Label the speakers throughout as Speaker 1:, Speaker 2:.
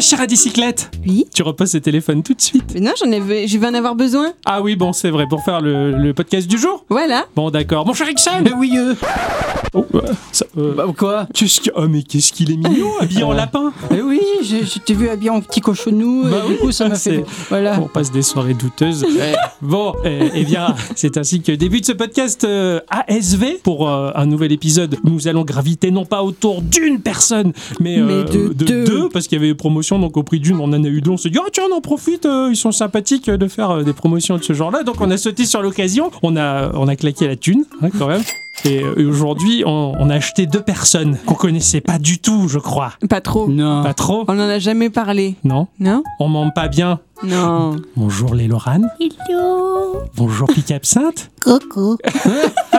Speaker 1: chère à bicyclette
Speaker 2: Oui.
Speaker 1: Tu reposes le téléphone tout de suite.
Speaker 2: Mais non, j'en avais, je vais en avoir besoin.
Speaker 1: Ah oui, bon, c'est vrai, pour faire le, le podcast du jour
Speaker 2: Voilà.
Speaker 1: Bon, d'accord. Mon cher Ixon
Speaker 3: Mais oui, euh,
Speaker 1: Oh, euh, ça, euh,
Speaker 3: bah, quoi
Speaker 1: Qu'est-ce qu'il... Ah, mais qu'est-ce qu'il est mignon, habillé en lapin
Speaker 3: Mais Eh oui, je, je t'ai vu habillé en petit cochonou,
Speaker 1: Bah
Speaker 3: et du
Speaker 1: oui,
Speaker 3: coup ça m'a
Speaker 1: c'est-
Speaker 3: fait.
Speaker 2: Ah.
Speaker 3: Voilà.
Speaker 1: On passe des soirées douteuses.
Speaker 3: Ouais.
Speaker 1: Bon, euh, eh bien, c'est ainsi que débute ce podcast euh, ASV. Pour euh, un nouvel épisode, nous allons graviter non pas autour d'une personne, mais, euh,
Speaker 2: Mais de deux.
Speaker 1: parce qu'il y avait promotion, donc au prix d'une, on en a eu deux. On s'est dit, oh tiens, on en profite, euh, ils sont sympathiques euh, de faire euh, des promotions de ce genre-là. Donc on a sauté sur l'occasion, on a, on a claqué la thune, hein, quand même. Et, euh, et aujourd'hui, on, on a acheté deux personnes qu'on connaissait pas du tout, je crois.
Speaker 2: Pas trop.
Speaker 3: Non.
Speaker 1: Pas trop
Speaker 2: On en a jamais parlé.
Speaker 1: Non,
Speaker 2: Non
Speaker 1: on ment pas bien.
Speaker 2: Non.
Speaker 1: Bonjour les Lorraine.
Speaker 2: Hello.
Speaker 1: Bonjour Pic Absinthe.
Speaker 4: Coco.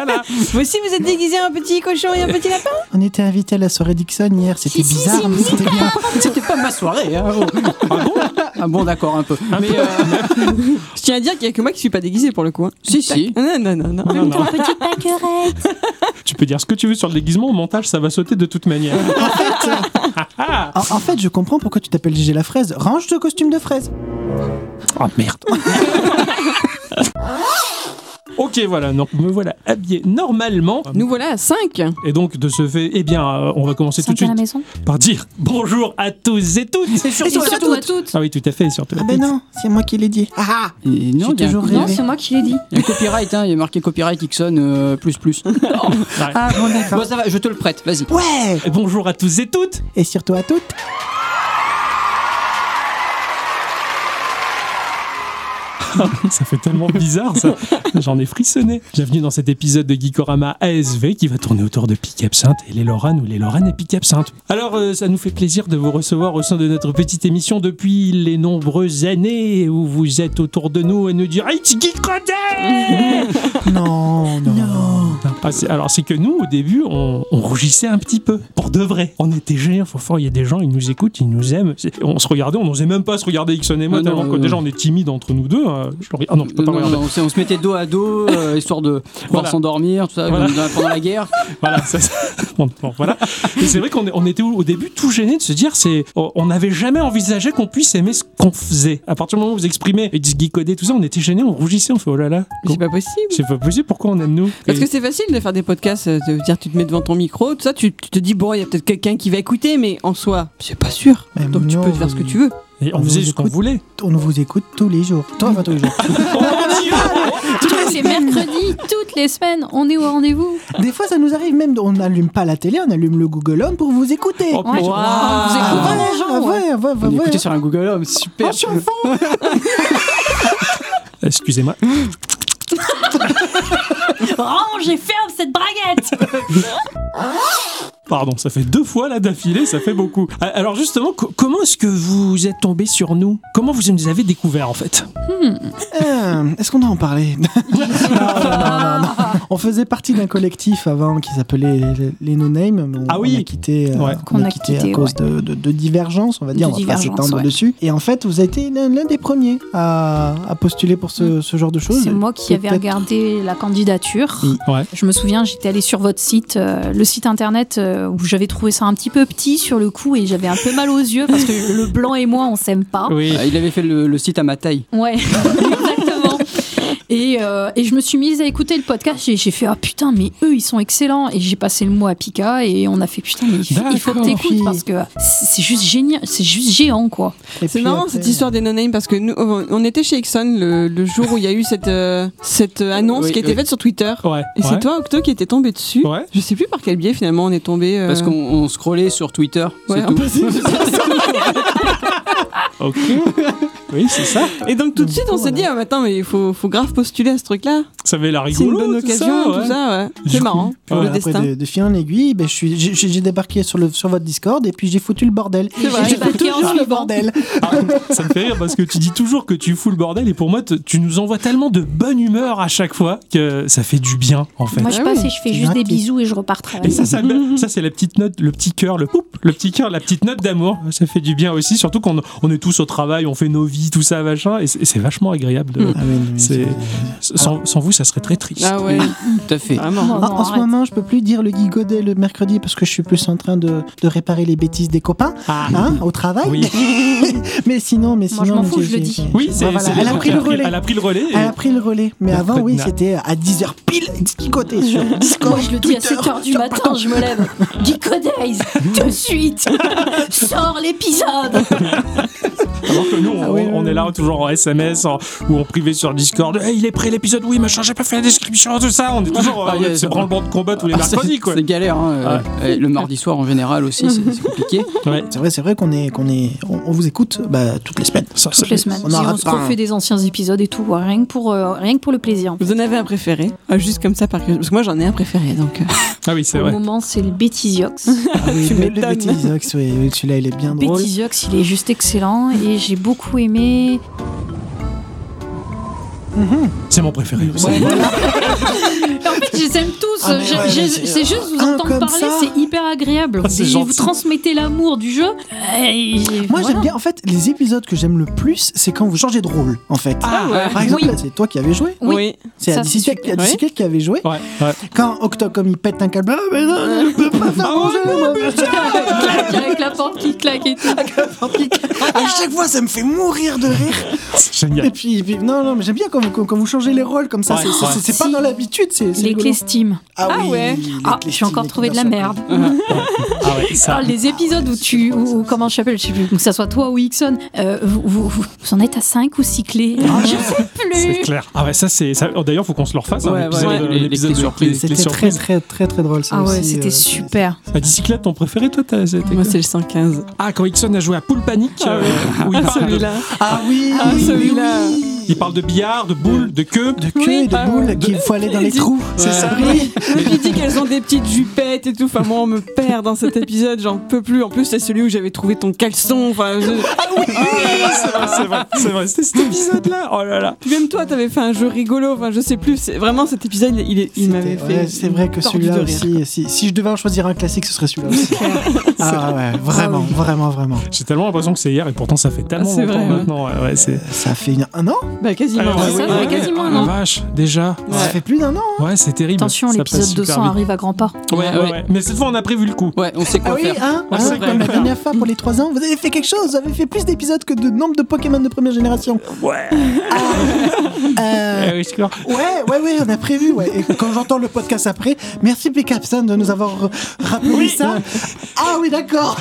Speaker 1: Voilà.
Speaker 2: Vous aussi, vous êtes déguisé en petit cochon et en petit lapin
Speaker 4: On était invité à la soirée Dixon hier,
Speaker 3: Si,
Speaker 4: c'était
Speaker 3: si,
Speaker 4: bizarre, mais c'était bien.
Speaker 3: C'était pas ma soirée. Hein. oh. Ah bon, d'accord, un peu. Mais euh,
Speaker 2: Je tiens à dire qu'il y a que moi qui suis pas déguisé pour le coup. hein.
Speaker 3: si, si.
Speaker 2: Non, non, non, non.
Speaker 1: Non, non.
Speaker 4: Petite pâquerette.
Speaker 1: Tu peux dire ce que tu veux sur le déguisement, au montage ça va sauter de toute manière.
Speaker 4: En, Ah, en fait, je comprends pourquoi tu t'appelles Gégé la fraise. Range ce costume de fraise.
Speaker 1: Oh merde. Ok voilà, non, me voilà habillé normalement.
Speaker 2: Nous voilà à 5.
Speaker 1: Et donc de ce fait, eh bien, euh, on va commencer tout de
Speaker 5: Sortir
Speaker 1: suite
Speaker 5: la maison
Speaker 1: par dire bonjour à tous et toutes.
Speaker 2: Et surtout à toutes.
Speaker 1: Ah oui, tout à fait, surtout.
Speaker 4: Ah ben non, c'est moi qui l'ai dit. Ah ah,
Speaker 3: Et non,
Speaker 4: J'ai
Speaker 3: il y a-
Speaker 4: toujours
Speaker 5: Non,
Speaker 4: rêvé.
Speaker 5: c'est moi qui l'ai dit.
Speaker 3: il y a copyright, hein, il y a marqué copyright Ixon euh, plus plus.
Speaker 4: Ah bon d'accord.
Speaker 3: Bon, ça va, je te le prête, vas-y.
Speaker 4: Ouais
Speaker 1: Et Bonjour à tous et toutes.
Speaker 4: Et surtout à toutes.
Speaker 1: ça fait tellement bizarre ça. J'en ai frissonné. Bienvenue dans cet épisode de Geekorama ASV qui va tourner autour de Pic Absinthe et les Loranes ou les Loranes et Pic Absinthe. Alors euh, ça nous fait plaisir de vous recevoir au sein de notre petite émission depuis les nombreuses années où vous êtes autour de nous et nous dire It's
Speaker 3: Mmh.
Speaker 1: Geekodé
Speaker 4: Non, non.
Speaker 1: Ah, c'est- Alors c'est que nous au début on, on rougissait un petit peu pour de vrai. On était géants, faut fort, il y a des gens, ils nous écoutent, ils nous aiment. C'est- On se regardait, on n'osait même pas se regarder Ixon et moi
Speaker 3: Ah non,
Speaker 1: tellement que
Speaker 3: non,
Speaker 1: déjà
Speaker 3: non.
Speaker 1: on est timide entre nous deux. hein. Je le re- Ah non, je peux
Speaker 3: Non,
Speaker 1: pas
Speaker 3: non,
Speaker 1: me regarder.
Speaker 3: non, on, s'est- on se mettait dos à dos, euh, histoire de pouvoir
Speaker 1: Voilà.
Speaker 3: s'endormir, tout ça,
Speaker 1: Voilà.
Speaker 3: comme dans- pendant la guerre.
Speaker 1: voilà, ça, ça- bon, bon, voilà. Et c'est vrai qu'on est- on était au au début tout gêné de se dire, c'est, on on n'avait jamais envisagé qu'on puisse aimer ce qu'on faisait. À partir du moment où vous exprimez et geekodé tout ça, on était gêné, on rougissait, on fait oh là là.
Speaker 2: C'est pas possible.
Speaker 1: C'est pas possible, pourquoi on aime nous
Speaker 2: Parce
Speaker 1: Et-
Speaker 2: que c'est facile de faire des podcasts, euh, de dire tu te mets devant ton micro, tout ça, tu, tu te dis bon, il y a peut-être quelqu'un qui va écouter, mais en soi, c'est pas sûr.
Speaker 4: Mais
Speaker 2: Donc tu
Speaker 4: non,
Speaker 2: peux faire ce que
Speaker 4: oui.
Speaker 2: tu veux.
Speaker 1: et on
Speaker 4: on
Speaker 1: faisait
Speaker 4: nous
Speaker 1: ce qu'on
Speaker 4: écoute.
Speaker 1: voulait.
Speaker 4: On vous écoute tous les jours. Toi, enfin tous les jours.
Speaker 5: Tous les mercredis, toutes les semaines, on est au rendez-vous.
Speaker 4: Des fois, ça nous arrive même, on n'allume pas la télé, on allume le Google Home pour vous écouter.
Speaker 1: Oh,
Speaker 5: Ouais,
Speaker 1: putain.
Speaker 5: on vous écoute
Speaker 4: Ah,
Speaker 5: vraiment les gens.
Speaker 4: ouais,
Speaker 5: ouais.
Speaker 4: ouais, ouais,
Speaker 3: On
Speaker 4: ouais,
Speaker 3: écoutait
Speaker 4: ouais.
Speaker 3: sur un Google Home, super.
Speaker 1: Excusez-moi.
Speaker 5: Range et ferme cette braguette
Speaker 1: Pardon, ça fait deux fois là d'affilée, ça fait beaucoup. A- Alors justement, co- comment est-ce que vous êtes tombé sur nous Comment vous nous avez découvert en fait
Speaker 4: Euh, Est-ce qu'on doit en parler On faisait partie d'un collectif avant qui s'appelait les, les No Name. mais on-
Speaker 1: Ah oui.
Speaker 4: On a quitté, euh,
Speaker 1: Ouais.
Speaker 4: qu'on a quitté à cause de, de, de divergences, on va dire.
Speaker 5: De
Speaker 4: on va pas
Speaker 5: divergences,
Speaker 4: s'étendre
Speaker 5: ouais.
Speaker 4: dessus. Et en fait, vous avez été l'un l'un des premiers à, à postuler pour ce, ce genre de choses.
Speaker 5: C'est moi qui avais
Speaker 4: Peut-être-
Speaker 5: regardé la candidature.
Speaker 4: Oui.
Speaker 1: Ouais.
Speaker 5: Je me souviens, j'étais allée sur votre site, euh, le site internet euh, où j'avais trouvé ça un petit peu petit sur le coup et j'avais un peu mal aux yeux parce que le blanc et moi, on s'aime pas.
Speaker 1: Oui.
Speaker 3: Ah, Il avait fait le, le site à ma taille.
Speaker 5: Ouais, exactement. Et, euh, et je me suis mise à écouter le podcast et j'ai fait Ah putain, mais eux ils sont excellents. Et j'ai passé le mot à Pika et on a fait Putain, mais il faut, il faut que
Speaker 1: D'accord.
Speaker 5: t'écoutes parce que c'est c'est juste génial, c'est juste géant quoi.
Speaker 4: Et
Speaker 2: C'est
Speaker 4: puis
Speaker 2: marrant
Speaker 4: après-
Speaker 2: cette histoire des no-names parce que nous, on on était chez Exxon le, le jour où il y a eu cette, euh, cette euh, annonce
Speaker 3: Oui,
Speaker 2: qui a été
Speaker 3: oui.
Speaker 2: faite sur Twitter.
Speaker 1: Ouais.
Speaker 2: Et
Speaker 1: ouais.
Speaker 2: c'est toi, Octo, qui était tombé dessus.
Speaker 1: Ouais.
Speaker 2: Je sais plus par quel biais finalement on est tombé. euh,
Speaker 3: Parce qu'on on scrollait sur Twitter,
Speaker 2: ouais,
Speaker 3: c'est
Speaker 2: on
Speaker 3: tout.
Speaker 2: passait-
Speaker 1: Ok. oui, c'est ça.
Speaker 2: Et donc tout de suite on s'est
Speaker 4: Voilà.
Speaker 2: dit, ah, mais attends, mais il faut, faut grave postuler à ce truc-là.
Speaker 1: Ça avait la
Speaker 2: C'est une
Speaker 1: rigolo.
Speaker 2: bonne
Speaker 1: tout ça,
Speaker 2: occasion, hein,
Speaker 1: ouais.
Speaker 2: tout ça, ouais.
Speaker 1: Du
Speaker 2: C'est
Speaker 1: coup,
Speaker 2: marrant.
Speaker 1: puis
Speaker 2: Le
Speaker 1: voilà,
Speaker 4: euh, Après,
Speaker 2: destin.
Speaker 4: de, de fil en aiguille, ben, je suis- j'ai j'ai débarqué sur, le, sur votre Discord et puis j'ai foutu le bordel.
Speaker 5: C'est vrai.
Speaker 4: J'ai
Speaker 5: J'ai débarqué
Speaker 4: foutu
Speaker 5: en
Speaker 4: le
Speaker 5: suivant.
Speaker 4: bordel.
Speaker 1: Ça me fait rire parce que tu dis toujours que tu fous le bordel et pour moi t- tu nous envoies tellement de bonne humeur à chaque fois que ça fait du bien en fait.
Speaker 5: Moi je
Speaker 2: Ah
Speaker 5: passe
Speaker 2: oui,
Speaker 5: et je fais
Speaker 4: c'est
Speaker 5: juste des
Speaker 4: gentil.
Speaker 5: bisous et je repars
Speaker 1: Et
Speaker 5: travailler.
Speaker 1: ça, ça, me- ça, c'est la petite note, le petit cœur, le poup, le petit cœur, la petite note d'amour. Ça fait du bien aussi, surtout qu'on on est tous au travail, on fait nos vies, mélodie, tout ça, machin. Et c'est et c'est vachement agréable. de-
Speaker 2: Mm.
Speaker 4: Ah oui, oui,
Speaker 1: C'est-
Speaker 4: c'est-
Speaker 1: Sans, sans vous, ça serait très triste.
Speaker 2: Ah ouais,
Speaker 3: Tout à fait.
Speaker 2: vraiment.
Speaker 4: Bah, En, en ce moment, je peux plus dire le Guy Godet le mercredi parce que je suis plus en train de, de réparer les bêtises des copains
Speaker 1: Ah.
Speaker 4: hein, au travail.
Speaker 1: Oui.
Speaker 4: mais sinon,
Speaker 5: Moi,
Speaker 4: mais sinon,
Speaker 5: je m'en
Speaker 4: mais
Speaker 5: fous,
Speaker 4: j'ai-
Speaker 5: je le
Speaker 4: j'ai-
Speaker 5: dis.
Speaker 1: Oui, c'est
Speaker 4: Voilà,
Speaker 1: c'est
Speaker 4: elle
Speaker 1: l'époque
Speaker 4: a pris
Speaker 1: qui
Speaker 4: le relais.
Speaker 1: Elle a pris le relais. et-
Speaker 4: Elle a pris le relais, mais
Speaker 1: La
Speaker 4: avant, oui,
Speaker 1: Fredna.
Speaker 4: c'était à 10h pile, Guy Godet sur Discord.
Speaker 5: Moi, je le dis à
Speaker 4: Twitter.
Speaker 5: 7h du matin, je me lève. Geeko Days, tout de suite. Sors l'épisode.
Speaker 1: Alors que nous, on,
Speaker 4: Ah oui, oui,
Speaker 1: on est là toujours en SMS en- ou en privé sur Discord. Hey, il est prêt l'épisode, oui, machin, j'ai pas fait la description, tout ça. On est toujours
Speaker 3: Ah,
Speaker 1: euh,
Speaker 3: yes.
Speaker 1: c'est branle-band de combat tous les
Speaker 3: Ah,
Speaker 1: mercredis,
Speaker 3: c'est
Speaker 1: quoi.
Speaker 3: c'est galère. hein, euh, et Le mardi soir en général aussi, c'est c'est compliqué.
Speaker 1: Ouais.
Speaker 4: C'est vrai, c'est vrai qu'on est, qu'on est, on, on vous écoute bah, toutes les semaines.
Speaker 1: Ça, ça-
Speaker 5: Toutes les semaines.
Speaker 4: On
Speaker 5: Et
Speaker 4: en
Speaker 5: on
Speaker 4: rate
Speaker 5: se
Speaker 4: pas un.
Speaker 5: refait des anciens épisodes et tout, rien que pour, euh, rien que pour le plaisir.
Speaker 2: Vous en avez un préféré Ah, Juste comme ça, par curiosité. parce que moi j'en ai un préféré donc. euh.
Speaker 1: Ah oui, c'est
Speaker 5: Au
Speaker 1: vrai.
Speaker 5: moment, c'est le Bétisiox.
Speaker 4: Ah oui,
Speaker 2: Tu
Speaker 4: le, le
Speaker 2: m'étonnes.
Speaker 4: Bétisox, oui, oui, celui-là, il est bien drôle.
Speaker 5: Bétisiox, il est juste excellent et j'ai beaucoup aimé.
Speaker 1: C'est mon préféré aussi.
Speaker 4: Ouais, voilà.
Speaker 5: En fait, je les aime tous.
Speaker 4: Ah, mais
Speaker 5: Je-
Speaker 4: ouais,
Speaker 5: je-
Speaker 4: mais c'est-
Speaker 5: c'est juste vous
Speaker 4: Un
Speaker 5: entendre
Speaker 4: comme
Speaker 5: parler,
Speaker 4: ça.
Speaker 5: c'est hyper agréable.
Speaker 1: Ah, c'est
Speaker 5: Vous- vous
Speaker 1: gentil.
Speaker 5: transmettez l'amour du jeu. Et-
Speaker 4: Moi,
Speaker 5: voilà.
Speaker 4: j'aime bien, en fait, les épisodes que j'aime le plus, c'est quand vous changez de rôle, en fait.
Speaker 1: Ah
Speaker 4: Par exemple,
Speaker 5: Oui.
Speaker 4: là, c'est toi qui avais joué.
Speaker 5: Oui.
Speaker 4: C'est
Speaker 5: Ça,
Speaker 4: à
Speaker 5: c'est super.
Speaker 2: Oui.
Speaker 4: qui avait joué.
Speaker 1: Ouais, ouais.
Speaker 4: Quand Octocom il pète un câble, ah, mais non, je peux pas faire
Speaker 1: Ah
Speaker 4: manger,
Speaker 1: ouais,
Speaker 4: moi, putain.
Speaker 5: Claque, avec la porte qui claque et tout.
Speaker 4: À chaque fois, ça me fait mourir de rire.
Speaker 1: C'est
Speaker 4: Et
Speaker 1: génial.
Speaker 4: puis, et puis- non, non, mais j'aime bien quand vous, quand- quand vous changez les rôles comme ça.
Speaker 1: Ouais,
Speaker 4: c'est- c'est-
Speaker 1: ouais.
Speaker 4: c'est pas dans l'habitude, c'est. c'est
Speaker 5: Les
Speaker 4: rigolo.
Speaker 5: clés Steam.
Speaker 4: Ah, oui,
Speaker 2: ouais.
Speaker 4: les
Speaker 5: Ah,
Speaker 4: clés
Speaker 5: j'ai encore
Speaker 4: Steam,
Speaker 5: trouvé de la
Speaker 4: les
Speaker 5: merde.
Speaker 1: Ah ouais, ça.
Speaker 5: Ah, les épisodes où tu. Ou, ou comment je t'appelle, je sais plus, que ça soit toi ou Ixon, euh, vous, vous, vous- vous en êtes à 5 ou 6 clés. je sais
Speaker 1: C'est
Speaker 5: plus.
Speaker 1: clair. Ah ouais, ça c'est. ça- oh, D'ailleurs, faut qu'on se le refasse.
Speaker 3: Ouais,
Speaker 1: un épisode,
Speaker 3: ouais,
Speaker 1: un
Speaker 3: les- les
Speaker 1: épisode
Speaker 3: clés
Speaker 1: de-
Speaker 3: surprises.
Speaker 1: les- les
Speaker 4: C'était très,
Speaker 1: surprises.
Speaker 4: très, très, très drôle ça
Speaker 5: Ah ouais,
Speaker 4: aussi,
Speaker 5: c'était
Speaker 4: euh,
Speaker 5: super.
Speaker 1: La bicyclette, ton préféré, toi, t'as- c'était
Speaker 2: Moi
Speaker 1: quoi
Speaker 2: c'est le 115.
Speaker 1: Ah, quand Ixon a joué à Pool Panic,
Speaker 2: Ah ouais.
Speaker 1: euh, où il
Speaker 2: Ah
Speaker 1: parle de-
Speaker 2: celui-là.
Speaker 4: Ah oui,
Speaker 2: Ah
Speaker 4: oui,
Speaker 2: celui-là.
Speaker 1: il parle de billard, de boule, de queue.
Speaker 4: De queue
Speaker 2: Oui,
Speaker 4: et de
Speaker 2: ah
Speaker 4: boule
Speaker 2: ouais.
Speaker 4: qu'il faut aller dans les
Speaker 2: Dis-
Speaker 4: trous.
Speaker 1: C'est ça.
Speaker 2: Oui. Et puis il dit qu'elles ont des petites jupettes et tout. Enfin moi on me perd dans cet épisode, j'en peux plus. En plus c'est celui où j'avais trouvé ton caleçon. Enfin je-
Speaker 1: c'est vrai, Ah, c'est vrai, c'est vrai. C'était cet épisode-là. Oh là là.
Speaker 2: Puis même toi, t'avais fait un jeu rigolo. Enfin, je sais plus. c'est- Vraiment, cet épisode, il, est- il
Speaker 4: C'était-
Speaker 2: m'avait fait.
Speaker 4: ouais, c'est vrai que
Speaker 2: tordu de
Speaker 4: celui-là
Speaker 2: rire.
Speaker 4: aussi. Si, si je devais en choisir un classique, ce serait celui-là aussi. ah ouais, vraiment, vraiment, vraiment.
Speaker 1: J'ai tellement l'impression que c'est hier et pourtant ça fait tellement
Speaker 2: Ah, c'est
Speaker 1: longtemps
Speaker 2: vrai, ouais.
Speaker 1: maintenant. Ouais, ouais, c'est.
Speaker 4: Ça fait une- un an
Speaker 2: Bah, quasiment.
Speaker 1: Ah,
Speaker 5: ouais, ça, ouais. fait quasiment
Speaker 1: oh
Speaker 5: un
Speaker 1: la
Speaker 5: an.
Speaker 1: vache, déjà.
Speaker 4: Ça
Speaker 2: Ouais.
Speaker 4: fait plus d'un an.
Speaker 1: Ouais, c'est terrible.
Speaker 5: Attention,
Speaker 1: Ça
Speaker 5: l'épisode
Speaker 1: passe
Speaker 5: 200
Speaker 1: super vite.
Speaker 5: arrive à grands pas.
Speaker 1: Ouais,
Speaker 2: Ah,
Speaker 1: ouais, ouais. Mais cette fois, on a prévu le coup.
Speaker 3: Ouais, on sait quoi
Speaker 4: Ah oui,
Speaker 3: faire.
Speaker 4: hein,
Speaker 1: On
Speaker 4: hein,
Speaker 1: sait quoi
Speaker 4: Comme la
Speaker 1: faire.
Speaker 4: dernière fois pour les 3 ans, vous avez fait quelque chose, vous avez fait plus d'épisodes que de nombre de Pokémon de première génération. Ah.
Speaker 1: Ouais.
Speaker 4: Euh,
Speaker 1: Eh oui, je suis d'accord.
Speaker 4: ouais, ouais, ouais, on a prévu. Ouais. Et quand j'entends le podcast après, merci Picapson de nous avoir rappelé ça. Ah oui, d'accord.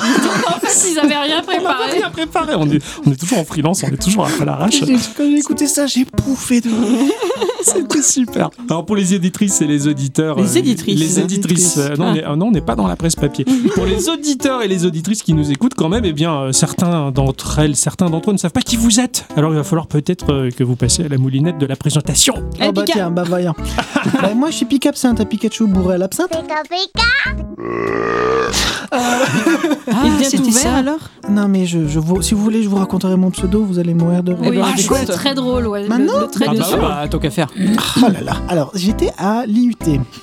Speaker 5: En fait, ils avaient rien préparé.
Speaker 1: Rien préparé. Ah, On est, on est toujours en freelance, on est toujours à l'arrache.
Speaker 4: J'ai- Quand j'ai écouté ça, j'ai pouffé de rire.
Speaker 1: C'était super. Alors pour les éditrices et les auditeurs.
Speaker 2: Les
Speaker 1: euh,
Speaker 2: éditrices.
Speaker 1: Les éditrices. Euh, non, on est- euh, non, on n'est pas dans la presse papier. pour les auditeurs et les auditrices qui nous écoutent quand même, eh bien, euh, certains d'entre elles, certains d'entre eux ne savent pas qui vous êtes. Alors il va falloir peut-être euh, que vous passiez à la moulinette de la présentation.
Speaker 4: Ah bah tiens, bah voyons. Bah, moi, je suis Picapsinthe, à Pikachu bourré à l'absinthe. Ah,
Speaker 2: il vient
Speaker 5: c'était
Speaker 2: tout vert
Speaker 5: ça.
Speaker 2: alors
Speaker 4: Non, mais je, je vous- si vous voulez, je vous raconterai mon pseudo, vous allez mourir de rire. Ah,
Speaker 2: Eh ben,
Speaker 5: Oui,
Speaker 2: on
Speaker 5: c'est
Speaker 2: t'écoute.
Speaker 5: très drôle. ouais, le-
Speaker 4: Maintenant
Speaker 5: le trait
Speaker 1: Ah
Speaker 5: de
Speaker 1: bah
Speaker 5: ça.
Speaker 1: ouais.
Speaker 3: Bah, tant qu'à faire.
Speaker 4: Oh là là. Alors, j'étais à l'IUT,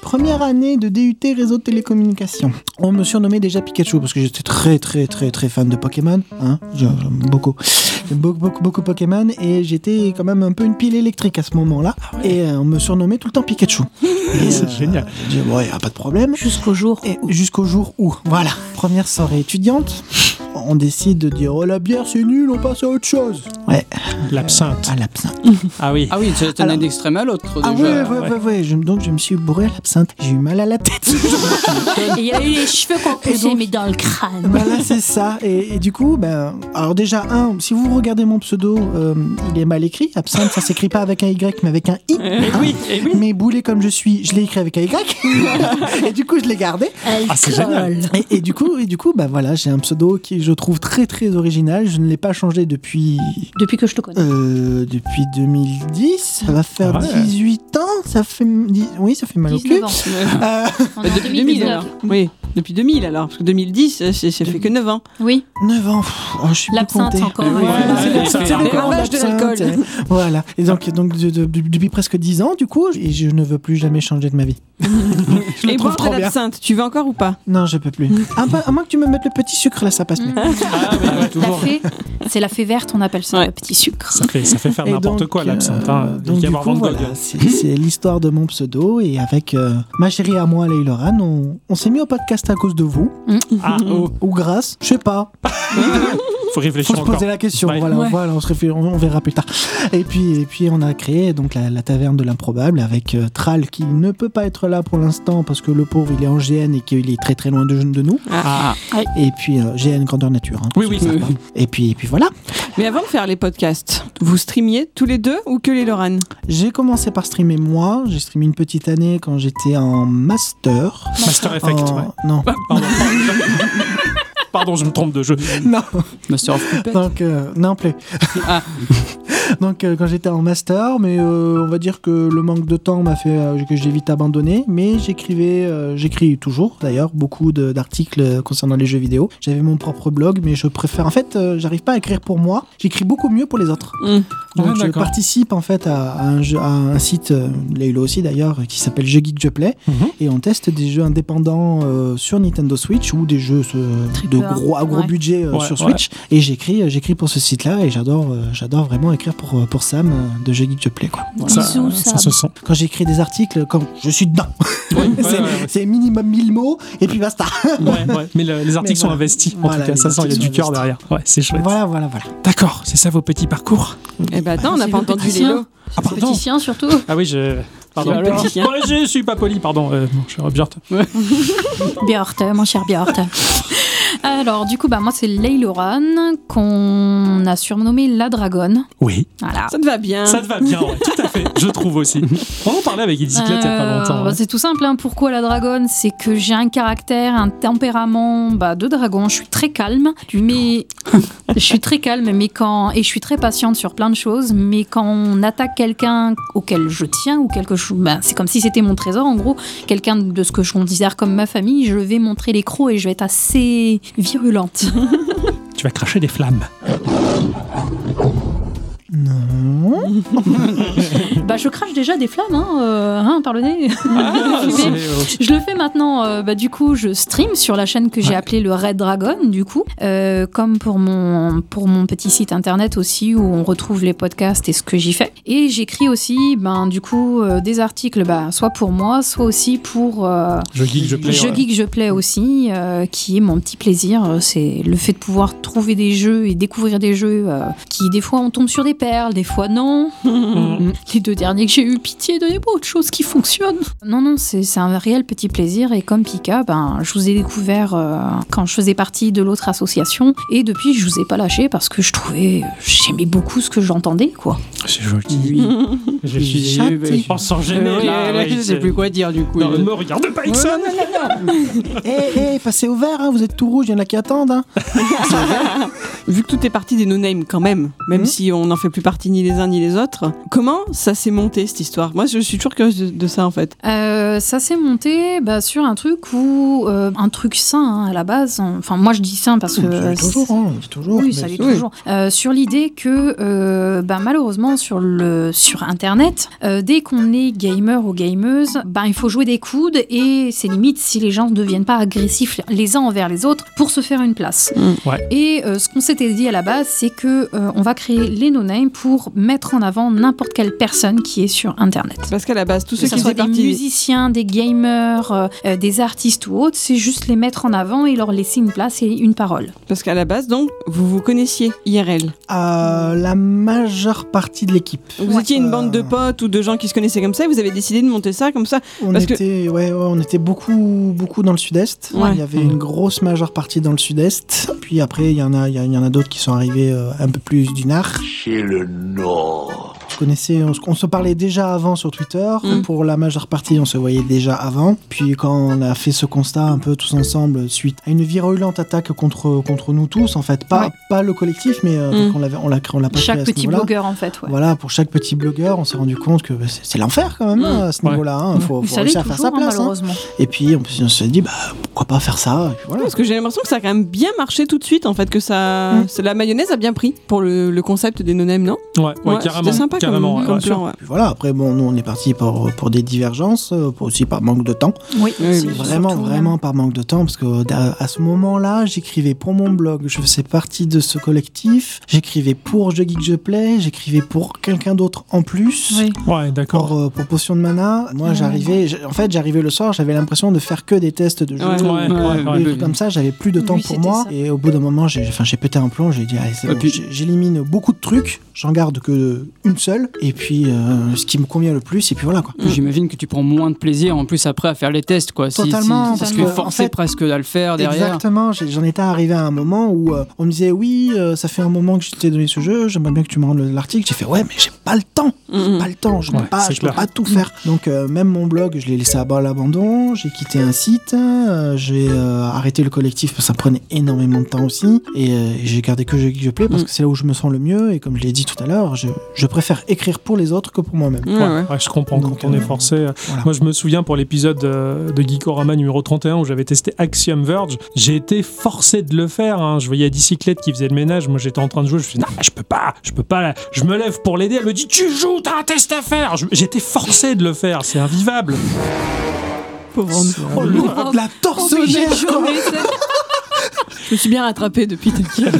Speaker 4: première année de DUT réseau de télécommunications. On me surnommait déjà Pikachu parce que j'étais très très très très fan de Pokémon. Hein J'aime beaucoup. J'aime beaucoup, beaucoup, beaucoup Pokémon et j'étais quand même un peu une pile électrique à ce moment-là. Et euh, on me surnommait tout le temps Pikachu. Et,
Speaker 1: C'est
Speaker 2: Ah.
Speaker 4: euh,
Speaker 1: génial.
Speaker 4: Je dis, bon, y a pas de problème.
Speaker 5: Jusqu'au jour.
Speaker 4: Et jusqu'au jour où, voilà, première soirée étudiante, on décide de dire oh la bière c'est nul, on passe à autre chose. Ouais,
Speaker 1: L'absinthe.
Speaker 4: à l'absinthe.
Speaker 1: Ah oui.
Speaker 3: Ah oui, tu t'en as d'un extrême à l'autre déjà.
Speaker 4: Ah ouais, ouais, ouais, ouais. Je- donc je me suis bourré à l'absinthe. J'ai eu mal à la tête.
Speaker 5: Et il a eu les cheveux qu'on poussait, mais dans le crâne.
Speaker 4: Bah là, c'est ça. Et, et du coup, ben, alors déjà, un, si vous regardez mon pseudo, euh, il est mal écrit. Absinthe, ça s'écrit pas avec un Y, mais avec un I. hein.
Speaker 1: et Eh oui.
Speaker 4: Mais boulé comme je suis, je l'ai écrit avec un Y. et du coup, je l'ai gardé.
Speaker 1: Ah, c'est génial.
Speaker 4: Et, et du coup, et du coup, bah voilà, j'ai un pseudo qui je trouve très très original. Je ne l'ai pas changé depuis
Speaker 5: Depuis que je te connais.
Speaker 4: euh, depuis 2010. Ça va faire
Speaker 1: Ah ouais.
Speaker 4: 18 ans. Ça fait dix- oui, ça fait mal au cul.
Speaker 5: 19 ans.
Speaker 4: Euh,
Speaker 5: On
Speaker 2: Bah,
Speaker 5: est en
Speaker 2: Depuis 2000 alors. Oui, depuis 2000 alors. Parce que 2010, euh, c'est- ça fait que 9 ans.
Speaker 5: Oui,
Speaker 1: Ah,
Speaker 4: 9 ans, pff, oh, je suis plus
Speaker 5: l'absinthe
Speaker 4: compté.
Speaker 5: encore.
Speaker 1: Ouais,
Speaker 5: ouais.
Speaker 1: c'est
Speaker 4: Ouais,
Speaker 1: ça.
Speaker 4: c'est
Speaker 1: C'est
Speaker 4: le grand
Speaker 2: l'âge de
Speaker 4: absinthe,
Speaker 2: l'alcool.
Speaker 4: euh, Voilà. Et donc, donc de- de- de- depuis presque 10 ans, du coup, et je ne veux plus jamais changer de ma vie. je le
Speaker 2: Et
Speaker 4: trouve
Speaker 2: boire
Speaker 4: trop
Speaker 2: de
Speaker 4: bien.
Speaker 2: l'absinthe, tu veux encore ou pas
Speaker 4: Non, je peux plus. À, moins-
Speaker 1: Ah,
Speaker 4: à moins que tu me mettes le petit sucre là, ça passe mieux.
Speaker 5: La fée, c'est la fée verte, on appelle ça
Speaker 2: Ouais.
Speaker 5: le petit sucre. sucre.
Speaker 1: Ça fait, ça fait faire
Speaker 4: Et
Speaker 1: n'importe
Speaker 4: donc,
Speaker 1: quoi
Speaker 4: euh,
Speaker 1: l'absinthe. hein.
Speaker 4: donc
Speaker 1: Il y a
Speaker 4: du
Speaker 1: Van
Speaker 4: coup,
Speaker 1: Gogh.
Speaker 4: voilà, c'est c'est l'histoire de mon pseudo et avec euh, ma chérie à moi, Leiloran, on, on s'est mis au podcast à cause de vous
Speaker 1: Ah, oh,
Speaker 4: ou grâce, je sais pas.
Speaker 1: faut réfléchir
Speaker 4: Faut se
Speaker 1: encore.
Speaker 4: poser la question.
Speaker 1: Ouais.
Speaker 4: Voilà,
Speaker 5: Ouais.
Speaker 4: voilà, on se réfléchit, on, on verra plus tard. Et puis, et puis, on a créé donc la, la taverne de l'improbable avec euh, Tral qui ne peut pas être là pour l'instant parce que le pauvre il est en GN et qu'il est très très loin de, de nous.
Speaker 3: Ah,
Speaker 4: Et puis euh, GN grandeur nature. hein.
Speaker 1: Oui, oui.
Speaker 3: euh,
Speaker 4: Et puis, et puis voilà.
Speaker 2: Mais avant de faire les podcasts, vous streamiez tous les deux ou que les Loran
Speaker 4: J'ai commencé par streamer moi. J'ai streamé une petite année quand j'étais en master.
Speaker 1: Master Effect,
Speaker 4: En-
Speaker 1: ouais.
Speaker 4: Non.
Speaker 1: Pardon, pardon. Pardon, je me trompe de jeu.
Speaker 4: Non,
Speaker 3: Master of Puppets.
Speaker 4: donc euh, non plus.
Speaker 3: Ah.
Speaker 4: donc euh, quand j'étais en master, mais euh, on va dire que le manque de temps m'a fait euh, que j'ai vite abandonné. Mais j'écrivais, euh, j'écris toujours d'ailleurs beaucoup de- d'articles concernant les jeux vidéo. J'avais mon propre blog, mais je préfère. En fait, euh, j'arrive pas à écrire pour moi. J'écris beaucoup mieux pour les autres.
Speaker 2: Hum.
Speaker 4: Donc
Speaker 1: Ah,
Speaker 4: je
Speaker 1: d'accord.
Speaker 4: participe en fait à, à un, jeu- à un site, euh, Laylo aussi d'ailleurs, qui s'appelle Jeux Geek Je Play,
Speaker 1: Mhm.
Speaker 4: et on teste des jeux indépendants euh, sur Nintendo Switch ou des jeux euh, de
Speaker 5: Triple A,
Speaker 4: gros à gros
Speaker 5: ouais.
Speaker 4: budget euh,
Speaker 1: Ouais,
Speaker 4: sur
Speaker 1: ouais.
Speaker 4: Switch. Et j'écris, euh, j'écris pour ce site-là, et j'adore, euh, j'adore vraiment écrire pour euh, pour Sam euh, de Jeux Geek Je Play quoi.
Speaker 1: Ça,
Speaker 5: Bisous,
Speaker 1: ça
Speaker 5: Sam.
Speaker 1: se sent.
Speaker 4: Quand j'écris des articles, quand je suis dedans, c'est
Speaker 1: ouais, ouais.
Speaker 4: c'est minimum 1000 mots, et puis basta.
Speaker 1: Ouais, ouais. Mais le- les articles
Speaker 4: Mais
Speaker 1: sont
Speaker 4: voilà.
Speaker 1: investis. En
Speaker 4: Voilà,
Speaker 1: tout cas,
Speaker 4: les
Speaker 1: ça sent, il y a
Speaker 4: articles
Speaker 1: du
Speaker 4: sont
Speaker 1: cœur
Speaker 4: investis.
Speaker 1: derrière. Ouais, c'est chouette.
Speaker 4: Voilà, Ah, voilà, voilà.
Speaker 1: D'accord, c'est ça vos petits parcours
Speaker 2: Eh ben attends, on n'a
Speaker 5: C'est
Speaker 2: pas
Speaker 5: le
Speaker 2: entendu les
Speaker 5: petit chien.
Speaker 2: lots.
Speaker 1: Ah, pardon.
Speaker 5: Petit Bah chien surtout.
Speaker 1: Ah oui, je. Pardon.
Speaker 2: Oh, le petit chien.
Speaker 1: Ouais, je suis pas poli, pardon. Euh, bon, je suis Robert.
Speaker 5: Björte, mon cher Björte. Alors, du coup, bah, moi, c'est Leiloran, qu'on a surnommée la dragonne.
Speaker 1: Oui.
Speaker 5: Voilà.
Speaker 2: Ça te va bien.
Speaker 1: Ça te va bien, ouais, tout à fait. Je trouve aussi. On en parlait avec Elisiclette il y a pas
Speaker 5: Euh,
Speaker 1: longtemps.
Speaker 5: bah,
Speaker 1: ouais.
Speaker 5: C'est tout simple. hein. Pourquoi la dragonne C'est que j'ai un caractère, un tempérament bah, de dragon. Je suis très calme, mais je suis très calme, mais quand et je suis très patiente sur plein de choses. Mais quand on attaque quelqu'un auquel je tiens ou quelque chose, bah, c'est comme si c'était mon trésor. En gros, quelqu'un de ce que je considère comme ma famille, je vais montrer les crocs et je vais être assez virulente.
Speaker 1: Tu vas cracher des flammes.
Speaker 5: Bah, je crache déjà des flammes, hein, euh, hein, par le nez.
Speaker 1: Ah,
Speaker 5: Mais-
Speaker 1: c'est- euh,
Speaker 5: je le fais maintenant. euh, bah, du coup, je stream sur la chaîne que j'ai appelée le Red Dragon, du coup, euh, comme pour mon, pour mon petit site internet aussi, où on retrouve les podcasts et ce que j'y fais. Et j'écris aussi, ben, du coup, euh, des articles, bah, soit pour moi, soit aussi pour euh,
Speaker 1: je geek, je plais.
Speaker 5: Je
Speaker 1: ouais.
Speaker 5: geek, je plais aussi, euh, qui est mon petit plaisir. euh, C'est le fait de pouvoir trouver des jeux et découvrir des jeux euh, qui, des fois, on tombe sur des perles, des fois, non. Les deux derniers que j'ai eu pitié de des de choses qui fonctionnent. Non, non, c'est c'est un réel petit plaisir. Et comme Pika, ben, je vous ai découvert euh, quand je faisais partie de l'autre association. Et depuis, je vous ai pas lâché parce que je trouvais, j'aimais beaucoup ce que j'entendais, quoi.
Speaker 1: C'est joli.
Speaker 3: Oui.
Speaker 1: Je suis.
Speaker 3: J'ai- oui,
Speaker 1: On s'en
Speaker 3: oui,
Speaker 1: gênait là.
Speaker 3: là,
Speaker 1: ouais,
Speaker 3: je sais
Speaker 1: c'est-
Speaker 3: plus quoi dire du coup.
Speaker 1: Non, Ne me regarde pas, Ixon
Speaker 4: Eh, eh, passez au vert, hein, vous êtes tout rouge, il y en a qui attendent. hein.
Speaker 2: Vu que tout est parti des no-names quand même, même
Speaker 4: Mhm.
Speaker 2: si on n'en fait plus partie ni les uns ni les autres, comment ça s'est monté cette histoire Moi, je suis toujours curieuse de, de ça en fait.
Speaker 5: Euh, ça s'est monté bah, sur un truc où euh, un truc sain hein, à la base. on- Enfin, moi je dis sain parce que
Speaker 4: Ça l'est toujours, hein, c'est toujours.
Speaker 5: oui,
Speaker 4: mais
Speaker 5: ça l'est
Speaker 2: oui.
Speaker 5: toujours. Euh, sur l'idée que, euh, bah, malheureusement, sur, le, sur Internet, euh, dès qu'on est gamer ou gameuse, bah, il faut jouer des coudes et c'est limite si les gens ne deviennent pas agressifs les uns envers les autres pour se faire une place.
Speaker 2: Mm.
Speaker 1: Ouais.
Speaker 5: Et euh, ce qu'on s'était dit à la base, c'est que euh, on va créer les no-names pour mettre en avant n'importe quelle personne qui est sur Internet.
Speaker 2: Parce qu'à la base, tous
Speaker 5: Que
Speaker 2: ceux
Speaker 5: ce
Speaker 2: qui
Speaker 5: soit
Speaker 2: faisaient
Speaker 5: des
Speaker 2: partie.
Speaker 5: musiciens, des gamers, euh, euh, des artistes ou autres, c'est juste les mettre en avant et leur laisser une place et une parole.
Speaker 2: Parce qu'à la base, donc, vous vous connaissiez IRL.
Speaker 4: Euh, la majeure partie de l'équipe.
Speaker 2: Vous
Speaker 5: Ouais.
Speaker 2: étiez une
Speaker 4: Euh.
Speaker 2: bande de potes ou de gens qui se connaissaient comme ça et vous avez décidé de monter ça comme ça.
Speaker 4: On
Speaker 2: Parce que-
Speaker 4: était, ouais, ouais, on était beaucoup, beaucoup dans le sud-est.
Speaker 2: Ouais.
Speaker 4: Il y avait
Speaker 1: Mhm.
Speaker 4: une grosse majeure partie dans le sud-est. Puis après, il y en a, il y a- il y en a d'autres qui sont arrivés euh, un peu plus du nord.
Speaker 6: chez le Nord.
Speaker 4: Je connaissais, on, se- on se parlait déjà avant sur Twitter.
Speaker 2: Mhm.
Speaker 4: Pour la majeure partie, on se voyait déjà avant. Puis quand on a fait ce constat un peu tous ensemble suite à une virulente attaque contre contre nous tous, en fait, pas
Speaker 5: Ouais.
Speaker 4: pas le collectif, mais euh,
Speaker 2: Mhm.
Speaker 4: donc on l'avait, on l'a, on l'a pas fait
Speaker 5: Chaque
Speaker 4: à ce
Speaker 5: petit
Speaker 4: niveau-là.
Speaker 5: blogueur, en fait. Ouais.
Speaker 4: Voilà, pour chaque petit blogueur, on s'est rendu compte que bah, c'est c'est l'enfer quand même hein, à ce
Speaker 1: Ouais.
Speaker 4: niveau-là. hein. Faut,
Speaker 5: Mais
Speaker 4: faut
Speaker 5: ça l'est
Speaker 4: réussir
Speaker 5: Mmh.
Speaker 4: à
Speaker 5: toujours,
Speaker 4: faire sa
Speaker 5: hein,
Speaker 4: place. hein.
Speaker 5: malheureusement.
Speaker 4: Et puis on, on s'est dit, bah, pourquoi pas faire ça et puis voilà.
Speaker 2: Parce que j'ai l'impression que ça a quand même bien marché tout de suite en fait, que ça,
Speaker 4: Mm.
Speaker 2: c'est- la mayonnaise a bien pris pour le, le concept des no-names, non
Speaker 1: Ouais, ouais,
Speaker 2: Ouais,
Speaker 1: carrément.
Speaker 2: c'était sympa quand
Speaker 1: carrément,
Speaker 2: comme
Speaker 1: ouais,
Speaker 2: plan, ouais.
Speaker 4: Puis voilà, après, bon, nous, on est parti pour, pour des divergences, euh, pour- aussi par manque de temps.
Speaker 5: Oui,
Speaker 2: Oui,
Speaker 5: c'est
Speaker 2: oui,
Speaker 4: Vraiment,
Speaker 5: surtout-
Speaker 4: vraiment par manque de temps, parce que d'a- à ce moment-là, j'écrivais pour mon blog, je faisais partie de ce collectif, j'écrivais pour Je Geek Je Play, j'écrivais pour quelqu'un d'autre en plus.
Speaker 5: Oui.
Speaker 1: Ouais, d'accord.
Speaker 4: Pour, euh, pour Potion de Mana, moi
Speaker 5: Ouais.
Speaker 4: j'arrivais, j'- en fait j'arrivais le soir, j'avais l'impression de faire que des tests de jeux.
Speaker 2: Ouais.
Speaker 1: Ouais, ouais,
Speaker 4: Des
Speaker 1: ouais.
Speaker 4: trucs comme ça, j'avais plus de temps
Speaker 5: Oui,
Speaker 4: pour
Speaker 5: c'était
Speaker 4: moi.
Speaker 5: ça.
Speaker 4: Et au bout d'un moment, j'ai enfin, j'ai pété un plomb, j'ai dit, allez, c'est
Speaker 3: Et
Speaker 4: bon,
Speaker 3: puis-
Speaker 4: j'- j'élimine beaucoup de trucs, j'en garde que une seule, et puis euh, ce qui me convient le plus, et puis voilà quoi.
Speaker 3: Puis J'imagine que tu prends moins de plaisir en plus après à faire les tests, quoi. Si- si-
Speaker 4: Totalement,
Speaker 3: parce
Speaker 5: parce
Speaker 3: que
Speaker 5: que, en
Speaker 3: forcer
Speaker 4: fait-
Speaker 3: presque à le faire derrière.
Speaker 4: Exactement, j'ai- j'en étais arrivé à un moment où euh, on me disait oui, euh, ça fait un moment que je t'ai donné ce jeu, j'aimerais bien que tu me rendes le- l'article. J'ai fait ouais, mais j'ai pas le temps,
Speaker 5: Mmh.
Speaker 2: Mm, mm.
Speaker 4: pas le temps, je
Speaker 1: Ouais,
Speaker 4: peux pas,
Speaker 1: c'est
Speaker 4: je peux
Speaker 1: clair.
Speaker 4: pas tout faire. Donc euh, même mon blog, je l'ai laissé à bas l'abandon, j'ai quitté un site, euh, j'ai euh, arrêté le collectif parce que ça prenait énormément de temps aussi, et euh, j'ai gardé que je, que je plais parce
Speaker 5: Mmh.
Speaker 2: Mm.
Speaker 4: que c'est là où je me sens le mieux. Et comme je l'ai dit tout à l'heure, je, je préfère écrire pour les autres que pour moi-même.
Speaker 5: Mmh.
Speaker 2: Ouais, ouais.
Speaker 1: Ouais, je comprends
Speaker 4: Donc,
Speaker 1: quand on est
Speaker 4: euh,
Speaker 1: forcé. euh,
Speaker 4: voilà.
Speaker 1: Moi, je me souviens pour l'épisode euh, de Geekorama numéro 31 où j'avais testé Axiom Verge, j'ai été forcé de le faire. hein. Je voyais Dicyclette qui faisait le ménage. Moi, j'étais en train de jouer. Je me suis dit, non, mais je peux pas, je peux pas. là. Je me lève pour l'aider. Elle me dit, tu joues, t'as un test à faire. Je- J'étais forcé de le faire. C'est invivable.
Speaker 2: Pauvre homme.
Speaker 4: Oh, le- de la
Speaker 5: Obligé
Speaker 4: torsonnière
Speaker 5: de jouer, c'est-
Speaker 2: Je me suis bien rattrapé depuis, t'inquiète.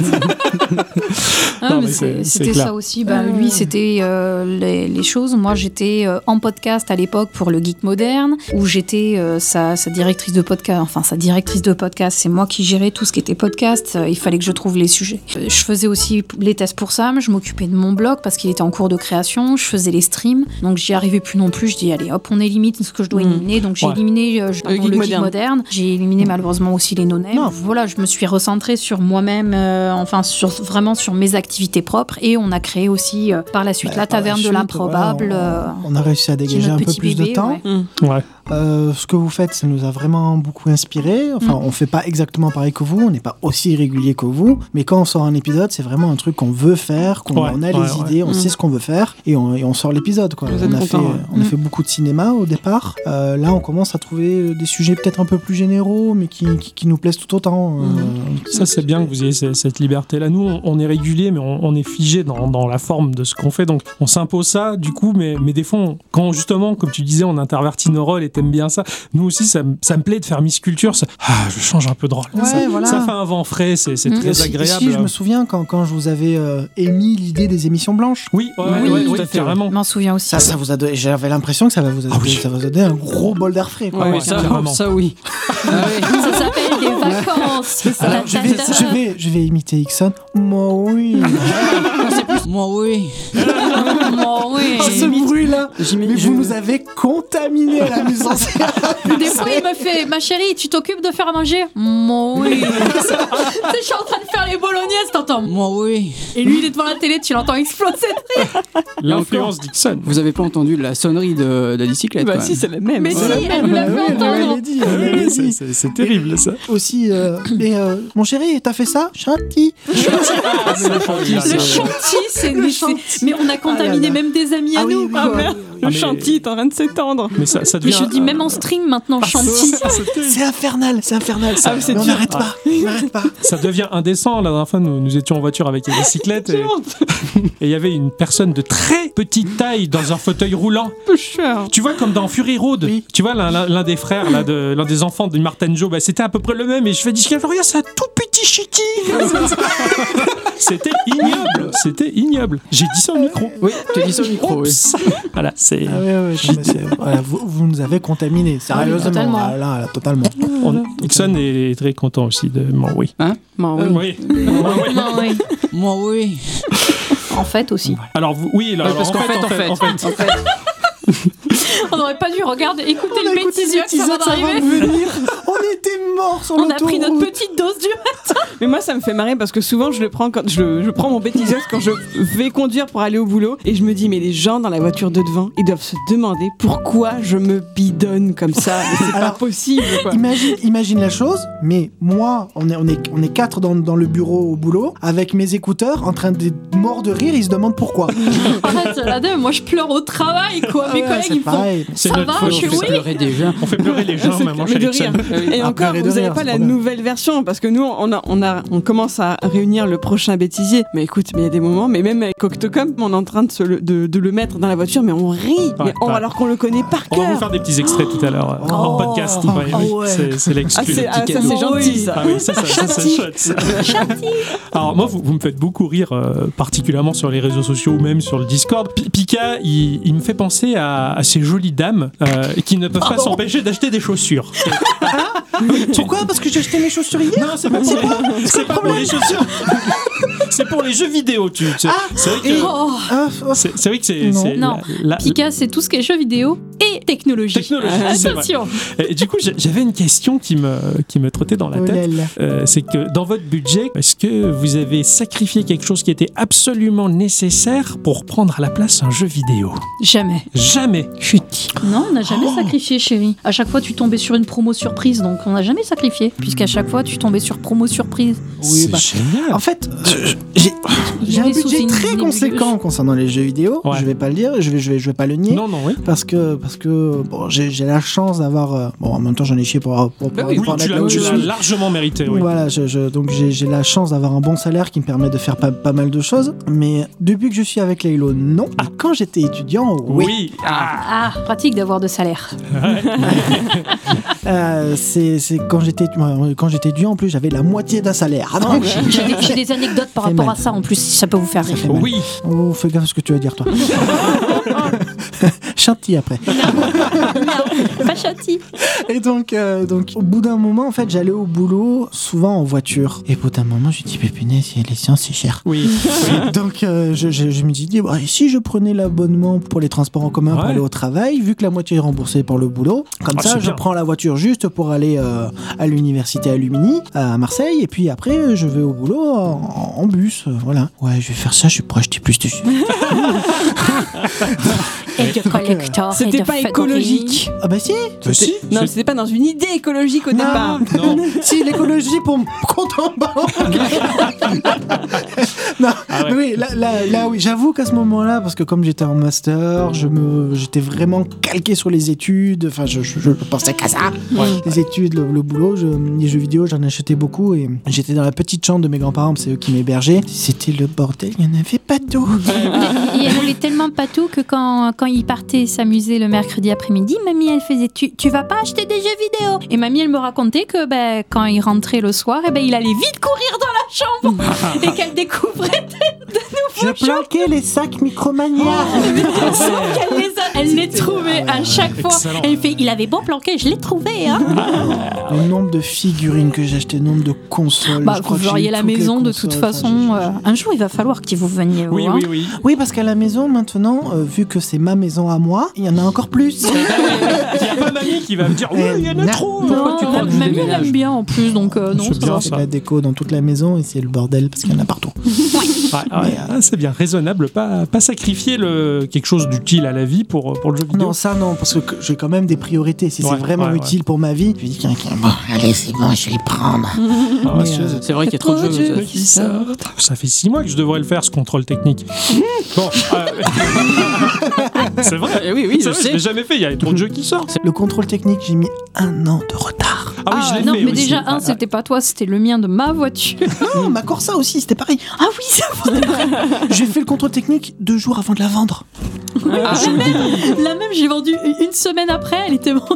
Speaker 5: Ah,
Speaker 1: Non,
Speaker 5: mais
Speaker 1: mais
Speaker 5: c'est-
Speaker 1: c'est- c'est
Speaker 5: c'était
Speaker 1: clair.
Speaker 5: ça aussi. Bah, lui, c'était euh, les, les choses. Moi, j'étais euh, en podcast à l'époque pour le Geek Moderne, où j'étais euh, sa, sa directrice de podcast. Enfin, sa directrice de podcast, c'est moi qui gérais tout ce qui était podcast. Euh, Il fallait que je trouve les sujets. Euh, Je faisais aussi p- les tests pour Sam. Je m'occupais de mon blog parce qu'il était en cours de création. Je faisais les streams. Donc, j'y arrivais plus non plus. Je dis, allez, hop, on élimine ce que je dois
Speaker 2: Mhm.
Speaker 5: éliminer. Donc, j'ai
Speaker 1: Hmm. Ouais.
Speaker 5: éliminé euh, je-
Speaker 2: Le
Speaker 5: pardon,
Speaker 2: Geek
Speaker 5: le Geek
Speaker 2: Moderne.
Speaker 5: Moderne moderne. J'ai éliminé malheureusement aussi les non
Speaker 4: Non.
Speaker 5: Voilà, je me suis recentrée sur moi-même, euh, enfin sur, vraiment sur mes activités propres. Et on a créé aussi euh, par la suite
Speaker 4: Bah,
Speaker 5: la
Speaker 4: par la
Speaker 5: taverne
Speaker 4: suite,
Speaker 5: de l'improbable.
Speaker 4: voilà,
Speaker 5: euh,
Speaker 4: On a réussi à
Speaker 5: qui est
Speaker 4: dégager
Speaker 5: notre
Speaker 4: un peu
Speaker 5: petit
Speaker 4: plus
Speaker 5: bébé,
Speaker 4: de temps.
Speaker 5: ouais.
Speaker 1: Ouais.
Speaker 4: Euh, ce que vous faites, ça nous a vraiment beaucoup inspiré. Enfin,
Speaker 1: Mm.
Speaker 4: on fait pas exactement pareil que vous, on n'est pas aussi régulier que vous, mais quand on sort un épisode, c'est vraiment un truc qu'on veut faire, qu'on
Speaker 1: Ouais,
Speaker 4: on a
Speaker 1: ouais,
Speaker 4: les
Speaker 1: ouais.
Speaker 4: idées, on
Speaker 2: Mm.
Speaker 4: sait ce qu'on veut faire et on, et on sort l'épisode. quoi.
Speaker 2: Vous
Speaker 4: On,
Speaker 2: êtes
Speaker 4: a fait,
Speaker 2: contents, ouais.
Speaker 4: on a
Speaker 5: Mm.
Speaker 4: fait beaucoup de cinéma au départ. Euh, là, on commence à trouver euh, des sujets peut-être un peu plus généraux, mais qui, qui- qui nous plaisent tout autant. Euh,
Speaker 1: Mm. Ça, c'est bien que vous ayez ce- cette liberté-là. Nous, on- on est régulier, mais on, on est figé dans, dans la forme de ce qu'on fait. Donc, on s'impose ça, du coup, mais, mais des fois, on- quand justement, comme tu disais, on intervertit nos rôles et t'aimes bien ça, nous aussi, ça, me- ça me plaît de faire Miss Culture. ça- Ah, je change un peu de rôle.
Speaker 4: Ouais,
Speaker 1: ça,
Speaker 4: voilà.
Speaker 1: ça fait un vent frais, c'est c'est
Speaker 5: Mm.
Speaker 1: très
Speaker 4: Et si-
Speaker 1: agréable. hein.
Speaker 4: Si, je me souviens quand, quand je vous avais euh, émis l'idée des émissions blanches.
Speaker 1: Oui, ouais,
Speaker 3: Oui,
Speaker 1: ouais,
Speaker 3: tout
Speaker 1: oui,
Speaker 3: à fait,
Speaker 1: carrément.
Speaker 5: Je m'en souviens aussi.
Speaker 4: Ça, ça vous a donné- J'avais l'impression que ça, va vous a
Speaker 1: Ah oui.
Speaker 4: ça vous a donné un gros bol d'air frais. quoi.
Speaker 3: Ouais,
Speaker 1: Ouais,
Speaker 3: ça,
Speaker 1: carrément.
Speaker 3: ça oui. Ah oui.
Speaker 5: Ça s'appelle des vacances.
Speaker 4: Alors, je, vais, je, vais, je vais imiter Ixon. Moi, oui.
Speaker 3: Moi oui.
Speaker 5: Bon, oui.
Speaker 4: Oh, ce bruit-là. Mais
Speaker 3: je-
Speaker 4: vous nous avez contaminé à la maison.
Speaker 5: Des fois, il me fait Ma chérie, tu t'occupes de faire à manger Mon oui. tu sais, je suis en train de faire les bolognaises, t'entends
Speaker 3: Moi oui.
Speaker 5: Et lui, il est devant la télé, tu l'entends exploser.
Speaker 1: L'influence Dixon.
Speaker 3: Vous avez pas entendu la sonnerie de, de la bicyclette
Speaker 2: bah
Speaker 3: quand
Speaker 2: si,
Speaker 3: même.
Speaker 2: c'est la même.
Speaker 5: Mais
Speaker 2: hein.
Speaker 5: si, elle
Speaker 4: Ah
Speaker 5: nous l'a fait entendre.
Speaker 1: Oui, c'est- c'est c'est terrible, ça.
Speaker 4: Aussi, euh, mais euh, mon chéri, t'as fait ça Chanty.
Speaker 5: Le chantier, c'est
Speaker 4: Le chantier.
Speaker 5: Mais on a
Speaker 4: Ah là
Speaker 5: contaminé
Speaker 4: là.
Speaker 5: même des amis à
Speaker 4: Ah oui,
Speaker 5: nous.
Speaker 4: oui,
Speaker 5: quoi.
Speaker 4: oui,
Speaker 2: merde.
Speaker 4: oui, oui.
Speaker 2: Le
Speaker 1: mais-
Speaker 2: chantier est en train de s'étendre.
Speaker 1: Mais ça, ça
Speaker 5: Mais
Speaker 1: devient.
Speaker 5: je dis même en stream maintenant, chantier.
Speaker 1: ça, c'est terrible.
Speaker 4: C'est infernal, c'est infernal. ça.
Speaker 2: Ah, mais c'est
Speaker 4: Mais on
Speaker 2: dur.
Speaker 4: n'arrête pas. On n'arrête pas.
Speaker 1: Ça devient indécent. La dernière fois, nous, nous étions en voiture avec les bicyclettes et
Speaker 2: J'ai honte.
Speaker 1: et il y avait une personne de très petite taille dans un fauteuil roulant.
Speaker 2: Pusher.
Speaker 1: Tu vois, comme dans Fury Road,
Speaker 4: Oui.
Speaker 1: tu vois, l'un- l'un l'un des frères, là, de- l'un des enfants de Martin Joe, bah, c'était à peu près le même. Et je fais, dis, regarde, c'est un tout petit chiki. c'était ignoble. C'était ignoble. J'ai dit ça au micro.
Speaker 3: Oui, tu dis ça au micro. Oui.
Speaker 1: Oups. Voilà, c'est.
Speaker 4: Ah, ouais, ouais, non, mais c'est- voilà, vous, vous nous avez contaminés, sérieusement.
Speaker 5: totalement.
Speaker 4: Ah, là, là, totalement.
Speaker 1: on- Ixon est très content aussi de m'en oui. Euh,
Speaker 2: Bon, oui.
Speaker 1: Oui.
Speaker 5: Non, oui.
Speaker 3: Moi oui.
Speaker 5: En fait aussi.
Speaker 1: Alors, vous- oui, alors,
Speaker 3: Ouais, parce
Speaker 1: en
Speaker 3: qu'en
Speaker 1: fait, en fait, en fait.
Speaker 3: en fait.
Speaker 5: On n'aurait pas dû regarder, écouter le bêtisieux qui
Speaker 4: Tisane,
Speaker 5: avant
Speaker 4: ça va
Speaker 5: d'arriver.
Speaker 4: venir. On était morts sur
Speaker 5: On a pris notre
Speaker 4: l'autoroute.
Speaker 5: petite dose du.
Speaker 2: Mais moi, ça me fait marrer parce que souvent, je le prends quand je, je prends mon bêtiseuse quand je vais conduire pour aller au boulot et je me dis, mais les gens dans la voiture de devant, ils doivent se demander pourquoi je me bidonne comme ça. Mais C'est pas
Speaker 4: Alors-
Speaker 2: possible. Quoi.
Speaker 4: Imagine, imagine la chose, mais moi, on est, on est, on est quatre dans, dans le bureau au boulot, avec mes écouteurs, en train de mort de rire, ils se demandent pourquoi.
Speaker 5: Arrête, la dame, moi je pleure au travail, quoi. Mes
Speaker 4: Ouais,
Speaker 5: collègues,
Speaker 4: c'est
Speaker 5: ils font.
Speaker 4: pareil.
Speaker 1: C'est
Speaker 5: Ça
Speaker 1: notre
Speaker 5: va,
Speaker 1: faute.
Speaker 5: je suis
Speaker 1: On fait
Speaker 5: oui.
Speaker 3: pleurer déjà.
Speaker 1: On fait pleurer les gens,
Speaker 2: C'est-
Speaker 1: maman,
Speaker 2: mais
Speaker 1: chez
Speaker 2: de
Speaker 1: Ixon.
Speaker 2: rire. Et
Speaker 4: Ah,
Speaker 2: encore,
Speaker 4: pleurer de
Speaker 2: vous n'avez
Speaker 4: rire,
Speaker 2: pas
Speaker 4: c'est
Speaker 2: la
Speaker 4: trop bien.
Speaker 2: nouvelle version parce que nous, on a, on a à, on commence à réunir le prochain bêtisier. Mais écoute, mais il y a des moments, mais même avec Octocom, on est en train de, se le, de, de le mettre dans la voiture, mais on rit, mais
Speaker 1: Ouais,
Speaker 2: on-
Speaker 1: ouais.
Speaker 2: alors qu'on le connaît par
Speaker 1: On va vous
Speaker 2: cœur.
Speaker 1: faire des petits extraits tout à l'heure euh, en podcast. Ouais,
Speaker 4: ah
Speaker 1: oui,
Speaker 4: ouais.
Speaker 1: C'est c'est
Speaker 2: Ah,
Speaker 1: l'exclu.
Speaker 2: c'est- ah, ça,
Speaker 5: cadeau.
Speaker 2: c'est gentil, ça.
Speaker 1: Ah oui, ça, ça, ça, ça, chouette, ça. Alors moi, vous, vous me faites beaucoup rire, euh, particulièrement sur les réseaux sociaux ou même sur le Discord. Pi- Pika, il, il me fait penser à, à ces jolies dames euh, qui ne peuvent pas s'empêcher d'acheter des chaussures.
Speaker 4: Pourquoi Parce que j'ai acheté mes chaussures hier
Speaker 1: non, c'est pas pour, les, c'est pas pour les chaussures. c'est pour les jeux vidéo, tu. tu- c'est vrai que
Speaker 5: Oh,
Speaker 4: Ah, oh,
Speaker 1: c'est, c'est vrai que c'est,
Speaker 4: Non.
Speaker 1: c'est
Speaker 5: Non.
Speaker 1: la- la-
Speaker 5: Pika, c'est tout ce qui est jeux vidéo et technologie. Ah,
Speaker 1: Technologie, c'est vrai.
Speaker 5: Attention.
Speaker 1: Et du coup, j'ai- j'avais une question qui me qui me trottait dans la
Speaker 4: oh
Speaker 1: tête.
Speaker 4: là là.
Speaker 1: Euh, c'est que dans votre budget, est-ce que vous avez sacrifié quelque chose qui était absolument nécessaire pour prendre à la place un jeu vidéo
Speaker 5: Jamais. Oh.
Speaker 1: Jamais
Speaker 4: Chut.
Speaker 5: Non, on n'a jamais sacrifié, chérie. À chaque fois, tu tombais sur une promo surprise, donc on n'a jamais sacrifié, puisqu'à chaque fois, tu tombais sur promo surprise.
Speaker 4: Oui,
Speaker 1: C'est
Speaker 4: bah,
Speaker 1: génial
Speaker 4: En fait, euh, j'ai
Speaker 5: Il
Speaker 4: j'ai un
Speaker 5: est sous
Speaker 4: budget
Speaker 5: une
Speaker 4: très
Speaker 5: nébuleuse.
Speaker 4: conséquent concernant les jeux vidéo.
Speaker 1: Ouais.
Speaker 4: Je vais pas le dire, je vais, je vais, je vais pas le nier.
Speaker 1: Non, non, oui.
Speaker 4: Parce que, parce que bon, j'ai j'ai la chance d'avoir. euh, bon, en même temps, j'en ai chié pour, pour, pour,
Speaker 2: Bah oui,
Speaker 1: Oui,
Speaker 4: pour en
Speaker 1: tu
Speaker 4: être
Speaker 1: l'as
Speaker 4: là où je
Speaker 1: tu l'as
Speaker 4: suis.
Speaker 1: largement mérité, oui.
Speaker 4: Voilà, je, je- donc j'ai j'ai la chance d'avoir un bon salaire qui me permet de faire pas, pas mal de choses. Mais depuis que je suis avec Laylo, non. Mais Quand j'étais étudiant, oh, oui.
Speaker 1: Ah. Oui, ah,
Speaker 5: Ah, pratique d'avoir de salaire.
Speaker 4: Euh, c'est c'est quand j'étais euh, quand j'étais étudiant en plus, j'avais la moitié d'un salaire. Ah non,
Speaker 5: J'ai des, j'ai des anecdotes par
Speaker 4: C'est
Speaker 5: rapport
Speaker 4: mal.
Speaker 5: à ça en plus, si ça peut vous faire
Speaker 4: Ça
Speaker 5: rire.
Speaker 4: fait mal.
Speaker 1: oui.
Speaker 4: Oh, fais gaffe à ce que tu vas dire, toi. Chantilly après.
Speaker 5: Pas châti.
Speaker 4: Et donc, euh, donc au bout d'un moment, en fait, j'allais au boulot souvent en voiture. Et au bout d'un moment, je me dis, pépéné, si l'essence, c'est cher.
Speaker 1: Oui,
Speaker 4: Donc, euh, je, je- je me suis dit, bah, si je prenais l'abonnement pour les transports en commun pour
Speaker 1: Ouais.
Speaker 4: aller au travail, vu que la moitié est remboursée par le boulot, comme
Speaker 1: Ah,
Speaker 4: ça,
Speaker 1: c'est
Speaker 4: je
Speaker 1: bien.
Speaker 4: prends la voiture juste pour aller euh, à l'université à Lumini, à Marseille, et puis après, euh, je vais au boulot en, en bus. euh, Voilà. Ouais, je vais faire ça, je pourrais acheter plus de.
Speaker 5: Et de collector. et
Speaker 2: C'était
Speaker 5: de
Speaker 2: pas
Speaker 5: favoris.
Speaker 2: écologique.
Speaker 4: ah bah si
Speaker 1: Bah si,
Speaker 2: C'était- non,
Speaker 1: c'est-
Speaker 2: c'était pas dans une idée écologique au départ.
Speaker 1: Non.
Speaker 4: si l'écologie pour mon compte en banque. non,
Speaker 1: Ah ouais.
Speaker 4: mais oui, là, là, là, oui, j'avoue qu'à ce moment-là, parce que comme j'étais en master, je me, j'étais vraiment calqué sur les études. Enfin, je, je- je pensais qu'à ça. Les études, le, le boulot, je- les jeux vidéo, j'en achetais beaucoup et j'étais dans la petite chambre de mes grands-parents, c'est eux qui m'hébergeaient. C'était le bordel, il n'y en avait pas d'eau.
Speaker 5: Et elle voulait tellement pas tout que quand, quand il partait s'amuser le mercredi après-midi, mamie, elle faisait tu, tu vas pas acheter des jeux vidéo Et mamie, elle me racontait que ben, quand il rentrait le soir, eh ben, il allait vite courir dans la chambre et qu'elle découvrait
Speaker 4: Je planquais les sacs Micromania.
Speaker 1: Oh.
Speaker 5: qu'elle les, a- elle les trouvait à chaque fois.
Speaker 1: Excellent.
Speaker 5: Elle fait il avait bon planqué, je l'ai trouvé. Hein.
Speaker 4: Le nombre de figurines que j'ai acheté, le nombre de consoles.
Speaker 5: Bah,
Speaker 4: je crois
Speaker 5: vous
Speaker 4: que j'ai eu
Speaker 5: verriez la
Speaker 4: toutes les
Speaker 5: maison de
Speaker 4: consoles.
Speaker 5: toute
Speaker 4: Enfin,
Speaker 5: façon.
Speaker 4: j'ai-
Speaker 5: euh, un jour, il va falloir que vous veniez
Speaker 1: oui,
Speaker 5: voir.
Speaker 1: oui, oui.
Speaker 4: Oui, parce qu'à la maison, maintenant, euh, vu que c'est ma maison à moi, il y en a encore plus.
Speaker 1: Il y a pas mamie qui va me dire oui, il y en a
Speaker 4: Non.
Speaker 1: trop.
Speaker 5: Non,
Speaker 4: tu crois que je
Speaker 5: mamie, elle
Speaker 4: déménage
Speaker 5: aime bien en plus, donc euh, non,
Speaker 1: C'est
Speaker 5: ça
Speaker 1: bien,
Speaker 5: va.
Speaker 1: ça.
Speaker 4: C'est la déco dans toute la maison et c'est le bordel parce qu'il y en a partout.
Speaker 1: Ouais, ouais, ah, c'est bien raisonnable, pas pas sacrifier le quelque chose d'utile à la vie pour pour le jeu vidéo.
Speaker 4: Non, ça non, parce que j'ai quand même des priorités. Si
Speaker 1: Ouais,
Speaker 4: c'est vraiment
Speaker 1: ouais, ouais.
Speaker 4: utile pour ma vie, je dis tiens, tiens, bon, allez, c'est bon, je vais le prendre.
Speaker 1: Ah,
Speaker 4: mais,
Speaker 1: c'est-
Speaker 4: euh,
Speaker 3: C'est vrai qu'il y a trop
Speaker 1: Oh,
Speaker 3: de jeux.
Speaker 1: Ceux qui sortent. Ça fait six mois que je devrais le faire, ce contrôle technique. Bon, euh, c'est vrai.
Speaker 3: Eh Oui, oui,
Speaker 1: C'est
Speaker 3: je
Speaker 1: vrai, je
Speaker 3: sais.
Speaker 1: l'ai jamais fait, il y a trop de jeux qui sortent.
Speaker 4: Le contrôle technique, j'ai mis un an de retard.
Speaker 1: Ah oui,
Speaker 5: Ah,
Speaker 1: je l'ai
Speaker 5: non,
Speaker 1: fait
Speaker 5: mais
Speaker 1: aussi.
Speaker 5: déjà, un, c'était pas toi, c'était le mien de ma voiture.
Speaker 1: Ah,
Speaker 4: Non, ma Corsa aussi, c'était pareil. Ah,
Speaker 5: Ah oui, ça
Speaker 4: J'ai fait le contrôle technique deux jours avant de la vendre.
Speaker 3: Ah,
Speaker 5: la, même, la même, j'ai vendu une- une semaine après, elle était vendue.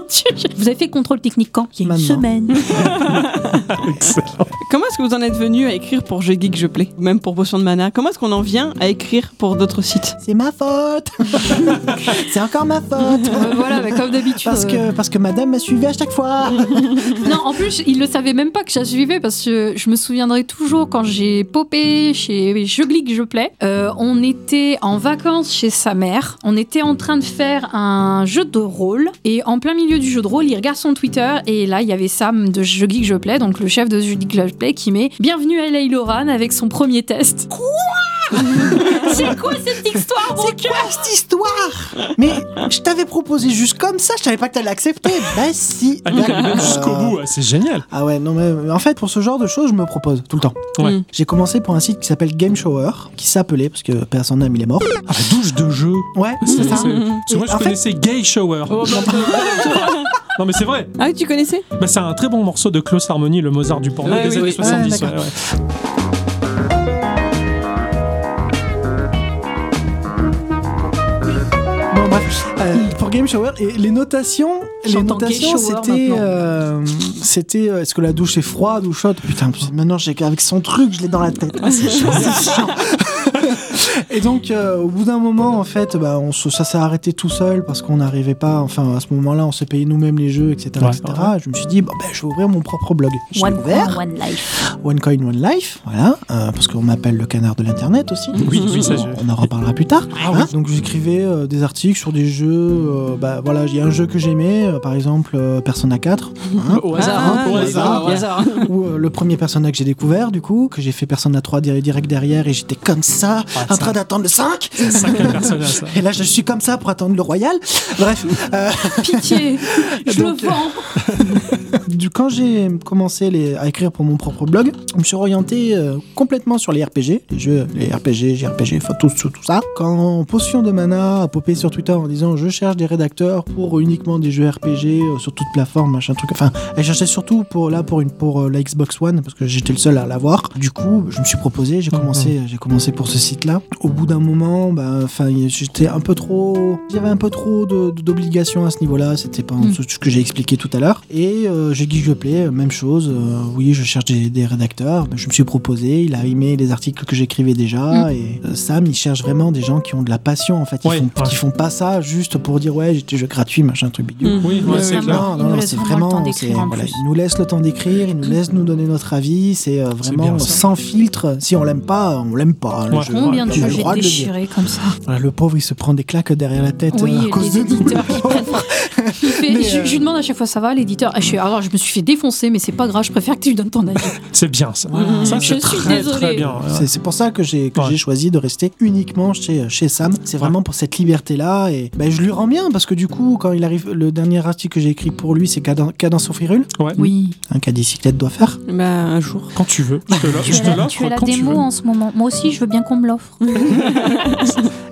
Speaker 5: Vous avez fait contrôle technique quand Il y a une
Speaker 4: Maintenant.
Speaker 5: semaine.
Speaker 1: Excellent.
Speaker 2: Comment est-ce que vous en êtes venu à écrire pour Jeux Geek Je Plais Même pour Potion de Mana Comment est-ce qu'on en vient à écrire pour d'autres sites
Speaker 4: C'est ma faute. c'est encore ma faute.
Speaker 5: Euh, voilà, mais comme d'habitude.
Speaker 4: Parce
Speaker 5: euh,
Speaker 4: que, parce que madame m'a suivi à chaque fois.
Speaker 5: Non, en plus, il le savait même pas que je la suivais parce que je me souviendrai toujours quand j'ai popé chez Je Glick, Je Plais. euh, on était en vacances chez sa mère. On était en train de faire un jeu de rôle. Et en plein milieu du jeu de rôle, il regarde son Twitter. Et là, il y avait Sam de Je Glick, Je Plais, donc le chef de Je Glick, Je Plais, qui met Bienvenue à Leiloran avec son premier test. Quoi C'est quoi cette histoire, mon
Speaker 4: C'est quoi cette histoire Mais je t'avais proposé juste comme ça, je savais pas que t'allais accepter. Bah si.
Speaker 1: Ah, donc, elle est même
Speaker 4: Euh,
Speaker 1: jusqu'au bout, ah, c'est génial.
Speaker 4: Ah ouais, non mais mais en fait pour ce genre de choses, je me propose tout le temps.
Speaker 1: Ouais.
Speaker 2: Mm.
Speaker 4: J'ai commencé pour un site qui s'appelle Game Shower, qui s'appelait parce que personne n'aime, il est mort.
Speaker 1: Ah, la douche de jeu.
Speaker 4: Ouais, c'est ça.
Speaker 1: Parce que moi, je
Speaker 4: En fait-
Speaker 1: connaissais Gay Shower.
Speaker 2: Oh, bande de-
Speaker 1: Non mais c'est vrai.
Speaker 2: Ah, tu connaissais
Speaker 1: Bah, c'est un très bon morceau de Klaus Harmony, le Mozart du porno
Speaker 3: Ouais,
Speaker 1: des
Speaker 3: oui,
Speaker 1: années
Speaker 3: oui.
Speaker 1: 70.
Speaker 4: Ouais, d'accord.
Speaker 1: ouais, ouais.
Speaker 4: Bon, bref, euh, pour Game Shower, et les notations, les
Speaker 5: J'entends
Speaker 4: notations,
Speaker 5: Gay Shower
Speaker 4: c'était,
Speaker 5: maintenant.
Speaker 4: euh, c'était, euh, est-ce que la douche est froide ou chaude Putain, putain, maintenant j'ai avec son truc, je l'ai dans la tête. Ah, c'est chiant, c'est chiant. Et donc, euh, au bout d'un moment, en fait, bah, on se- ça s'est arrêté tout seul parce qu'on n'arrivait pas. Enfin, à ce moment-là, on s'est payé nous-mêmes les jeux, etc.,
Speaker 1: Ouais,
Speaker 4: etc. Je me suis dit, bah, ben, je vais ouvrir mon propre blog. J'ai
Speaker 5: One
Speaker 4: ouvert
Speaker 5: coin, one life.
Speaker 4: One Coin One Life, voilà, euh, parce qu'on m'appelle le canard de l'internet aussi.
Speaker 1: Oui, oui, ça, je-
Speaker 4: on en reparlera plus tard.
Speaker 1: Ah,
Speaker 4: hein. Donc j'écrivais euh, des articles sur des jeux. euh, bah voilà, il y a un jeu que j'aimais, euh, par exemple euh, Persona 4, hein,
Speaker 3: Au hasard,
Speaker 2: Ah,
Speaker 3: hein, au
Speaker 2: ouais,
Speaker 3: hasard.
Speaker 2: au
Speaker 3: ouais.
Speaker 2: hasard.
Speaker 4: ou euh, le premier Persona que j'ai découvert du coup, que j'ai fait Persona 3 di- direct derrière et j'étais comme ça,
Speaker 1: Ah,
Speaker 4: en
Speaker 1: ça-
Speaker 4: train d'attendre le 5.
Speaker 1: Sacré personnage, ça.
Speaker 4: Et là je suis comme ça pour attendre le Royal. Bref, euh,
Speaker 5: Pitié, je
Speaker 4: Donc, euh,
Speaker 5: le vends.
Speaker 4: du, quand j'ai commencé les- à écrire pour mon propre blog, je me suis orienté euh, complètement sur les RPG, les jeux, les RPG, JRPG, enfin tout, tout, tout ça. Quand Potion de Mana a popé sur Twitter en disant je cherche des rédacteurs pour uniquement des jeux RPG euh, sur toute plateforme, machin truc, enfin elle cherchait surtout pour là pour une pour euh, la Xbox One parce que j'étais le seul à l'avoir. Du coup, je me suis proposé, j'ai commencé,
Speaker 1: Mhm.
Speaker 4: j'ai commencé pour ce site-là. Au bout d'un moment, bah, enfin, y- j'étais un peu trop, j'avais un peu trop de- de- d'obligations à ce niveau-là. C'était pas
Speaker 5: Mm.
Speaker 4: ce que j'ai expliqué tout à l'heure. Et euh, j'ai guignoplé, même chose. euh, oui, je cherche des, des rédacteurs. Bah, Je me suis proposé, il a aimé les articles que j'écrivais déjà. Et euh, Sam, il cherche vraiment des gens qui ont de la passion en fait. Ils
Speaker 1: Ouais,
Speaker 4: font,
Speaker 1: ouais.
Speaker 4: qui font pas ça juste pour dire ouais, j'ai des jeux gratuits, machin truc bidule.
Speaker 1: Oui,
Speaker 2: Mm.
Speaker 1: ouais,
Speaker 2: Ouais,
Speaker 1: c'est
Speaker 2: ouais,
Speaker 1: clair.
Speaker 4: Non,
Speaker 5: Il
Speaker 4: non,
Speaker 5: nous
Speaker 4: non,
Speaker 5: laisse
Speaker 4: c'est
Speaker 5: vraiment le
Speaker 4: vraiment.
Speaker 5: temps
Speaker 4: c'est-
Speaker 5: d'écrire en
Speaker 4: voilà,
Speaker 5: plus.
Speaker 4: il nous laisse le temps d'écrire, il nous laisse nous donner notre avis. C'est euh,
Speaker 1: C'est
Speaker 4: vraiment
Speaker 1: bien, ça.
Speaker 4: sans filtre. Si on l'aime pas, on l'aime pas. le
Speaker 1: Ouais.
Speaker 4: jeu.
Speaker 5: Combien de
Speaker 4: Il
Speaker 5: jeux
Speaker 4: a le
Speaker 5: j'ai
Speaker 4: droit de le dire.
Speaker 5: déchiré comme ça
Speaker 4: Voilà, le pauvre, il se prend des claques derrière la tête
Speaker 5: Oui,
Speaker 4: euh, à
Speaker 5: les
Speaker 4: cause de nous.
Speaker 5: éditeurs qui prennent- Il fait-
Speaker 4: Mais,
Speaker 5: je,
Speaker 4: euh,
Speaker 5: je lui demande à chaque fois ça va l'éditeur. Ah, je, suis- alors, je me suis fait défoncer, mais c'est pas grave, je préfère que tu lui donnes ton avis.
Speaker 1: C'est bien ça.
Speaker 2: Voilà.
Speaker 1: Ça,
Speaker 5: Je
Speaker 1: c'est
Speaker 5: suis
Speaker 1: très,
Speaker 5: désolée.
Speaker 1: très bien. ouais.
Speaker 4: C'est- C'est pour ça que j'ai que
Speaker 1: Ouais.
Speaker 4: j'ai choisi de rester uniquement chez, euh, chez Sam. C'est vraiment pour cette liberté-là. Et ben, je lui rends bien parce que du coup, quand il arrive, le dernier article que j'ai écrit pour lui, c'est Caden- Cadence aux Frirule,
Speaker 1: Ouais.
Speaker 5: Oui.
Speaker 4: un cas bicyclette doit faire.
Speaker 2: Bah, un jour.
Speaker 1: Quand tu veux. Je te l'offre-
Speaker 5: Tu
Speaker 1: je te
Speaker 5: as la,
Speaker 1: l'offre
Speaker 5: tu as la
Speaker 1: quand tu
Speaker 5: démo
Speaker 1: veux.
Speaker 5: en ce moment. Moi aussi, je veux bien qu'on me l'offre.
Speaker 4: Mmh.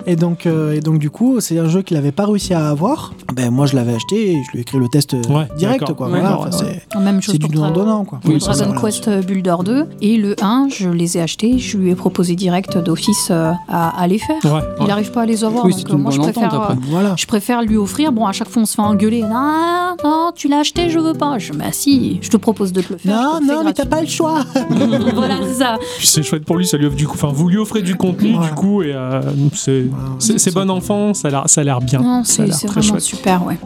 Speaker 4: Et donc, euh, et donc du coup, c'est un jeu qu'il n'avait pas réussi à avoir. Ben, moi, je l'avais acheté et je lui ai écrit le test euh,
Speaker 1: Ouais,
Speaker 4: direct.
Speaker 1: d'accord.
Speaker 4: Quoi,
Speaker 1: Ouais,
Speaker 4: voilà,
Speaker 1: d'accord,
Speaker 4: Enfin,
Speaker 1: ouais.
Speaker 4: c'est-
Speaker 5: Même chose
Speaker 4: C'est du
Speaker 5: pour
Speaker 4: donnant
Speaker 5: Dra-
Speaker 4: donnant quoi.
Speaker 1: Oui,
Speaker 5: Dragon
Speaker 4: voilà.
Speaker 5: Quest euh, Builder 2 et le 1, je les ai achetés, je lui ai proposé direct d'office euh, à, à les faire.
Speaker 1: Ouais,
Speaker 5: Il
Speaker 1: ouais.
Speaker 5: n'arrive pas à les avoir,
Speaker 3: Oui,
Speaker 5: donc
Speaker 3: c'est
Speaker 5: euh,
Speaker 3: une
Speaker 5: moi je
Speaker 3: bonne entente,
Speaker 5: préfère,
Speaker 3: après.
Speaker 5: euh,
Speaker 4: Voilà.
Speaker 5: je préfère lui offrir. Bon, à chaque fois on se fait engueuler. Non, non, tu l'as acheté, je veux pas. Je, bah si, je te propose de te le faire.
Speaker 4: Non,
Speaker 5: je te le fais
Speaker 4: non, mais t'as pas le choix.
Speaker 5: gratuit. voilà c'est ça.
Speaker 1: Puis c'est chouette pour lui, ça lui offre du coup. Enfin, vous lui offrez du contenu
Speaker 4: Voilà.
Speaker 1: du coup, et euh, c'est
Speaker 4: Voilà.
Speaker 1: c'est- c'est bon enfant, ça a l'air- ça a l'air bien.
Speaker 5: Non,
Speaker 1: Hein, ça a
Speaker 5: c'est
Speaker 1: l'air
Speaker 5: c'est
Speaker 1: très
Speaker 5: vraiment
Speaker 1: chouette.
Speaker 5: super, ouais.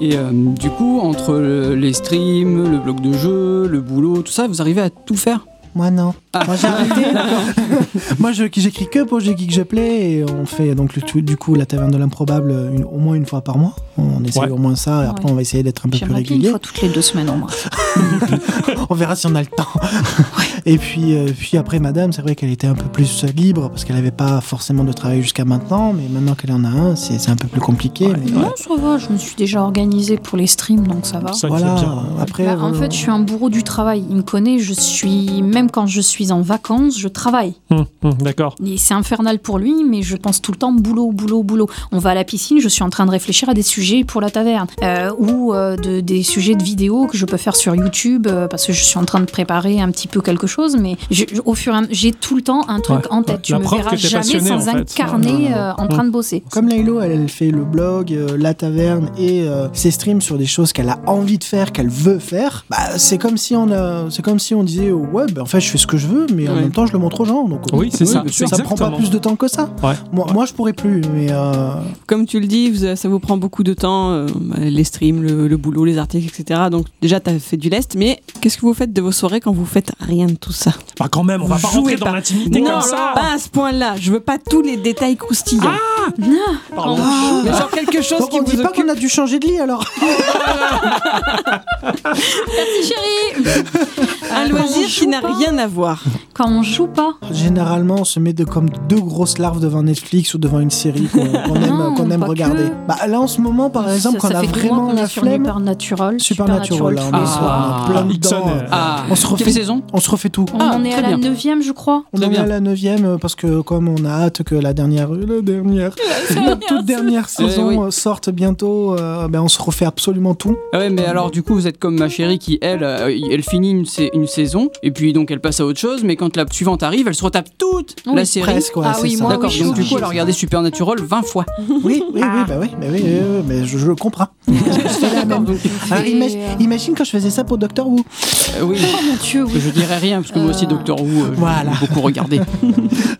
Speaker 3: Et euh, du coup, entre le- les streams, le blog de jeu, le boulot, tout ça, vous arrivez à tout faire
Speaker 4: Moi non.
Speaker 5: Ah.
Speaker 4: Moi j'ai arrêté. Moi je- j'écris que pour J'ai Geek Je Play et on fait donc le tout- du coup la taverne de l'improbable euh, une- au moins une fois par mois. On essaie
Speaker 1: Ouais.
Speaker 4: au moins ça et après
Speaker 5: Ouais.
Speaker 4: on va essayer d'être un peu plus
Speaker 5: J'aimerais bien une
Speaker 4: régulier.
Speaker 5: fois toutes les deux semaines au moins.
Speaker 4: On verra si on a le temps. Et puis, euh, puis après, madame, c'est vrai qu'elle était un peu plus euh, libre parce qu'elle n'avait pas forcément de travail jusqu'à maintenant, mais maintenant qu'elle en a un, c'est c'est un peu plus compliqué. mais
Speaker 5: Non, ça va, je me suis déjà organisée pour les streams, donc ça va.
Speaker 1: Ça,
Speaker 4: Voilà,
Speaker 1: c'est bien.
Speaker 4: après.
Speaker 5: Bah, en
Speaker 4: euh,
Speaker 5: fait, je suis un bourreau du travail. Il me connaît, je suis. Même quand je suis en vacances, je travaille.
Speaker 1: Hum, hum, D'accord.
Speaker 5: Et C'est infernal pour lui, mais je pense tout le temps boulot, boulot, boulot. On va à la piscine, je suis en train de réfléchir à des sujets pour la taverne. Euh, ou euh, de- des sujets de vidéos que je peux faire sur YouTube, euh, parce que je suis en train de préparer un petit peu quelque chose, mais je- je- au fur et à mesure, j'ai tout le temps un truc
Speaker 1: Ouais,
Speaker 5: en tête.
Speaker 1: ouais.
Speaker 5: Tu
Speaker 1: La
Speaker 5: me
Speaker 1: preuve
Speaker 5: verras
Speaker 1: que t'es
Speaker 5: jamais
Speaker 1: passionné,
Speaker 5: sans
Speaker 1: en
Speaker 5: un
Speaker 1: fait.
Speaker 5: carnet euh, en train de bosser.
Speaker 4: Comme Lailo, elle, elle fait le blog, euh, la taverne et euh, ses streams sur des choses qu'elle a envie de faire, qu'elle veut faire. Bah, c'est comme si on a, c'est comme si on disait oh, ouais, bah, en fait, je fais ce que je veux, mais en
Speaker 2: Ouais.
Speaker 4: même temps, je le montre aux gens. Donc,
Speaker 1: Oui, c'est ça.
Speaker 4: Ça prend pas
Speaker 1: Exactement.
Speaker 4: plus de temps que ça.
Speaker 1: Ouais.
Speaker 4: Moi, moi, je pourrais plus, mais euh,
Speaker 2: Comme tu le dis, vous- ça vous prend beaucoup de temps, euh, bah, les streams, le, le boulot, les articles, etc. Donc déjà, t'as fait du lest, mais qu'est-ce que vous faites de vos soirées quand vous faites rien de tout ça
Speaker 1: Bah, quand même, on va
Speaker 2: Vous
Speaker 1: pas rentrer
Speaker 2: jouez
Speaker 1: dans
Speaker 2: pas.
Speaker 1: l'intimité
Speaker 2: Non,
Speaker 1: comme ça.
Speaker 2: pas à ce point-là. Je veux pas tous les détails croustillants. Oh.
Speaker 1: Pardon.
Speaker 2: mais genre quelque chose
Speaker 4: donc
Speaker 2: qui
Speaker 4: on
Speaker 2: vous
Speaker 4: dit pas
Speaker 2: occupe.
Speaker 4: qu'on a dû changer de lit alors.
Speaker 5: Merci chérie
Speaker 2: Un
Speaker 5: Euh, quand on
Speaker 2: loisir
Speaker 5: joue
Speaker 2: qui n'a
Speaker 5: pas.
Speaker 2: rien à voir.
Speaker 5: Quand on joue pas,
Speaker 4: Généralement, on se met de, comme deux grosses larves devant Netflix ou devant une série qu'on qu'on aime,
Speaker 5: Non,
Speaker 4: qu'on aime
Speaker 5: pas
Speaker 4: regarder.
Speaker 5: que.
Speaker 4: Bah, là, en ce moment, par exemple,
Speaker 5: ça,
Speaker 4: quand
Speaker 5: ça
Speaker 4: on a
Speaker 5: fait deux mois
Speaker 4: vraiment
Speaker 5: qu'on est
Speaker 4: la
Speaker 5: sur
Speaker 4: flemme,
Speaker 5: Supernatural.
Speaker 4: Supernatural, là, on est
Speaker 2: Ah.
Speaker 4: sur- on est plein
Speaker 1: Ixon,
Speaker 4: dedans.
Speaker 1: euh,
Speaker 3: Ah,
Speaker 4: On se refait-
Speaker 3: quelle saison
Speaker 4: On se refait tout.
Speaker 5: On
Speaker 3: Ah,
Speaker 5: en est
Speaker 3: très
Speaker 5: à la
Speaker 3: bien.
Speaker 5: neuvième, je crois.
Speaker 4: On
Speaker 3: Très
Speaker 4: en est
Speaker 3: bien.
Speaker 4: à la neuvième euh, parce que comme on a hâte que la dernière, euh, la dernière, la toute dernière saison
Speaker 3: oui.
Speaker 5: Eh
Speaker 4: euh, sorte bientôt, euh, ben on se refait absolument tout.
Speaker 3: Ah ouais, mais alors du coup, vous êtes comme ma chérie qui, elle, euh, elle finit une, sa- une saison et puis donc elle passe à autre chose, mais quand la suivante arrive, elle se retape toute la
Speaker 5: Oui,
Speaker 3: série.
Speaker 4: Presque, ouais,
Speaker 5: Ah
Speaker 4: c'est
Speaker 5: oui,
Speaker 4: ça.
Speaker 5: moi,
Speaker 3: D'accord,
Speaker 5: oui,
Speaker 3: donc
Speaker 5: je- Ah.
Speaker 3: du coup, elle a regardé Supernatural 20 fois.
Speaker 4: Oui, oui, oui, bah oui, bah oui, oui, oui, mais je, je le comprends. C'est la même. Ah,
Speaker 5: Et,
Speaker 4: imagine,
Speaker 5: euh,
Speaker 4: imagine quand je faisais ça pour Doctor Who.
Speaker 3: Euh, oui,
Speaker 5: Oh mon dieu, oui.
Speaker 3: je dirais rien parce que moi aussi,
Speaker 5: Euh,
Speaker 3: Doctor Who, euh, j'ai
Speaker 4: voilà.
Speaker 3: beaucoup regardé.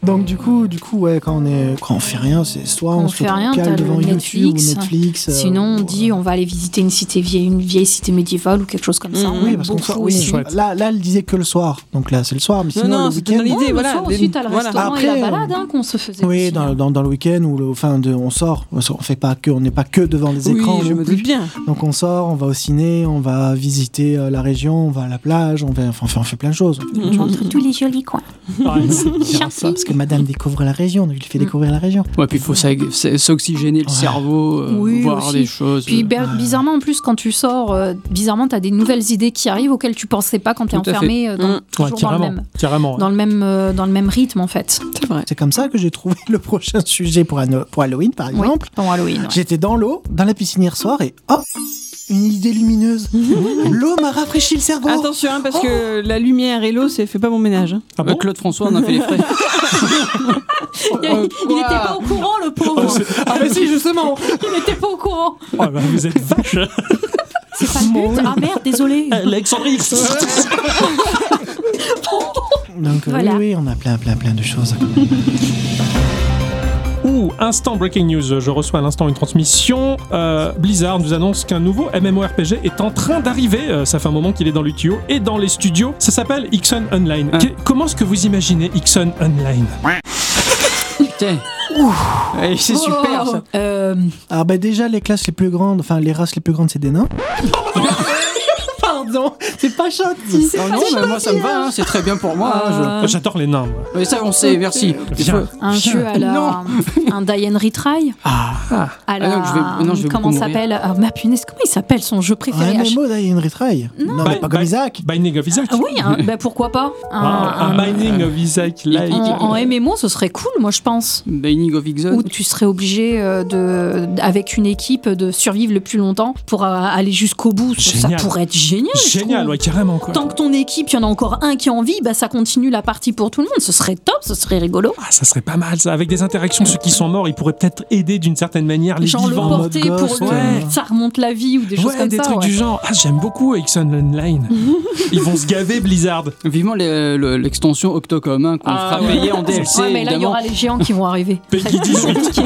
Speaker 4: Donc du coup, du coup, ouais, quand on est, quand on fait rien, c'est soit on,
Speaker 5: On
Speaker 4: se
Speaker 5: fait rien,
Speaker 4: cale
Speaker 5: t'as le
Speaker 4: devant
Speaker 5: Netflix.
Speaker 4: YouTube ou Netflix. euh,
Speaker 5: Sinon, on
Speaker 4: ou,
Speaker 5: dit on va aller visiter une cité vieille, une vieille cité médiévale ou quelque chose comme ça.
Speaker 2: Mm,
Speaker 5: On
Speaker 4: Oui,
Speaker 5: aime
Speaker 4: parce qu'on
Speaker 5: beaucoup
Speaker 4: soit, oui,
Speaker 5: aussi.
Speaker 1: chouette.
Speaker 4: là, là, elle disait que le soir, donc là, c'est le soir, mais sinon
Speaker 2: non,
Speaker 4: le
Speaker 2: c'était dans
Speaker 4: week-end.
Speaker 2: l'idée,
Speaker 5: Ouais, le
Speaker 2: voilà,
Speaker 5: soir,
Speaker 2: les-
Speaker 5: ensuite, t'as le
Speaker 2: voilà.
Speaker 5: restaurant
Speaker 4: Après,
Speaker 5: et la
Speaker 4: euh,
Speaker 5: balade hein, qu'on se faisait.
Speaker 4: Oui,
Speaker 5: aussi,
Speaker 4: dans,
Speaker 5: hein.
Speaker 4: dans, dans le week-end ou le, enfin, de, on sort, on fait pas que, on n'est pas que devant les
Speaker 2: Oui,
Speaker 4: écrans.
Speaker 2: je
Speaker 4: non
Speaker 2: me
Speaker 4: plus.
Speaker 2: doute bien.
Speaker 4: Donc on sort, on va au ciné, on va visiter euh, la région, on va à la plage, on, va, enfin, on fait- on fait plein de choses.
Speaker 5: On montre tous les jolis coins.
Speaker 1: ouais, c'est bien ça.
Speaker 4: Parce que
Speaker 2: Mhm.
Speaker 4: madame découvre la région, donc il
Speaker 5: Mhm.
Speaker 4: fait découvrir la région.
Speaker 3: Ouais, puis il faut s'ag- s- s'oxygéner le
Speaker 4: Ouais.
Speaker 3: cerveau, euh,
Speaker 5: Oui,
Speaker 3: voir
Speaker 5: aussi.
Speaker 3: des choses.
Speaker 5: Puis ben, bizarrement, en plus, quand tu sors, euh, bizarrement, t'as des nouvelles idées qui arrivent auxquelles tu pensais pas quand t'es
Speaker 3: Tout à
Speaker 5: enfermé, euh, dans,
Speaker 2: Mm.
Speaker 1: Ouais,
Speaker 5: toujours dans le
Speaker 1: carrément.
Speaker 5: même,
Speaker 1: Carrément.
Speaker 5: dans le même, euh, dans le même rythme en fait.
Speaker 2: C'est vrai.
Speaker 4: C'est comme ça que j'ai trouvé le prochain sujet pour, Hanno- pour Halloween, par
Speaker 5: Oui,
Speaker 4: exemple.
Speaker 5: pendant Halloween. ouais.
Speaker 4: J'étais dans l'eau, dans la piscine hier soir, et hop, une idée lumineuse. l'eau m'a rafraîchi le cerveau.
Speaker 2: Attention, hein, parce que la lumière et l'eau, c'est fait pas bon ménage. hein.
Speaker 1: Ah
Speaker 3: Euh,
Speaker 1: bon
Speaker 3: Claude François en a fait les frais.
Speaker 5: Il n'était pas au courant, le pauvre.
Speaker 4: Ah, mais si, justement.
Speaker 5: Il n'était pas au courant.
Speaker 1: Oh, bah, vous êtes vache.
Speaker 5: C'est pas le but. Ah merde, désolé.
Speaker 1: Alexandrie.
Speaker 4: Donc, euh,
Speaker 5: Voilà.
Speaker 4: oui, oui, on a plein, plein, plein de choses.
Speaker 1: Ouh, instant breaking news. Je reçois à l'instant une transmission. Euh, Blizzard nous annonce qu'un nouveau MMORPG est en train d'arriver. Euh, ça fait un moment qu'il est dans le tuyau et dans les studios. Ça s'appelle Ixon Online.
Speaker 3: Ah.
Speaker 1: Que- comment est-ce que vous imaginez Ixon Online
Speaker 3: Putain. Ouais, C'est
Speaker 5: Oh.
Speaker 3: super ça.
Speaker 5: Euh,
Speaker 4: Alors, bah, déjà, les classes les plus grandes, enfin, les races les plus grandes, c'est des nains. Pardon, c'est pas gentil.
Speaker 3: Non, non, mais moi ça me va, hein, c'est très bien pour moi. hein,
Speaker 5: euh,
Speaker 1: Oh, J'adore les nains. moi.
Speaker 3: je- Mais ça, on sait, merci. Il faut-
Speaker 1: Viens.
Speaker 5: un jeu à la. un Diane Retry.
Speaker 1: Ah,
Speaker 5: À la.
Speaker 3: Ah non, je vais- non, je vais
Speaker 5: comment
Speaker 3: beaucoup
Speaker 5: s'appelle Ah, Ma punaise, comment il s'appelle son jeu préféré
Speaker 4: Un
Speaker 5: hein. H-
Speaker 4: MMO, là, il y a une retry. Non,
Speaker 1: Bah,
Speaker 4: mais pas comme
Speaker 1: bah-
Speaker 4: Isaac.
Speaker 1: Binding of Isaac.
Speaker 5: Ah oui, hein, bah pourquoi pas un,
Speaker 1: Ah, un
Speaker 5: un-
Speaker 1: Binding of Isaac like.
Speaker 5: en, en MMO, ce serait cool, moi je pense.
Speaker 3: Binding of Ixod.
Speaker 5: Où tu serais obligé euh, de, avec une équipe de survivre le plus longtemps pour euh, aller jusqu'au bout. Ça
Speaker 1: Génial.
Speaker 5: pourrait être génial. je
Speaker 1: Génial,
Speaker 5: trouve.
Speaker 1: ouais, carrément quoi.
Speaker 5: Tant que ton équipe, il y en a encore un qui est en vie, bah ça continue la partie pour tout le monde. Ce serait top, ce serait rigolo.
Speaker 1: Ah, ça serait pas mal ça. Avec des interactions, ceux qui sont morts, ils pourraient peut-être aider d'une certaine manière les
Speaker 5: Genre le
Speaker 1: vivants.
Speaker 4: port-
Speaker 5: porter
Speaker 4: mode
Speaker 5: pour
Speaker 4: gosse,
Speaker 5: le-
Speaker 1: ouais.
Speaker 5: ça remonte la vie ou des choses
Speaker 1: ouais,
Speaker 5: comme
Speaker 1: des
Speaker 5: ça.
Speaker 1: trucs
Speaker 5: ouais.
Speaker 1: du genre. Ah, j'aime beaucoup Exxon Online. ils vont se gaver Blizzard.
Speaker 3: Vivement le- le- l'extension Octocom hein, qu'on
Speaker 1: Ah
Speaker 3: fera
Speaker 1: ouais.
Speaker 3: payer en DLC.
Speaker 5: Ouais, mais là, il y
Speaker 3: évidemment.
Speaker 5: aura les géants qui vont arriver.
Speaker 1: Peggy
Speaker 5: Très
Speaker 1: 18.
Speaker 5: compliqué.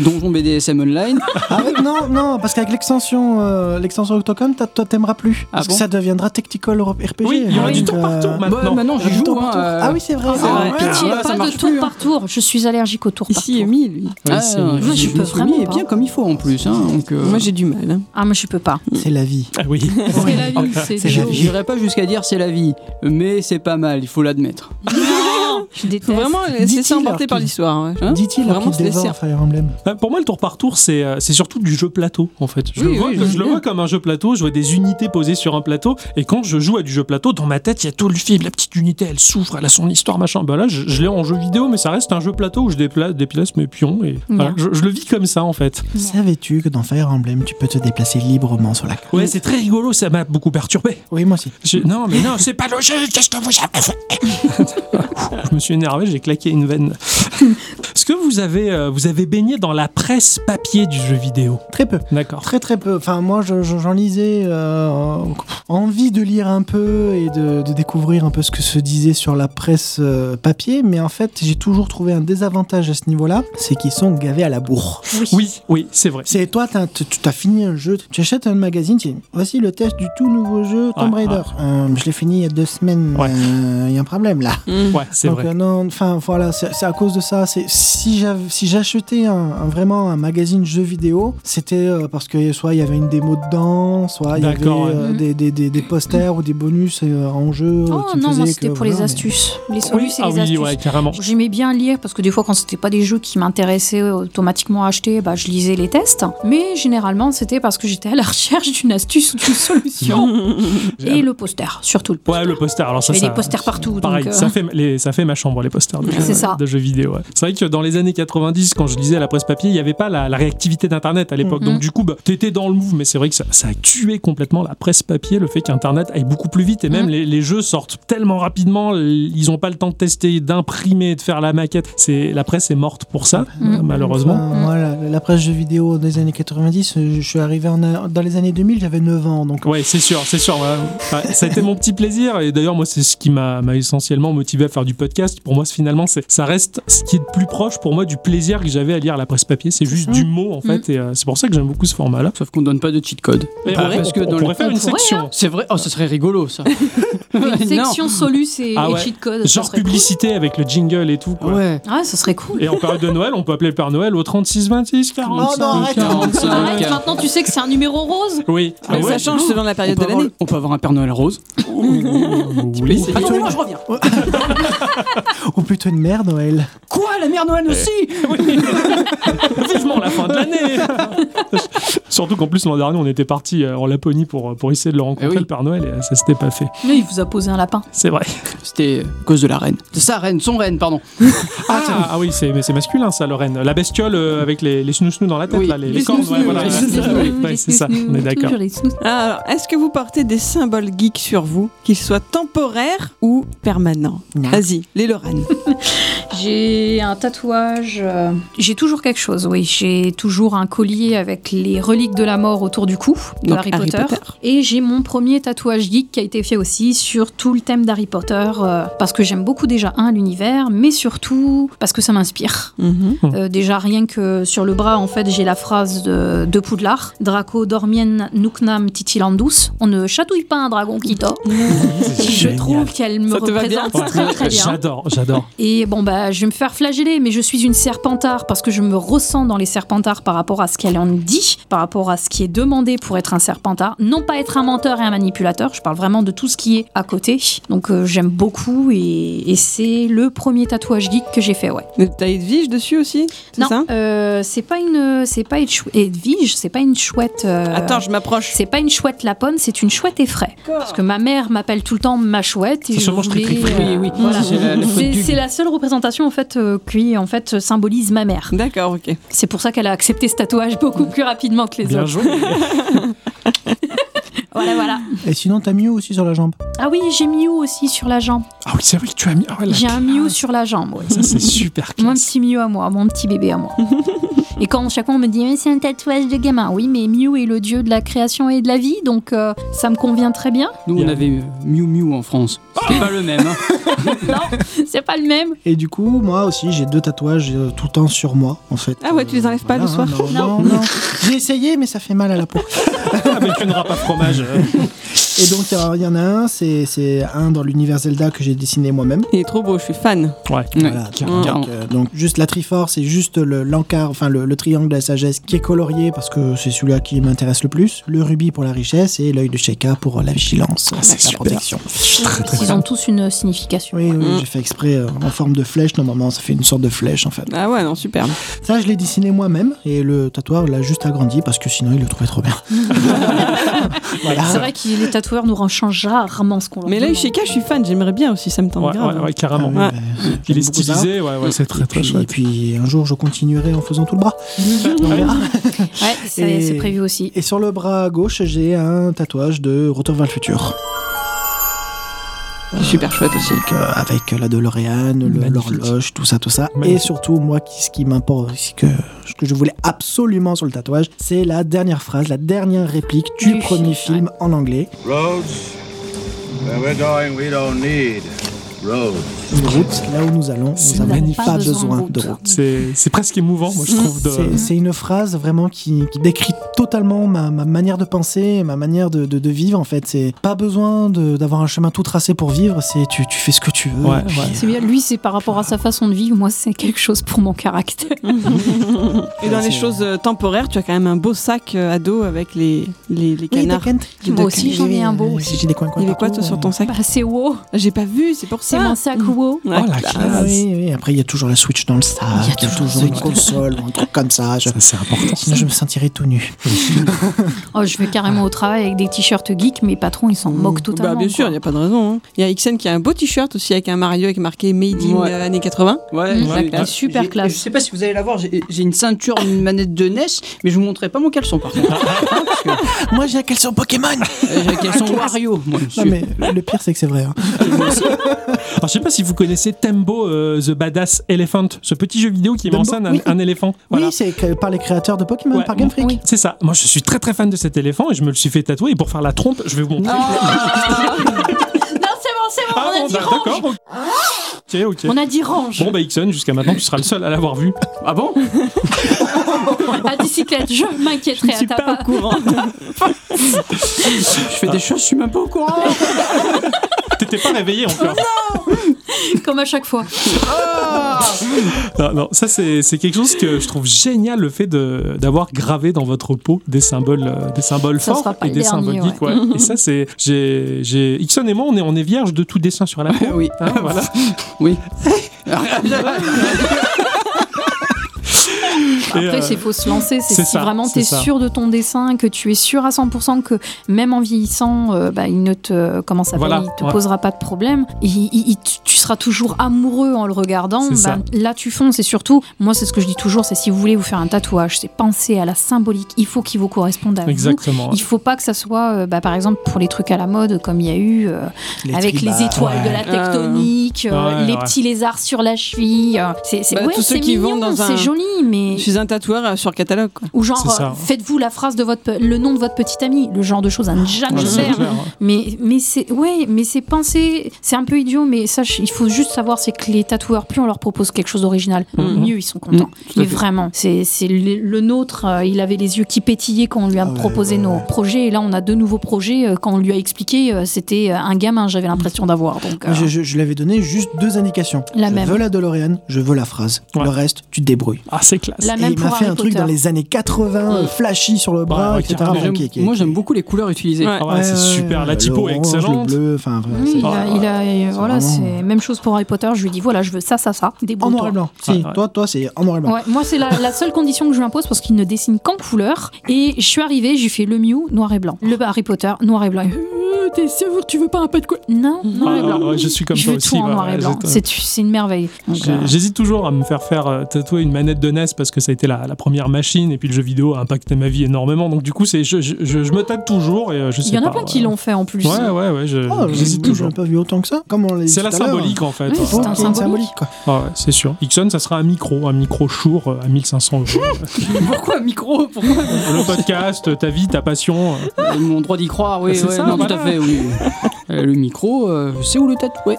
Speaker 3: Donjon BDSM Online.
Speaker 4: Avec- Ah, non, non, parce qu'avec l'extension euh, l'extension Octocom, t'as- toi t'aimeras plus. parce
Speaker 3: bon
Speaker 4: que ça deviendra Tactical Europe RPG.
Speaker 1: Oui, il y aura
Speaker 4: donc,
Speaker 1: du tour par
Speaker 4: euh,
Speaker 1: tour
Speaker 3: Bah,
Speaker 1: maintenant.
Speaker 3: maintenant, j'y
Speaker 4: du
Speaker 3: joue.
Speaker 4: tour par
Speaker 3: hein,
Speaker 4: tour.
Speaker 3: euh,
Speaker 4: Ah oui, c'est vrai.
Speaker 3: Ah,
Speaker 4: c'est
Speaker 3: c'est
Speaker 4: vrai.
Speaker 3: vrai.
Speaker 5: Pitié,
Speaker 3: là, ça
Speaker 5: pas
Speaker 3: marche
Speaker 5: de tour
Speaker 3: plus, hein.
Speaker 5: par tour. Je suis allergique au tour par
Speaker 2: Ici,
Speaker 5: tour.
Speaker 2: Emile, lui.
Speaker 3: Ah,
Speaker 1: c'est-
Speaker 3: non,
Speaker 5: Je- je
Speaker 3: je
Speaker 5: peux
Speaker 3: me suis mis,
Speaker 5: vraiment
Speaker 3: et bien
Speaker 5: pas.
Speaker 3: comme il faut en plus. Hein, donc, euh,
Speaker 2: Moi, j'ai du mal. hein.
Speaker 5: Ah, moi, je peux pas.
Speaker 4: C'est la vie.
Speaker 1: Ah oui.
Speaker 5: C'est la vie, c'est
Speaker 4: C'est
Speaker 5: dur.
Speaker 4: la vie.
Speaker 3: J'irai pas jusqu'à dire c'est la vie, mais c'est pas mal, il faut l'admettre.
Speaker 5: Non, je déteste.
Speaker 2: Faut vraiment se laisser
Speaker 4: Dit-il,
Speaker 2: emporter par
Speaker 4: Arthur.
Speaker 2: l'histoire. ouais.
Speaker 3: Hein
Speaker 4: Dit-il
Speaker 2: Vraiment
Speaker 4: vraiment
Speaker 2: se laisser.
Speaker 4: dévore Fire Emblem.
Speaker 1: Ah, Pour moi, le tour par tour, c'est euh, c'est surtout du jeu plateau, en fait. Je,
Speaker 2: Oui,
Speaker 1: le vois,
Speaker 2: oui,
Speaker 1: que-
Speaker 2: je
Speaker 1: je le
Speaker 2: sais
Speaker 1: vois comme un jeu plateau, je vois des unités posées sur un plateau, et quand je joue à du jeu plateau, dans ma tête, il y a tout le film, la petite unité, elle souffre, elle a son histoire, machin. Bah là, je, je l'ai en jeu vidéo, mais ça reste un jeu plateau où je dépla- déplace mes pions, et voilà, je, je le vis comme ça, en fait.
Speaker 4: Savais-tu que dans Fire Emblem, tu peux te déplacer librement sur la carte
Speaker 1: Ouais, c'est très rigolo, ça m'a beaucoup perturbé.
Speaker 4: Oui, moi aussi.
Speaker 1: Je- Non, mais non, c'est pas logique, qu'est-ce que vous avez fait Je me suis énervé, j'ai claqué une veine. Est-ce que vous avez, euh, vous avez baigné dans la presse papier du jeu vidéo
Speaker 4: Très peu.
Speaker 1: D'accord.
Speaker 4: Très très peu. Enfin, moi, je- je- j'en lisais. euh, envie de lire un peu et de, de découvrir un peu ce que se disait sur la presse euh, papier, mais en fait, j'ai toujours trouvé un désavantage à ce niveau-là, c'est qu'ils sont gavés à la bourre.
Speaker 1: Oui, oui, c'est vrai.
Speaker 4: C'est toi, t'as- tu as, fini un jeu, tu achètes un magazine, tu dis voici le test du tout nouveau jeu Tomb
Speaker 1: Ouais,
Speaker 4: Raider. Euh, je l'ai fini il y a deux semaines.
Speaker 1: Ouais.
Speaker 4: euh, Il y a un problème là.
Speaker 2: Mm.
Speaker 1: Ouais, c'est
Speaker 4: Donc,
Speaker 1: vrai.
Speaker 4: euh, non, enfin voilà, c'est c'est à cause de ça. C'est si j'av- si j'achetais un, un- vraiment un magazine jeu vidéo, c'était euh, parce que soit il y avait une démo dedans, soit il y avait
Speaker 1: D'accord,
Speaker 4: euh,
Speaker 5: ouais.
Speaker 4: des, des- des- des posters ou des bonus euh, en jeu. euh,
Speaker 5: Mhm. Oh
Speaker 4: qui
Speaker 5: non,
Speaker 4: faisaient
Speaker 5: moi
Speaker 4: que,
Speaker 5: c'était pour les
Speaker 4: voilà, mais-
Speaker 5: astuces. Les
Speaker 1: Oui,
Speaker 5: solutions
Speaker 1: ah
Speaker 5: et les
Speaker 1: oui,
Speaker 5: astuces.
Speaker 1: ouais, carrément.
Speaker 5: J'aimais bien lire parce que des fois, quand c'était pas des jeux qui m'intéressaient automatiquement à acheter, bah, je lisais les tests. Mais généralement, c'était parce que j'étais à la recherche d'une astuce ou d'une solution. Et le poster, surtout le poster.
Speaker 1: Ouais, le poster. Alors ça,
Speaker 5: J'avais
Speaker 1: ça-
Speaker 5: des posters partout.
Speaker 1: Pareil,
Speaker 5: donc, euh,
Speaker 1: ça, fait, les- ça fait ma chambre, les posters de,
Speaker 5: C'est ça.
Speaker 1: de jeux vidéo. ouais. C'est vrai que dans les années 90, quand je lisais à la presse papier, il n'y avait pas la, la réactivité d'Internet à l'époque.
Speaker 5: Mhm.
Speaker 1: Donc, du coup, bah, t'étais dans le move, mais c'est vrai que ça, ça a tué complètement la presse papier, le fait qu'Internet aille beaucoup plus vite et même
Speaker 5: Mhm.
Speaker 1: les, les jeux sortent tellement rapidement, ils n'ont pas le temps de tester, d'imprimer, de faire la maquette. C'est La presse est morte pour ça,
Speaker 5: Mhm.
Speaker 1: malheureusement.
Speaker 4: Enfin, moi, ben, la, la presse jeu vidéo des années 90, euh, je suis arrivé en a- dans les années 2000, j'avais 9 ans, donc
Speaker 1: Ouais, c'est sûr, c'est sûr. voilà. Ouais, ça a été mon petit plaisir. Et d'ailleurs, moi, c'est ce qui m'a m'a essentiellement motivé à faire du podcast. Pour moi, c'est- finalement, c'est- ça reste ce qui est le plus proche pour moi du plaisir que j'avais à lire la presse papier. C'est juste du mot, en fait. Et euh, c'est pour ça que j'aime beaucoup ce format-là.
Speaker 3: Sauf qu'on donne pas de cheat code.
Speaker 1: Et
Speaker 3: pourrait,
Speaker 1: après,
Speaker 3: parce que
Speaker 1: on, on
Speaker 3: dans le-
Speaker 1: pourrait faire
Speaker 5: on
Speaker 1: une
Speaker 5: pourrait,
Speaker 1: section.
Speaker 3: C'est vrai, oh, ce serait rigolo ça.
Speaker 5: une
Speaker 3: Non.
Speaker 5: section solus et,
Speaker 1: Ah
Speaker 5: et
Speaker 1: ouais.
Speaker 5: cheat code. ça
Speaker 1: Genre
Speaker 5: serait
Speaker 1: publicité avec le jingle et tout. quoi.
Speaker 3: Ouais.
Speaker 5: cool. Ouais, ça serait cool.
Speaker 1: Et en période de Noël, on peut appeler le Père Noël au 36, 26, 45.
Speaker 4: Non, non, arrête.
Speaker 3: 45.
Speaker 1: Ah,
Speaker 5: Arrête, maintenant tu sais que c'est un numéro rose.
Speaker 1: Oui.
Speaker 2: Mais
Speaker 1: Ah ouais.
Speaker 2: ça change selon la
Speaker 3: On
Speaker 2: période
Speaker 3: peut,
Speaker 2: de
Speaker 3: avoir,
Speaker 2: l'année.
Speaker 3: on peut avoir un Père Noël rose.
Speaker 1: Oui.
Speaker 3: Attendez-moi, je reviens.
Speaker 4: ou plutôt une mère Noël.
Speaker 3: Quoi, la mère Noël aussi
Speaker 1: Oui. Vivement la fin de l'année. Surtout qu'en plus l'an dernier on était parti euh, en Laponie pour, pour essayer de le rencontrer
Speaker 3: Eh oui.
Speaker 1: le Père Noël et euh, ça s'était pas fait.
Speaker 5: Là, il vous a posé un lapin.
Speaker 1: C'est vrai.
Speaker 3: C'était à cause de la reine. De sa reine, son reine, pardon.
Speaker 1: Ah, ah oui, c'est mais c'est masculin ça, Lorraine. La bestiole euh, avec les, les snous-snous dans la tête,
Speaker 3: Oui,
Speaker 1: là, les,
Speaker 3: les
Speaker 1: cornes.
Speaker 3: snous-snous,
Speaker 1: ouais, voilà.
Speaker 3: les
Speaker 1: Ouais, ouais, c'est ça, on est d'accord.
Speaker 2: Alors, est-ce que vous portez des symboles geeks sur vous, qu'ils soient temporaires ou permanents
Speaker 4: Non.
Speaker 2: Vas-y, les Loranes.
Speaker 5: J'ai un tatouage. euh, J'ai toujours quelque chose, oui. J'ai toujours un collier avec les reliques de la mort autour du cou de
Speaker 2: Donc,
Speaker 5: Harry,
Speaker 2: Harry
Speaker 5: Potter.
Speaker 2: Potter.
Speaker 5: Et j'ai mon premier tatouage geek qui a été fait aussi sur tout le thème d'Harry Potter. euh, parce que j'aime beaucoup déjà, un, l'univers, mais surtout parce que ça m'inspire.
Speaker 2: Mhm.
Speaker 5: Euh, déjà, rien que sur le bras, en fait, j'ai la phrase de, de Poudlard Draco dormien nucnam titilandus. On ne chatouille pas un dragon qui dort. Je
Speaker 1: Génial.
Speaker 5: trouve qu'elle me
Speaker 2: Ça te va bien
Speaker 5: représente
Speaker 1: Ouais,
Speaker 5: très très bien.
Speaker 1: J'adore, j'adore.
Speaker 5: Et bon, bah, je vais me faire flageller, mais je suis une serpentard parce que je me ressens dans les serpentards par rapport à ce qu'elle en dit, par rapport à ce qui est demandé pour être un serpentard. Non pas être un menteur et un manipulateur, je parle vraiment de tout ce qui est à côté. Donc euh, j'aime beaucoup et, et c'est le premier tatouage geek que j'ai fait, ouais.
Speaker 2: T'as Edwige dessus aussi c'est
Speaker 5: Non,
Speaker 2: ça
Speaker 5: euh, c'est pas une, c'est pas une chou- Edwige, c'est pas une chouette. euh,
Speaker 2: Attends, je m'approche.
Speaker 5: c'est pas une chouette lapone, c'est une chouette effraie. Parce que ma mère m'appelle tout le temps ma chouette. Et
Speaker 1: Ça se
Speaker 5: je
Speaker 1: mange très,
Speaker 5: voulais,
Speaker 1: très frais.
Speaker 5: euh,
Speaker 3: Oui, oui.
Speaker 5: voilà.
Speaker 3: C'est la- la chouette
Speaker 5: C'est
Speaker 3: du-
Speaker 5: c'est la seule représentation en fait euh, qui en fait symbolise ma mère.
Speaker 2: D'accord, ok.
Speaker 5: C'est pour ça qu'elle a accepté ce tatouage beaucoup plus rapidement que les
Speaker 1: Bien
Speaker 5: autres.
Speaker 1: joué.
Speaker 5: Voilà, voilà.
Speaker 4: Et sinon, t'as Mew aussi sur la jambe.
Speaker 5: Ah oui, j'ai Miu aussi sur la jambe.
Speaker 1: Ah oui, c'est vrai que tu as mis. ah ouais, la-
Speaker 5: J'ai un Miu sur la jambe. ouais.
Speaker 1: Ça c'est super
Speaker 5: Mon
Speaker 1: classe.
Speaker 5: petit Miu à moi, mon petit bébé à moi. Et quand chaque fois on me dit mais c'est un tatouage de gamin, oui mais Mew est le dieu de la création et de la vie, donc euh, ça me convient très bien.
Speaker 3: Nous, on
Speaker 1: Bien.
Speaker 3: avait euh, Miu Miu en France. C'était pas le même. hein.
Speaker 5: Non, c'est pas le même.
Speaker 4: Et du coup, moi aussi, j'ai deux tatouages euh, tout le temps sur moi, en fait.
Speaker 2: Ah ouais, tu les enlèves pas le soir
Speaker 4: non, non, non. J'ai essayé, mais ça fait mal à la peau.
Speaker 1: Avec une râpe à fromage. euh.
Speaker 4: Et donc, il y a- il y, en a un, c'est c'est un dans l'univers Zelda que j'ai dessiné moi-même.
Speaker 2: Il est trop beau, je suis fan.
Speaker 1: Ouais.
Speaker 3: Ouais.
Speaker 4: Voilà, donc,
Speaker 1: Carrément.
Speaker 3: Carrément.
Speaker 4: euh, donc juste la Triforce et juste le- l'encart, enfin le, le triangle de la sagesse qui est colorié parce que c'est celui-là qui m'intéresse le plus. Le rubis pour la richesse et l'œil de Sheka pour la vigilance, la
Speaker 1: super.
Speaker 4: protection.
Speaker 5: Ils ont tous une euh, signification.
Speaker 4: Oui, oui,
Speaker 2: Mm.
Speaker 4: j'ai fait exprès euh, en forme de flèche. Normalement, ça fait une sorte de flèche en fait.
Speaker 2: Ah ouais, non, superbe.
Speaker 4: Ça, je l'ai dessiné moi-même et le tatouage l'a juste agrandi parce que sinon il le trouvait trop bien. voilà.
Speaker 5: C'est vrai que les tatoueurs nous changent rarement ce qu'on leur
Speaker 2: Ah. Mais là,
Speaker 5: demande.
Speaker 2: Ishika, je suis fan, j'aimerais bien aussi, ça me tente
Speaker 1: Ouais,
Speaker 2: grave.
Speaker 5: hein.
Speaker 1: ouais, ouais,
Speaker 4: Ah oui,
Speaker 1: carrément.
Speaker 4: bah,
Speaker 1: Il est
Speaker 4: j'aime beaucoup ça.
Speaker 1: stylisé, ouais, ouais, c'est très
Speaker 4: Et
Speaker 1: très
Speaker 4: puis, et
Speaker 1: chouette.
Speaker 4: puis un jour je continuerai en faisant tout le bras. On verra.
Speaker 5: Ouais, c'est
Speaker 4: Et-
Speaker 5: c'est prévu aussi.
Speaker 4: Et sur le bras gauche, j'ai un tatouage de Retour vers le futur.
Speaker 2: C'est super chouette aussi.
Speaker 4: Donc, euh, avec la DeLorean, le-
Speaker 1: Magnifique.
Speaker 4: l'horloge, tout ça, tout ça.
Speaker 1: Magnifique.
Speaker 4: Et surtout, moi, qui- ce qui m'importe, ce que, ce que je voulais absolument sur le tatouage, c'est la dernière phrase, la dernière réplique du,
Speaker 5: Du
Speaker 4: premier film en anglais.
Speaker 6: Roads? Where we're going, we don't need roads.
Speaker 4: Une route, là où nous allons,
Speaker 1: C'est
Speaker 4: nous n'avons
Speaker 1: magnifique.
Speaker 4: pas besoin de route.
Speaker 1: C'est c'est presque émouvant, moi, je trouve.
Speaker 4: C'est-
Speaker 1: De...
Speaker 4: C'est une phrase vraiment qui, qui décrit totalement ma, ma manière de penser, ma manière de, de- de vivre en fait. C'est pas besoin de- d'avoir un chemin tout tracé pour vivre, c'est tu, tu fais ce que tu veux.
Speaker 1: Ouais,
Speaker 4: et puis, euh,
Speaker 1: ouais.
Speaker 5: C'est bien, lui c'est par rapport à sa façon de vivre, moi c'est quelque chose pour mon caractère.
Speaker 2: Et dans
Speaker 4: Ouais,
Speaker 2: les
Speaker 4: c'est-
Speaker 2: choses euh, temporaires, tu as quand même un beau sac euh, à dos avec les, les, les
Speaker 4: Oui,
Speaker 2: canards.
Speaker 4: Dokken.
Speaker 5: Moi aussi, j'en ai un beau
Speaker 4: Oui,
Speaker 5: aussi.
Speaker 4: J'ai des coins coins
Speaker 2: Il y avait quoi toi,
Speaker 4: partout,
Speaker 2: sur ton sac
Speaker 5: Bah, c'est wow,
Speaker 2: J'ai pas vu, c'est pour ça.
Speaker 5: c'est mon sac wow.
Speaker 2: Ouais,
Speaker 1: Oh la
Speaker 2: bah,
Speaker 4: Ah
Speaker 1: classe
Speaker 4: oui, oui, après il y a toujours la Switch dans le sac, il y a toujours, une console, un truc comme ça. je-
Speaker 1: Ça, C'est important.
Speaker 4: Sinon je me sentirais tout nu.
Speaker 5: Oh, je vais carrément au travail avec des t-shirts geeks, mes patrons ils s'en moquent totalement.
Speaker 2: Bah, bien sûr, il n'y a pas de raison. hein. Il y a Ixen qui a un beau t-shirt aussi avec un Mario avec marqué Made in
Speaker 3: Ouais.
Speaker 2: euh, années 80.
Speaker 3: Ouais,
Speaker 5: Mmh,
Speaker 3: j'ai-
Speaker 5: la classe.
Speaker 3: j'ai-
Speaker 5: Super
Speaker 3: j'ai-
Speaker 5: classe.
Speaker 3: Je sais pas si vous allez la voir, j'ai j'ai une ceinture, une manette de NES, mais je vous montrerai pas mon caleçon par contre.
Speaker 4: Moi j'ai un caleçon Pokémon
Speaker 3: Euh, J'ai un caleçon Wario, moi.
Speaker 4: Non
Speaker 3: monsieur.
Speaker 4: mais le pire c'est que c'est vrai. hein.
Speaker 1: Alors, je sais pas si vous connaissez Tembo euh, the Badass Elephant, ce petit jeu vidéo qui met en
Speaker 4: Dumbo,
Speaker 1: scène un,
Speaker 4: oui.
Speaker 1: un éléphant. Voilà.
Speaker 4: Oui, c'est que- par les créateurs de Pokémon,
Speaker 1: Ouais,
Speaker 4: par Game Freak.
Speaker 5: oui.
Speaker 1: C'est ça. Moi, je suis très très fan de cet éléphant et je me le suis fait tatouer. Et pour faire la trompe, je vais vous montrer.
Speaker 3: Ah,
Speaker 5: Non, c'est bon, c'est bon,
Speaker 1: Ah
Speaker 5: on a
Speaker 1: bon,
Speaker 5: dit range.
Speaker 1: d'accord. ok. Ok, ok.
Speaker 5: On a dit range.
Speaker 1: Bon, bah, Ixon, jusqu'à maintenant, tu seras le seul à l'avoir vu.
Speaker 3: Ah bon
Speaker 1: bah.
Speaker 5: À bicyclette, je
Speaker 2: Je
Speaker 5: m'inquiéterai
Speaker 2: suis
Speaker 5: à ta
Speaker 2: pas
Speaker 5: part.
Speaker 2: au courant.
Speaker 3: Je fais des choses, je suis même pas au courant.
Speaker 1: Ah. T'étais pas réveillé encore.
Speaker 5: Comme à chaque fois.
Speaker 1: Non, non, ça c'est c'est quelque chose que je trouve génial le fait de- d'avoir gravé dans votre peau des symboles, euh, des symboles
Speaker 5: Ça sera
Speaker 1: forts
Speaker 5: pas
Speaker 1: et
Speaker 5: le
Speaker 1: des
Speaker 5: dernier,
Speaker 1: symboles geeks. ouais. Et ça c'est, j'ai, j'ai- Ixon et moi on est, on est vierge de tout dessin sur la peau.
Speaker 3: Oui.
Speaker 1: Hein, voilà.
Speaker 3: Oui.
Speaker 1: Et,
Speaker 5: Après,
Speaker 1: euh,
Speaker 5: c'est faut se lancer. C'est
Speaker 1: c'est
Speaker 5: si
Speaker 1: ça,
Speaker 5: vraiment
Speaker 1: c'est
Speaker 5: t'es
Speaker 1: ça.
Speaker 5: sûr de ton dessin, que tu es sûr à 100% que même en vieillissant, euh, bah, il ne te, euh, comment ça s'appelle,
Speaker 1: Voilà,
Speaker 5: il te
Speaker 1: ouais.
Speaker 5: posera pas de problème. Il- il- il- tu- tu seras toujours amoureux en le regardant.
Speaker 1: C'est ça.
Speaker 5: Bah, là, tu fonces. Et surtout, moi, c'est ce que je dis toujours, c'est si vous voulez vous faire un tatouage, c'est penser à la symbolique. Il faut qu'il vous corresponde à vous.
Speaker 1: Exactement.
Speaker 5: Il faut pas que ça soit, euh, bah, par exemple, pour les trucs à la mode, comme il y a eu euh, avec
Speaker 4: tribas.
Speaker 5: les étoiles de la tectonique, euh,
Speaker 1: Ouais,
Speaker 5: les
Speaker 1: ouais.
Speaker 5: petits lézards sur la cheville. euh, C'est c'est-
Speaker 2: Bah,
Speaker 5: ouais,
Speaker 2: tous ceux
Speaker 5: c'est
Speaker 2: qui
Speaker 5: mignon,
Speaker 2: vont dans un-
Speaker 5: c'est joli, mais
Speaker 2: Je suis un tatoueur euh, sur catalogue. quoi.
Speaker 5: ou
Speaker 1: C'est
Speaker 5: genre
Speaker 1: ça,
Speaker 5: euh,
Speaker 1: hein.
Speaker 5: faites-vous la phrase de votre pe- le nom de votre petite amie, le genre de choses à ne jamais
Speaker 1: Ouais, c'est
Speaker 5: faire.
Speaker 1: clair, ouais.
Speaker 5: Mais mais c'est ouais, mais c'est penser, c'est un peu idiot, mais sache, il faut juste savoir c'est que les tatoueurs, plus on leur propose quelque chose d'original,
Speaker 1: Mhm.
Speaker 5: mieux ils sont contents.
Speaker 3: à
Speaker 5: mais
Speaker 3: fait.
Speaker 5: vraiment, c'est c'est le, le nôtre, euh, il avait les yeux qui pétillaient quand on lui a
Speaker 4: Ah ouais,
Speaker 5: proposé
Speaker 4: ouais,
Speaker 5: nos
Speaker 4: ouais.
Speaker 5: projets, et là on a deux nouveaux projets euh, quand on lui a expliqué, euh, c'était euh, un gamin, j'avais l'impression d'avoir. Donc euh,
Speaker 4: Je, je- je lui avais donné juste deux indications.
Speaker 5: La
Speaker 4: je
Speaker 5: même.
Speaker 4: veux la DeLorean, je veux la phrase.
Speaker 1: Ouais.
Speaker 4: Le reste, tu te débrouilles.
Speaker 1: Ah c'est classe.
Speaker 5: la
Speaker 4: Et
Speaker 5: même
Speaker 4: il m'a
Speaker 5: pour
Speaker 4: fait
Speaker 5: Harry
Speaker 4: un truc
Speaker 5: Potter.
Speaker 4: dans les années 80,
Speaker 3: Ouais.
Speaker 4: flashy sur le bras,
Speaker 1: ouais,
Speaker 4: etc.
Speaker 1: carrément.
Speaker 4: Enfin,
Speaker 3: J'aime-
Speaker 4: qui- qui-
Speaker 3: moi j'aime beaucoup les couleurs utilisées.
Speaker 2: Ouais.
Speaker 1: Ah ouais,
Speaker 4: Ouais,
Speaker 1: c'est
Speaker 4: ouais,
Speaker 1: super. La
Speaker 4: ouais,
Speaker 1: typo est
Speaker 4: l'orange, le
Speaker 1: excellente.
Speaker 4: bleu, enfin, vraiment,
Speaker 5: Oui,
Speaker 4: c'est-
Speaker 5: il a, il a- euh, voilà,
Speaker 4: vraiment-
Speaker 5: c'est même chose pour Harry Potter. Je lui dis voilà, je veux ça, ça, ça. Des
Speaker 4: En noir et blanc. Si,
Speaker 1: Ouais, ouais.
Speaker 4: toi, toi, c'est en noir et blanc.
Speaker 5: Ouais, moi c'est la, la seule condition que je lui impose parce qu'il ne dessine qu'en couleur. Et je suis arrivée, j'ai fait le Mew noir et blanc, le Harry Potter noir et blanc. Euh, T'es sûr, tu veux pas un peu de quoi Non, non,
Speaker 1: Ah,
Speaker 5: et blanc.
Speaker 1: ouais, je suis comme
Speaker 5: je
Speaker 1: toi
Speaker 5: veux
Speaker 1: aussi,
Speaker 5: tout en
Speaker 1: ouais,
Speaker 5: noir et
Speaker 1: ouais, euh,
Speaker 5: blanc.
Speaker 1: j'ai-
Speaker 5: C'est c'est une merveille. Donc,
Speaker 1: J'ai-
Speaker 5: euh,
Speaker 1: J'hésite toujours à me faire faire euh, tatouer une manette de NES parce que ça a été la, la première machine et puis le jeu vidéo a impacté ma vie énormément. Donc du coup, c'est je, je- je- je me tâte toujours et euh, je sais
Speaker 5: Il y en a
Speaker 1: pas,
Speaker 5: plein
Speaker 1: ouais.
Speaker 5: qui l'ont fait en plus.
Speaker 1: Ouais, ouais, ouais, je-
Speaker 4: Oh,
Speaker 1: j'hésite
Speaker 4: j'ai-
Speaker 1: toujours.
Speaker 4: J'ai pas vu autant que ça. Comme on l'a dit
Speaker 1: C'est la
Speaker 4: tout à l'heure.
Speaker 1: symbolique en fait.
Speaker 5: Oui,
Speaker 1: Ouais.
Speaker 5: c'est un
Speaker 4: Ok,
Speaker 5: symbolique.
Speaker 4: quoi.
Speaker 1: Ah ouais, c'est sûr. Ixon, ça sera un micro, un micro Shure euh, à 1500 euros.
Speaker 3: Pourquoi micro Pourquoi
Speaker 1: le podcast, euh, ta vie, ta passion. euh,
Speaker 3: Euh, Mon droit d'y croire, oui,
Speaker 1: C'est
Speaker 3: ouais,
Speaker 1: ça,
Speaker 3: non,
Speaker 1: voilà.
Speaker 3: tout à fait, oui. Euh, le micro, euh, c'est où le Ah, tatoué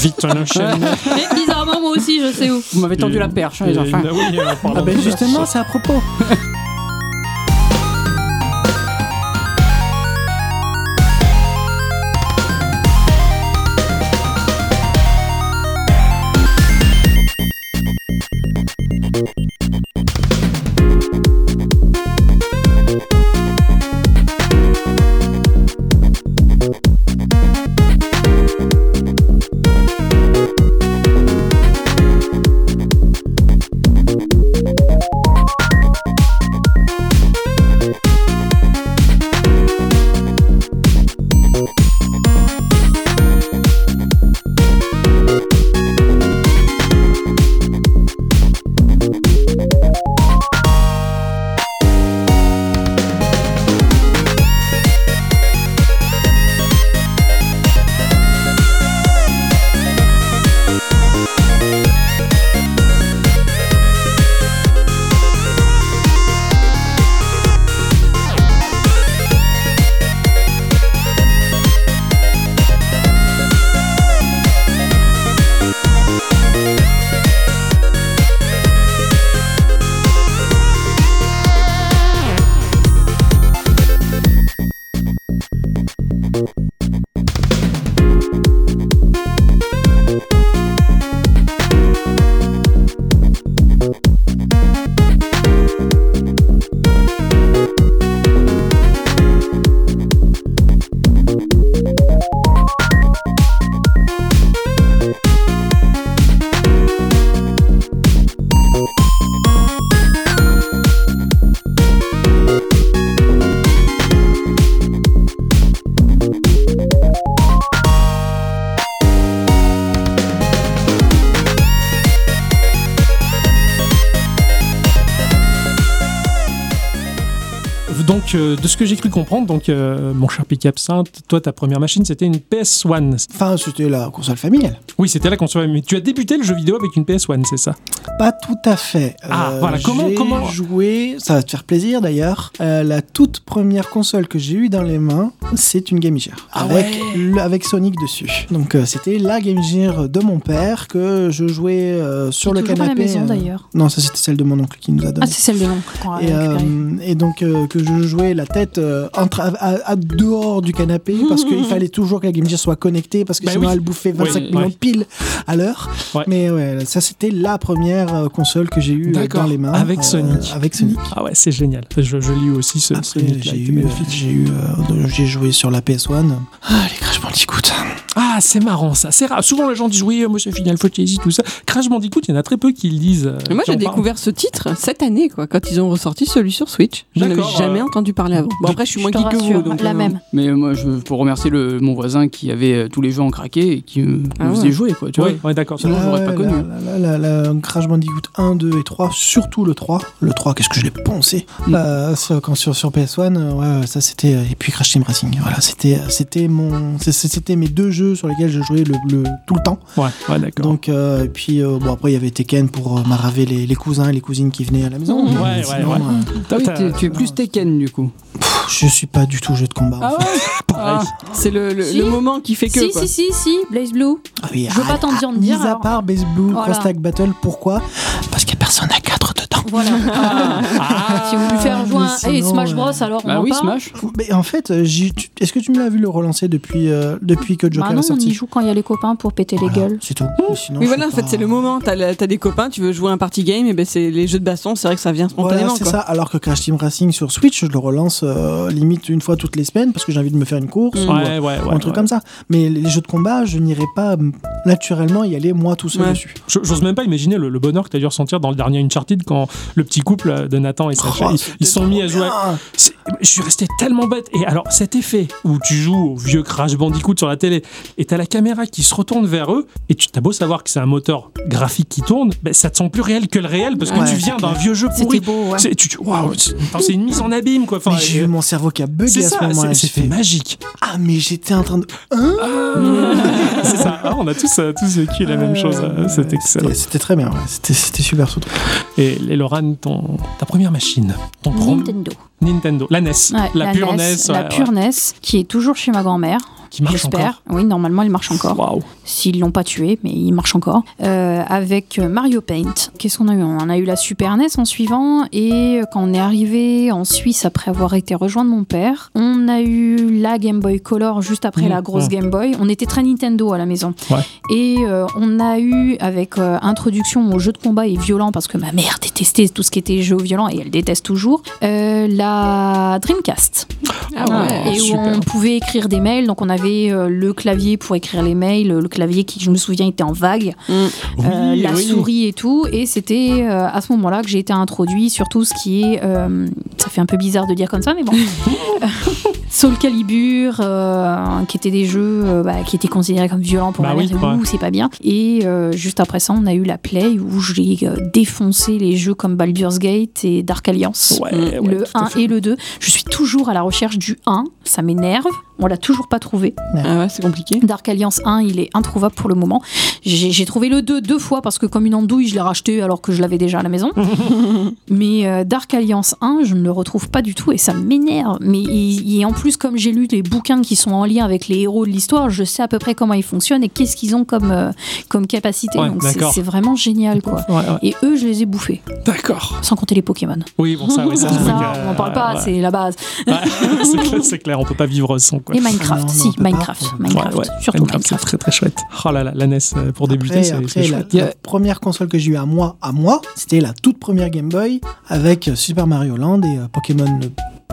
Speaker 1: Vite, on enchaîne.
Speaker 5: Mais bizarrement, moi aussi, je sais où.
Speaker 3: Vous m'avez tendu la perche, hein, les
Speaker 1: Et-
Speaker 3: enfants.
Speaker 1: Ah oui, euh, pardon.
Speaker 4: Ah ben justement, c'est à propos.
Speaker 1: Donc, euh, de ce que j'ai cru comprendre, donc, euh, mon cher Pic Absinthe, toi, ta première machine, c'était une PS1.
Speaker 4: Enfin, c'était la console familiale.
Speaker 1: Oui, c'était la console. Mais tu as débuté le jeu vidéo avec une PS1, c'est ça
Speaker 4: Pas tout à fait. Euh,
Speaker 1: Ah, voilà, comment-
Speaker 4: j'ai
Speaker 1: comment-
Speaker 4: joué, ça va te faire plaisir d'ailleurs, Euh, la toute première console que j'ai eue dans les mains, c'est une Game Gear.
Speaker 1: Ah
Speaker 4: avec, le- avec Sonic dessus. Donc euh, c'était la Game Gear de mon père que je jouais euh, sur
Speaker 5: Qui est
Speaker 4: le
Speaker 5: toujours
Speaker 4: canapé.
Speaker 5: à la maison
Speaker 4: euh,
Speaker 5: d'ailleurs.
Speaker 4: Non, ça c'était celle de mon oncle qui nous a donné.
Speaker 5: Ah, c'est celle de l'oncle qu'on a
Speaker 4: et,
Speaker 5: récupérée.
Speaker 4: euh, et donc euh, que je jouais la tête euh, entre, à, à- à dehors du canapé parce qu'il fallait toujours que la Game Gear soit connectée parce que
Speaker 1: Bah
Speaker 4: sinon
Speaker 1: oui.
Speaker 4: elle bouffait 25
Speaker 1: Ouais,
Speaker 4: millions
Speaker 1: ouais.
Speaker 4: pile à l'heure.
Speaker 1: Ouais.
Speaker 4: Mais ouais, ça c'était la première euh, console que j'ai eue euh,
Speaker 1: D'accord.
Speaker 4: dans les mains.
Speaker 1: Avec Sonic.
Speaker 4: Avec Sonic.
Speaker 1: Ah ouais, c'est génial. Je, je lis aussi ce, ce
Speaker 4: Après,
Speaker 1: mythe-là,
Speaker 4: j'ai
Speaker 1: il était
Speaker 4: eu, euh,
Speaker 1: magnifique.
Speaker 4: j'ai eu, euh, j'ai joué sur la PS1. Ah, les Crash Bandicoot.
Speaker 1: Ah, c'est marrant ça. C'est rare. Souvent, les gens disent oui, euh, moi, c'est Final Fantasy, tout ça. Crash Bandicoot, il y en a très peu qui le disent. euh,
Speaker 2: Mais moi,
Speaker 1: qui
Speaker 2: j'ai
Speaker 1: en parlent.
Speaker 2: découvert ce titre cette année, quoi, quand ils ont ressorti celui sur Switch. Je n'avais
Speaker 1: D'accord,
Speaker 2: jamais
Speaker 1: euh,
Speaker 2: entendu parler avant. Bon, après, je suis
Speaker 5: Je
Speaker 2: moins
Speaker 5: te
Speaker 2: geek que vous.
Speaker 5: rassure,
Speaker 2: Donc,
Speaker 5: la
Speaker 2: euh,
Speaker 5: même.
Speaker 3: Mais euh, moi, je, pour remercier le, mon voisin qui avait euh, tous les jeux en craqué et qui euh, me
Speaker 2: Ah ouais.
Speaker 3: faisait jouer, quoi, tu
Speaker 1: Oui,
Speaker 3: vois.
Speaker 1: ouais, d'accord.
Speaker 3: Sinon, j'aurais pas
Speaker 4: Ouais,
Speaker 3: connu.
Speaker 4: la- la- la- la- Crash Bandicoot 1, 2 et 3, surtout le 3. Le 3, qu'est-ce que je l'ai poncé
Speaker 3: Mm.
Speaker 4: Euh, sur, quand, sur, sur PS1, euh, ouais, ouais, ça c'était. euh, Et puis Crash Team Racing. Voilà, c'était euh, c'était mon, c'est- c'est- c'était mes deux jeux sur lesquels je jouais le, le- tout le temps.
Speaker 1: Ouais, ouais, d'accord.
Speaker 4: Donc, euh, et puis, euh, bon, après, il y avait Tekken pour euh, maraver les, les cousins et les cousines qui venaient à la maison.
Speaker 1: Ouais,
Speaker 4: Mais
Speaker 1: Mm. ouais, ouais.
Speaker 4: euh,
Speaker 3: Ah oui,
Speaker 1: Toi, t'as-
Speaker 3: t'es- tu es plus Tekken, du coup.
Speaker 4: pff, je suis pas du tout jeu de
Speaker 5: Ah
Speaker 4: combat. en fait.
Speaker 1: Pareil.
Speaker 2: C'est le, le-
Speaker 5: Si.
Speaker 2: le moment qui fait que.
Speaker 5: Si,
Speaker 2: quoi.
Speaker 5: si, si, si, Blaze Blue.
Speaker 4: Ah oui,
Speaker 5: Je veux pas
Speaker 4: arrête.
Speaker 5: t'en dire, me
Speaker 4: Mis
Speaker 5: dire.
Speaker 4: à
Speaker 5: alors.
Speaker 4: part Base Blue,
Speaker 5: Voilà.
Speaker 4: Cross Tag Battle, pourquoi Parce qu'il y a personne à 4 dedans.
Speaker 5: Voilà. Ah.
Speaker 1: Ah.
Speaker 5: si vous voulez faire jouer un
Speaker 4: mais
Speaker 5: hey,
Speaker 4: sinon,
Speaker 5: Smash
Speaker 4: euh,
Speaker 5: Bros, alors on
Speaker 3: Bah
Speaker 5: en
Speaker 3: oui,
Speaker 5: parle.
Speaker 3: Smash.
Speaker 4: Mais en fait, euh, j'y- tu- est-ce que tu me l'as vu le relancer depuis, euh, depuis que Joker
Speaker 5: Bah non,
Speaker 4: est
Speaker 5: on
Speaker 4: sorti
Speaker 5: y joue quand il y a les copains pour péter les
Speaker 4: Voilà,
Speaker 5: gueules.
Speaker 4: C'est tout. Mais sinon,
Speaker 2: Oui,
Speaker 4: je
Speaker 2: voilà, en
Speaker 4: suis
Speaker 2: fait,
Speaker 4: pas-
Speaker 2: c'est le moment. T'as la- t'as des copains, tu veux jouer un party game, et ben c'est les jeux de baston, c'est vrai que ça vient
Speaker 4: Voilà,
Speaker 2: spontanément.
Speaker 4: c'est
Speaker 2: quoi.
Speaker 4: ça. Alors que Crash Team Racing sur Switch, je le relance euh, limite une fois toutes les semaines parce que j'ai envie de me faire une course
Speaker 2: Mm.
Speaker 4: ou,
Speaker 1: Ouais, ouais, ouais.
Speaker 4: ou un truc
Speaker 1: ouais.
Speaker 4: comme ça. Mais les jeux de combat, je n'irai pas m- naturellement y aller moi tout seul
Speaker 2: Ouais.
Speaker 4: dessus.
Speaker 1: J- J'ose même pas imaginer le, le bonheur que t'as dû ressentir dans le dernier Uncharted quand le petit couple euh, de Nathan et Sacha,
Speaker 4: Oh,
Speaker 1: ils,
Speaker 4: c'était
Speaker 1: ils sont
Speaker 4: trop
Speaker 1: mis à jouer.
Speaker 4: bien.
Speaker 1: C'est- Je suis resté tellement bête. Et alors, cet effet où tu joues au vieux Crash Bandicoot sur la télé et t'as la caméra qui se retourne vers eux et tu t'as beau savoir que c'est un moteur graphique qui tourne, ben, ça te semble plus réel que le réel parce que
Speaker 4: Ouais,
Speaker 1: tu viens
Speaker 4: c'est
Speaker 1: d'un
Speaker 4: clair.
Speaker 1: vieux jeu
Speaker 5: C'était
Speaker 1: pourri.
Speaker 5: beau, ouais.
Speaker 1: C'est tu- tu- waouh, c'est attends, c'est une mise en abîme quoi. Enfin,
Speaker 4: mais j'ai
Speaker 1: euh,
Speaker 4: eu mon cerveau qui a bugué
Speaker 1: c'est
Speaker 4: à ce
Speaker 1: ça,
Speaker 4: moment-là.
Speaker 1: c'est-
Speaker 4: J'ai
Speaker 1: c'était
Speaker 4: fait,
Speaker 1: magique.
Speaker 4: ah mais j'étais en train de...
Speaker 1: c'est ça. Ah, on a tous, euh, tous vécu la même chose. euh, C'était excellent.
Speaker 4: C'était- C'était très bien, ouais. c'était c'était super surtout.
Speaker 1: Et, et Laurent, ton, ta première machine, ton prom-
Speaker 5: Nintendo.
Speaker 1: Nintendo, la NES,
Speaker 5: Ouais,
Speaker 1: la, pure NES,
Speaker 5: la
Speaker 1: ouais,
Speaker 5: pure E NES, qui est toujours chez ma grand-mère,
Speaker 1: ouais, qui marche encore.
Speaker 5: j'espère. Oui, normalement, il marche encore.
Speaker 1: Waouh.
Speaker 5: S'ils l'ont pas tué, mais il marche encore. Euh, avec euh, Mario Paint. Qu'est-ce qu'on a eu On a eu la Super NES en suivant. Et euh, quand on est arrivé en Suisse après avoir été rejoindre mon père, on a eu la Game Boy Color juste après
Speaker 1: Mmh,
Speaker 5: la grosse
Speaker 1: ouais.
Speaker 5: Game Boy. On était très Nintendo à la maison.
Speaker 1: Ouais.
Speaker 5: Et euh, on a eu avec euh, introduction aux jeux de combat et violents parce que ma mère détestait tout ce qui était jeux violents et elle déteste toujours. euh, la Dreamcast
Speaker 2: Ah ouais.
Speaker 5: et où
Speaker 1: super.
Speaker 5: on pouvait écrire des mails. Donc on avait euh, le clavier pour écrire les mails, le clavier qui, je me souviens, était en vague, euh, la
Speaker 1: oui.
Speaker 5: souris et tout. Et c'était euh, à ce moment-là que j'ai été introduit sur tout ce qui est. euh, ça fait un peu bizarre de dire comme ça, mais bon. Soul Calibur, euh, qui étaient des jeux euh, bah, qui étaient considérés comme violents pour
Speaker 1: Bah
Speaker 5: ma mère,
Speaker 1: oui,
Speaker 5: et,
Speaker 1: ouais.
Speaker 5: ouh, c'est pas bien. Et euh, juste après ça, on a eu la Play où j'ai euh, défoncé les jeux comme Baldur's Gate et Dark Alliance
Speaker 1: Ouais, ouais,
Speaker 5: mm, le
Speaker 1: tout à
Speaker 5: 1
Speaker 1: fait.
Speaker 5: et le 2. Je suis toujours à la recherche du 1, ça m'énerve. On l'a toujours pas trouvé.
Speaker 2: Ah ouais, c'est compliqué.
Speaker 5: Dark Alliance 1, il est introuvable pour le moment. J'ai j'ai trouvé le 2 deux fois parce que comme une andouille, je l'ai racheté alors que je l'avais déjà à la maison. Mais euh, Dark Alliance 1, je ne le retrouve pas du tout et ça m'énerve. Mais il- et en plus, comme j'ai lu les bouquins qui sont en lien avec les héros de l'histoire, je sais à peu près comment ils fonctionnent et qu'est-ce qu'ils ont comme, euh, comme capacité.
Speaker 1: Ouais,
Speaker 5: Donc c'est-
Speaker 1: d'accord.
Speaker 5: c'est vraiment génial quoi.
Speaker 1: Ouais, ouais.
Speaker 5: Et eux, je les ai bouffés,
Speaker 1: D'accord.
Speaker 5: sans compter les Pokémon.
Speaker 1: Oui, bon, ça, oui, ça,
Speaker 5: Ça,
Speaker 1: c'est vrai que,
Speaker 5: on n'en parle pas,
Speaker 1: ouais.
Speaker 5: c'est la base.
Speaker 1: Ouais, c'est clair, c'est clair, on peut pas vivre sans quoi.
Speaker 5: Et Minecraft,
Speaker 4: Non, non,
Speaker 5: si,
Speaker 4: on peut pas.
Speaker 5: Minecraft,
Speaker 4: Ouais,
Speaker 5: Minecraft,
Speaker 1: ouais,
Speaker 5: surtout
Speaker 1: Minecraft,
Speaker 5: Minecraft.
Speaker 1: c'est très très chouette. Oh là là, la NES euh, pour débuter,
Speaker 4: Après,
Speaker 1: c'est
Speaker 4: après,
Speaker 1: c'est
Speaker 4: la,
Speaker 1: chouette.
Speaker 4: la première console que j'ai eue à moi, à moi, c'était la toute première Game Boy avec euh, Super Mario Land et euh, Pokémon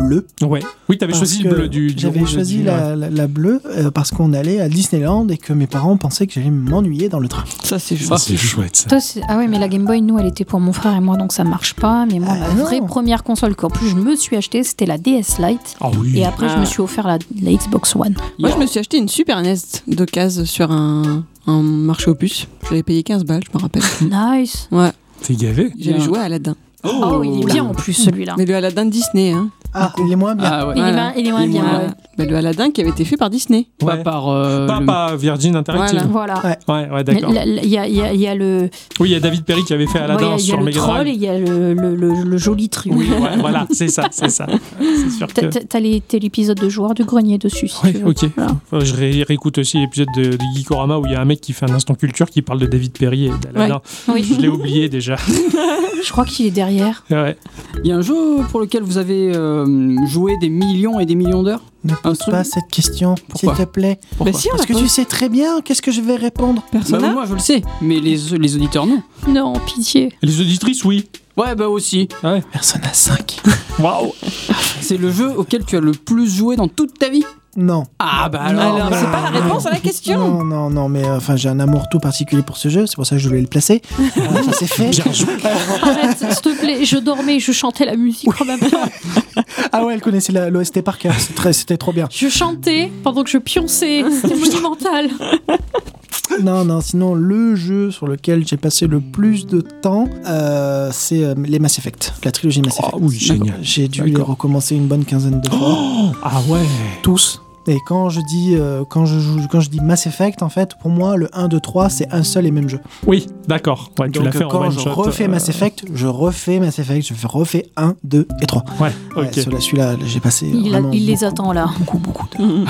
Speaker 4: bleu.
Speaker 1: Ouais. Oui, t'avais
Speaker 4: Parce
Speaker 1: choisi
Speaker 4: que
Speaker 1: le bleu du. du
Speaker 4: J'avais
Speaker 1: rouge et
Speaker 4: choisi
Speaker 1: du-
Speaker 4: la, la- la bleue euh, parce qu'on allait à Disneyland et que mes parents pensaient que j'allais m'ennuyer dans le train.
Speaker 2: Ça, c'est
Speaker 1: Ça,
Speaker 2: juste.
Speaker 1: c'est chouette. ça.
Speaker 5: Toi, c'est- ah ouais, mais la Game Boy, nous, elle était pour mon frère et moi, donc ça marche pas. Mais moi,
Speaker 4: Ah,
Speaker 5: la vraie
Speaker 4: non.
Speaker 5: première console qu'en plus je me suis achetée, c'était la DS Lite.
Speaker 1: Ah oui.
Speaker 5: Et après, je
Speaker 2: Ah.
Speaker 5: me suis offert la, la Xbox One.
Speaker 2: Moi, je me suis acheté une Super E NES d'occasion sur un, un marché opus. Je l'avais payé 15 balles, je me rappelle.
Speaker 5: Nice.
Speaker 2: Ouais,
Speaker 1: T'es gavé.
Speaker 2: j'avais joué à Aladdin.
Speaker 5: Oh, il est bien en plus celui-là.
Speaker 2: Mais le Aladdin de Disney, hein.
Speaker 4: Ah, il est moins bien.
Speaker 3: Ah ouais.
Speaker 5: Il, est
Speaker 2: Voilà.
Speaker 5: bien, il est moins
Speaker 3: Il est
Speaker 5: bien.
Speaker 3: moins-
Speaker 5: ouais.
Speaker 2: Bah, le Aladdin qui avait été fait par Disney.
Speaker 3: Pas
Speaker 1: Ouais.
Speaker 3: par. euh,
Speaker 1: Pas
Speaker 3: le-
Speaker 1: par Virgin Interactive.
Speaker 5: Voilà.
Speaker 4: Ouais.
Speaker 1: Ouais, ouais,
Speaker 5: Mais
Speaker 1: d'accord.
Speaker 5: la- la- Il y, a- il y a- il y a le,
Speaker 1: Oui, il y a David Perry qui avait fait
Speaker 5: ouais, il y
Speaker 1: Aladdin
Speaker 5: a- il y a
Speaker 1: sur
Speaker 5: le
Speaker 1: Mega
Speaker 5: troll
Speaker 1: Drive.
Speaker 5: et il y a le, le- le- le joli truc.
Speaker 1: Oui, ouais, voilà, c'est ça, c'est ça. C'est sûr
Speaker 5: T'as-
Speaker 1: que.
Speaker 5: T'as t'as les- t'as l'épisode de joueur du grenier dessus. si tu
Speaker 1: Ouais,
Speaker 5: veux.
Speaker 1: ok.
Speaker 5: Voilà.
Speaker 1: Enfin, Je ré- réécoute aussi l'épisode de, de Geekorama où il y a un mec qui fait un instant culture qui parle de David Perry et d'Aladdin.
Speaker 5: Oui.
Speaker 1: Je l'ai oublié déjà.
Speaker 5: Je crois qu'il est derrière.
Speaker 1: Ouais.
Speaker 3: Il y a un jeu pour lequel vous avez euh, joué des millions et des millions d'heures
Speaker 4: Ne
Speaker 3: Un
Speaker 4: pose
Speaker 3: truc-
Speaker 4: pas cette question, s'il
Speaker 3: Pourquoi
Speaker 4: te plaît.
Speaker 3: Pourquoi
Speaker 2: Bah si, on
Speaker 4: Parce
Speaker 2: l'a
Speaker 4: que
Speaker 2: pas
Speaker 4: tu sais très bien qu'est-ce que je vais répondre.
Speaker 3: Bah,
Speaker 2: Persona
Speaker 3: Moi, je le sais, mais les, les auditeurs, non.
Speaker 5: Non, pitié.
Speaker 1: Les auditrices, oui.
Speaker 3: Ouais, bah aussi.
Speaker 4: Persona 5.
Speaker 1: Waouh.
Speaker 3: C'est le jeu auquel tu as le plus joué dans toute ta vie.
Speaker 4: Non.
Speaker 3: Ah bah
Speaker 2: Alors,
Speaker 3: alors.
Speaker 2: c'est pas la réponse à la question.
Speaker 4: Non, non, non, mais euh, enfin, j'ai un amour tout particulier pour ce jeu, c'est pour ça que je voulais le placer. Euh, ça s'est fait.
Speaker 1: Bien joué.
Speaker 5: Arrête, s'il te plaît. Je dormais, je chantais la musique en même temps.
Speaker 4: Ah ouais, elle connaissait la- l'OST par cœur, hein. c'est très- c'était trop bien.
Speaker 5: Je chantais pendant que je pionçais. C'était monumental.
Speaker 4: Non, non, sinon, le jeu sur lequel j'ai passé le plus de temps, euh, c'est euh, les Mass Effect, la trilogie Mass Effect.
Speaker 1: Oh, oui, génial.
Speaker 4: J'ai dû les
Speaker 1: D'accord.
Speaker 4: recommencer une bonne quinzaine de fois,
Speaker 1: Ah ouais.
Speaker 4: tous.
Speaker 1: Oh
Speaker 4: Et quand je dis euh, quand je joue, quand je dis Mass Effect, en fait, pour moi, le 1, 2, 3, c'est un seul et même jeu.
Speaker 1: Oui, d'accord. Ouais, tu
Speaker 4: Donc,
Speaker 1: l'as fait en
Speaker 4: quand
Speaker 1: one
Speaker 4: je
Speaker 1: shot.
Speaker 4: refais
Speaker 1: euh,
Speaker 4: Mass Effect, je refais Mass Effect, je refais 1, 2 et 3.
Speaker 1: Ouais,
Speaker 4: Ouais,
Speaker 1: ok.
Speaker 4: celui-là, celui-là, j'ai passé.
Speaker 5: Il, a- Mm.
Speaker 4: vraiment
Speaker 5: il les
Speaker 4: beaucoup,
Speaker 5: attend là.
Speaker 4: Beaucoup, beaucoup de.
Speaker 1: Je-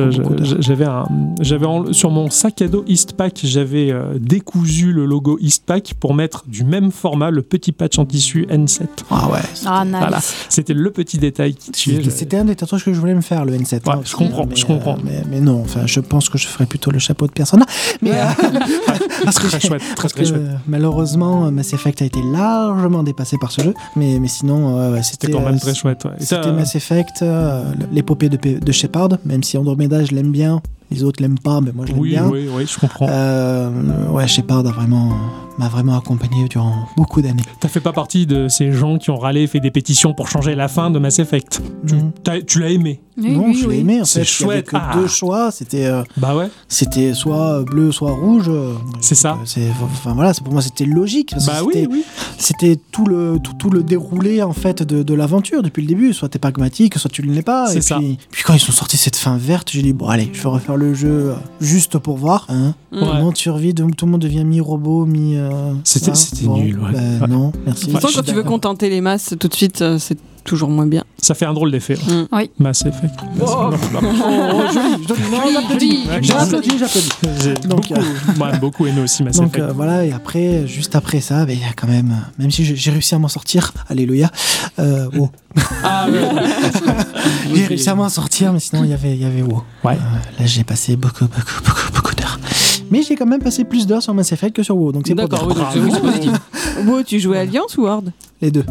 Speaker 4: beaucoup,
Speaker 1: je-
Speaker 4: beaucoup de-
Speaker 1: je- J'avais un, j'avais en- sur mon sac à dos Eastpak, j'avais euh, décousu le logo Eastpak pour mettre du même format le petit patch en tissu N7.
Speaker 4: Ah ouais.
Speaker 5: Ah, nice.
Speaker 1: Voilà. C'était le petit détail qui tuait.
Speaker 4: C'était un des tatouages que je voulais me faire, le N7.
Speaker 1: Ouais,
Speaker 4: hein,
Speaker 1: je
Speaker 4: parce que
Speaker 1: comprends,
Speaker 4: Mais,
Speaker 1: je comprends.
Speaker 4: euh, mais, mais non, enfin, je pense que je ferais plutôt le chapeau de Persona. Mais euh, parce que
Speaker 1: Très chouette, très
Speaker 4: parce
Speaker 1: très
Speaker 4: que,
Speaker 1: chouette.
Speaker 4: malheureusement, euh, Mass Effect a été largement dépassé par ce jeu. Mais, mais sinon, euh, ouais, c'était
Speaker 1: C'était quand
Speaker 4: euh,
Speaker 1: même très chouette. ouais. Et ça,
Speaker 4: C'était Mass Effect, euh, l'épopée de, P- de Shepard. Même si Andromeda, je l'aime bien, les autres l'aiment pas, mais moi je l'aime
Speaker 1: oui,
Speaker 4: bien.
Speaker 1: oui, oui, je comprends.
Speaker 4: Euh, ouais, Shepard a vraiment m'a vraiment accompagné durant beaucoup d'années.
Speaker 1: T'as fait pas partie de ces gens qui ont râlé, fait des pétitions pour changer la fin de Mass Effect. Tu,
Speaker 4: Mhm.
Speaker 1: t'as- tu l'as aimé.
Speaker 5: Oui,
Speaker 4: non,
Speaker 5: oui,
Speaker 4: je
Speaker 5: oui.
Speaker 4: l'ai aimé en
Speaker 1: C'est
Speaker 4: fait. Il y avait
Speaker 1: chouette.
Speaker 4: que
Speaker 1: Ah.
Speaker 4: deux choix, c'était euh,
Speaker 1: Bah ouais.
Speaker 4: c'était soit bleu, soit rouge. euh,
Speaker 1: C'est ça.
Speaker 4: C'est enfin voilà, c'est- pour moi c'était logique parce que
Speaker 1: Bah
Speaker 4: c'était
Speaker 1: oui, oui.
Speaker 4: c'était tout le tout, tout le déroulé en fait de, de l'aventure depuis le début soit t'es pragmatique soit tu ne l'es pas
Speaker 1: C'est
Speaker 4: et
Speaker 1: ça.
Speaker 4: puis, puis quand ils sont sortis cette fin verte j'ai dit bon allez je vais refaire le jeu euh, juste pour voir hein.
Speaker 2: Mm.
Speaker 1: Ouais.
Speaker 4: Comment tu revis donc, tout le monde devient mi robot mi euh,
Speaker 1: C'était-
Speaker 4: ça.
Speaker 1: c'était nul, ouais.
Speaker 4: bah,
Speaker 1: Ouais.
Speaker 4: non merci
Speaker 2: De toute
Speaker 1: Ouais,
Speaker 2: façon,
Speaker 1: je
Speaker 2: quand tu veux contenter les masses tout de suite, euh, c'est toujours moins bien.
Speaker 1: Ça fait un drôle d'effet. ouais.
Speaker 5: Mm. Oui.
Speaker 1: Mass Effect. Oh.
Speaker 4: j'applaudis j'applaudis
Speaker 1: J'ai
Speaker 4: Donc, euh,
Speaker 1: beaucoup, ouais, beaucoup aimé aussi Mass
Speaker 4: Donc
Speaker 1: Effect.
Speaker 4: euh, voilà, et après, juste après ça, ben, il y a quand même, euh, même si j'ai- j'ai réussi à m'en sortir, alléluia, euh, wow.
Speaker 3: Ah, ouais.
Speaker 4: j'ai réussi à m'en sortir, mais sinon il y avait, il y avait wow.
Speaker 1: Ouais.
Speaker 4: Euh, là j'ai passé beaucoup, beaucoup, beaucoup, beaucoup d'heures. Mais j'ai quand même passé plus d'heures sur Mass Effect que sur WoW, donc c'est pas
Speaker 3: D'accord, oui,
Speaker 4: bien.
Speaker 3: donc c'est oui, c'est positif.
Speaker 2: Wow, tu jouais Alliance ou Horde
Speaker 4: Les deux.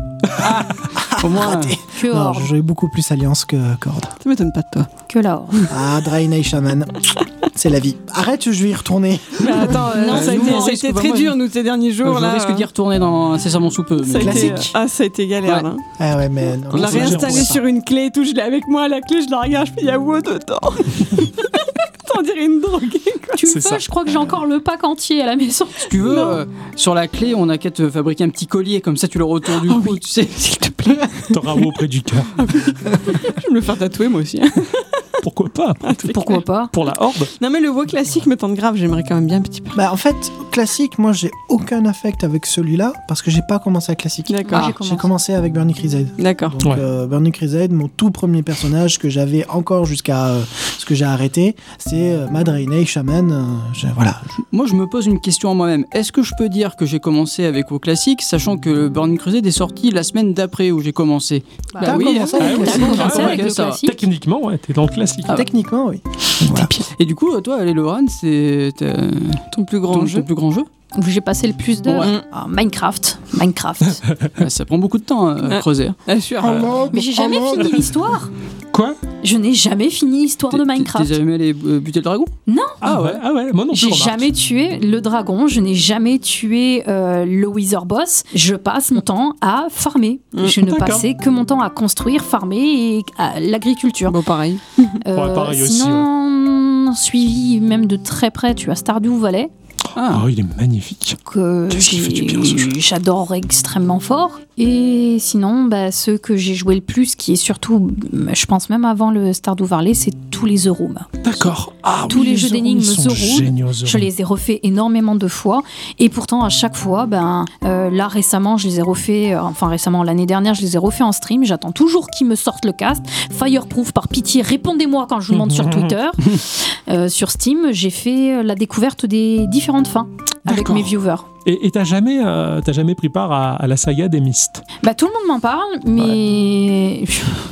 Speaker 3: Au moins,
Speaker 5: Que
Speaker 4: Non,
Speaker 5: Horde.
Speaker 4: je jouais beaucoup plus Alliance que Horde.
Speaker 2: Ça m'étonne pas de toi.
Speaker 5: Que la Horde.
Speaker 4: Ah, Draenei Shaman, c'est la vie. Arrête, je vais y retourner.
Speaker 2: Mais attends, euh,
Speaker 3: Non,
Speaker 2: ça a
Speaker 3: nous,
Speaker 2: été,
Speaker 3: on
Speaker 2: ça a
Speaker 3: risque
Speaker 2: été
Speaker 3: pas,
Speaker 2: très
Speaker 3: moi,
Speaker 2: dur, nous, ces derniers jours.
Speaker 3: je
Speaker 2: là.
Speaker 3: risque d'y retourner dans incessamment sous peu.
Speaker 2: Ça a
Speaker 3: mais-
Speaker 2: été-
Speaker 4: Classique.
Speaker 2: Ah, ça a été galère.
Speaker 3: Ouais.
Speaker 2: hein.
Speaker 4: Ah ouais, mais non,
Speaker 2: On l'a
Speaker 1: c'est gênant,
Speaker 2: réinstallé
Speaker 1: ouais.
Speaker 2: sur une clé et tout. Je l'ai avec moi, la clé, je la regarde, je fais yaouh dedans. T'en dirais une drogue.
Speaker 5: Tu
Speaker 1: C'est
Speaker 5: le
Speaker 1: ça.
Speaker 5: veux, je crois que j'ai encore le pack entier à la maison.
Speaker 3: Si tu veux, euh, sur la clé, on a qu'à te fabriquer un petit collier, comme ça tu le retournes du cou, tu sais, s'il te plaît.
Speaker 1: T'auras WoW près du cœur.
Speaker 2: Je vais me le faire tatouer, moi aussi. hein.
Speaker 1: Pourquoi pas après tout.
Speaker 5: Pourquoi pas
Speaker 1: Pour la Horde
Speaker 2: Ah, Non, mais le WoW classique me tente grave, j'aimerais quand même bien un petit peu.
Speaker 4: Bah en fait, classique, moi j'ai aucun affect avec celui-là parce que j'ai pas commencé à classique.
Speaker 2: D'accord.
Speaker 5: Ah, j'ai
Speaker 4: J'ai
Speaker 5: commencé.
Speaker 4: commencé avec Bernie Crusade.
Speaker 2: D'accord.
Speaker 4: Donc
Speaker 1: Ouais.
Speaker 4: euh, Burning Crusade, mon tout premier personnage que j'avais encore jusqu'à euh, ce que j'ai arrêté, c'est euh, ma Draenei Shaman. euh, je- voilà.
Speaker 3: Moi, je me pose une question à moi-même. Est-ce que je peux dire que j'ai commencé avec WoW Classique, sachant que Burning Crusade est sorti la semaine d'après où j'ai commencé Ah
Speaker 5: Bah
Speaker 4: T'as
Speaker 5: oui,
Speaker 4: commencé
Speaker 5: t'as
Speaker 4: avec
Speaker 1: oui,
Speaker 4: classique.
Speaker 1: oui.
Speaker 5: commencé
Speaker 1: Ah,
Speaker 5: avec
Speaker 3: ouais,
Speaker 5: le
Speaker 3: ça.
Speaker 5: classique.
Speaker 1: Techniquement, ouais, t'es dans le
Speaker 5: Ah
Speaker 1: classique.
Speaker 4: Techniquement, oui. Voilà.
Speaker 3: Et du coup, toi, allez, Laurent, c'est euh,
Speaker 2: Ton plus grand
Speaker 3: ton, ton
Speaker 2: jeu.
Speaker 3: plus grand jeu
Speaker 5: Où j'ai passé le plus d'heures.
Speaker 2: Ouais.
Speaker 5: Ah, Minecraft. Minecraft.
Speaker 3: Bah, Ça prend beaucoup de temps, euh,
Speaker 2: Ouais.
Speaker 3: creuser.
Speaker 2: Ah, sûr.
Speaker 5: Mais j'ai jamais fini l'histoire.
Speaker 1: Quoi
Speaker 5: Je n'ai jamais fini l'histoire de
Speaker 3: T'es- t'es-
Speaker 5: Minecraft.
Speaker 3: T'es jamais allé euh, buter le dragon
Speaker 5: Non.
Speaker 3: Ah ouais
Speaker 1: Ah ouais, moi non plus.
Speaker 5: J'ai
Speaker 1: remarque.
Speaker 5: jamais tué le dragon, je n'ai jamais tué euh, le Wither Boss. Je passe mon temps à farmer.
Speaker 2: Mm,
Speaker 5: je ne
Speaker 1: d'accord.
Speaker 5: passais que mon temps à construire, farmer et à l'agriculture.
Speaker 2: Bon, pareil.
Speaker 5: Euh,
Speaker 1: pareil aussi,
Speaker 5: sinon, suivi même de très près, tu as Stardew Valley
Speaker 3: Ah.
Speaker 1: Oh, il est magnifique.
Speaker 5: que
Speaker 1: Qu'est-ce qu'il fait du bien, ce jeu
Speaker 5: j'ai- j'adore extrêmement fort. Et sinon, bah, ce que j'ai joué le plus, qui est surtout, je pense même avant le Stardew Valley, c'est tous les The Room.
Speaker 1: D'accord. Ah,
Speaker 5: Tous
Speaker 1: oui,
Speaker 5: les jeux
Speaker 1: Zorro,
Speaker 5: d'énigmes
Speaker 1: ils sont
Speaker 5: Zorro,
Speaker 1: géniaux, Zorro.
Speaker 5: Je les ai refaits énormément de fois et pourtant à chaque fois, ben euh, là récemment, je les ai refaits, euh, enfin récemment l'année dernière, je les ai refaits en stream. J'attends toujours qu'ils me sortent le cast. Fireproof, par pitié, répondez-moi quand je vous demande sur Twitter, Euh, sur Steam, j'ai fait euh, la découverte des différentes fins avec
Speaker 1: D'accord.
Speaker 5: mes viewers.
Speaker 1: Et et t'as jamais, euh, t'as jamais pris part à, à la saga des Myst
Speaker 5: Bah tout le monde m'en parle, mais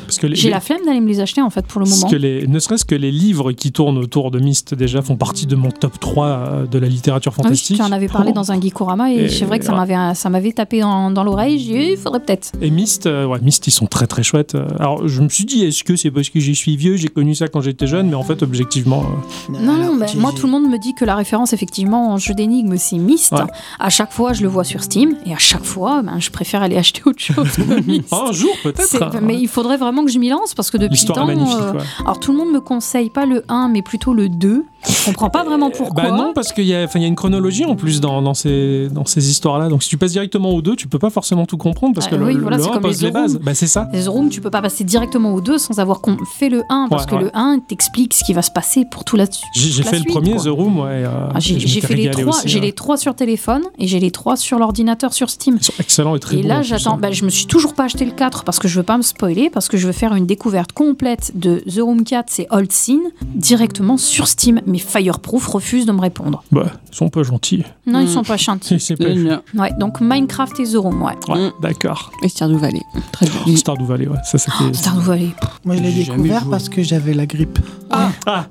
Speaker 1: Parce que les-
Speaker 5: j'ai
Speaker 1: les-
Speaker 5: la flemme d'aller me les acheter en fait pour le
Speaker 1: parce
Speaker 5: moment.
Speaker 1: que les, ne serait-ce que les livres qui tournent autour de Myst déjà font partie de mon top 3 euh, de la littérature
Speaker 5: Ah oui,
Speaker 1: fantastique.
Speaker 5: tu en avais parlé
Speaker 1: Oh.
Speaker 5: dans un Geekorama et,
Speaker 1: Et
Speaker 5: c'est vrai que ça
Speaker 1: ouais.
Speaker 5: m'avait ça m'avait tapé dans, dans l'oreille. J'ai dit, il faudrait peut-être.
Speaker 1: Et Myst, euh, ouais, Myst, ils sont très très chouettes. Euh, Alors je me suis dit, est-ce que c'est parce que j'y suis vieux, j'ai connu ça quand j'étais jeune, mais en fait, objectivement, euh,
Speaker 5: Non,
Speaker 4: Alors,
Speaker 5: non, bah,
Speaker 4: j'ai-
Speaker 5: moi
Speaker 4: j'ai-
Speaker 5: tout le monde me dit que la référence effectivement en jeu d'énigmes c'est Myst.
Speaker 1: Ouais.
Speaker 5: À chaque fois je le vois sur Steam et à chaque fois ben, je préfère aller acheter autre chose que Myst.
Speaker 1: un jour Oh, peut-être.
Speaker 5: C'est- Mais il faudrait vraiment que je m'y lance parce que depuis le
Speaker 1: L'histoire
Speaker 5: temps.
Speaker 1: est magnifique.
Speaker 5: euh,
Speaker 1: ouais.
Speaker 5: alors tout le monde me conseille pas le 1 mais plutôt le 2. Je comprends pas vraiment pourquoi.
Speaker 1: Bah non, parce qu'il y, a- enfin, il y a une chronologie en plus dans, dans ces, dans ces histoires-là. Donc si tu passes directement aux deux, tu peux pas forcément tout comprendre parce
Speaker 5: Ah,
Speaker 1: que le,
Speaker 5: oui,
Speaker 1: le-
Speaker 5: voilà,
Speaker 1: le
Speaker 5: c'est
Speaker 1: un
Speaker 5: comme
Speaker 1: pose
Speaker 5: les
Speaker 1: les bases.
Speaker 5: Zorro.
Speaker 1: Bah, c'est ça.
Speaker 5: Les Room, tu peux pas passer directement au 2 sans avoir qu'on fait le 1 parce
Speaker 1: Ouais,
Speaker 5: que
Speaker 1: ouais.
Speaker 5: le 1 t'explique ce qui va se passer pour tout là-dessus.
Speaker 1: J'ai j'ai
Speaker 5: la
Speaker 1: fait le
Speaker 5: suite,
Speaker 1: premier
Speaker 5: quoi.
Speaker 1: The Room, ouais. euh,
Speaker 5: Ah, j'ai
Speaker 1: je m'étais
Speaker 5: j'ai fait les
Speaker 1: régalé
Speaker 5: trois,
Speaker 1: aussi,
Speaker 5: j'ai
Speaker 1: hein.
Speaker 5: les trois sur téléphone et j'ai les trois sur l'ordinateur sur Steam.
Speaker 1: Ils sont excellents et très
Speaker 5: Et
Speaker 1: beaux, en
Speaker 5: là,
Speaker 1: plus,
Speaker 5: j'attends.
Speaker 1: hein.
Speaker 5: bah, je me suis toujours pas acheté le 4 parce que je veux pas me spoiler, parce que je veux faire une découverte complète de The Room 4, c'est Old Scene, directement sur Steam. Mais mais Fireproof refuse de me répondre.
Speaker 1: Bah, ils sont pas gentils.
Speaker 5: Non, ils
Speaker 3: Hmm.
Speaker 5: sont pas
Speaker 1: C'est
Speaker 5: gentils.
Speaker 1: c'est pas...
Speaker 3: Gna, gna.
Speaker 5: Ouais, donc Minecraft et The Room, ouais.
Speaker 1: Ouais,
Speaker 3: Mm.
Speaker 1: d'accord.
Speaker 2: Et Stardew Valley. Très
Speaker 5: Mm.
Speaker 2: bien.
Speaker 1: Stardew Valley, ouais, ça c'était...
Speaker 5: Stardew Valley.
Speaker 4: Moi, je l'ai
Speaker 3: J'ai jamais
Speaker 4: découvert
Speaker 3: joué.
Speaker 4: parce que j'avais la grippe.
Speaker 1: Ah,
Speaker 5: La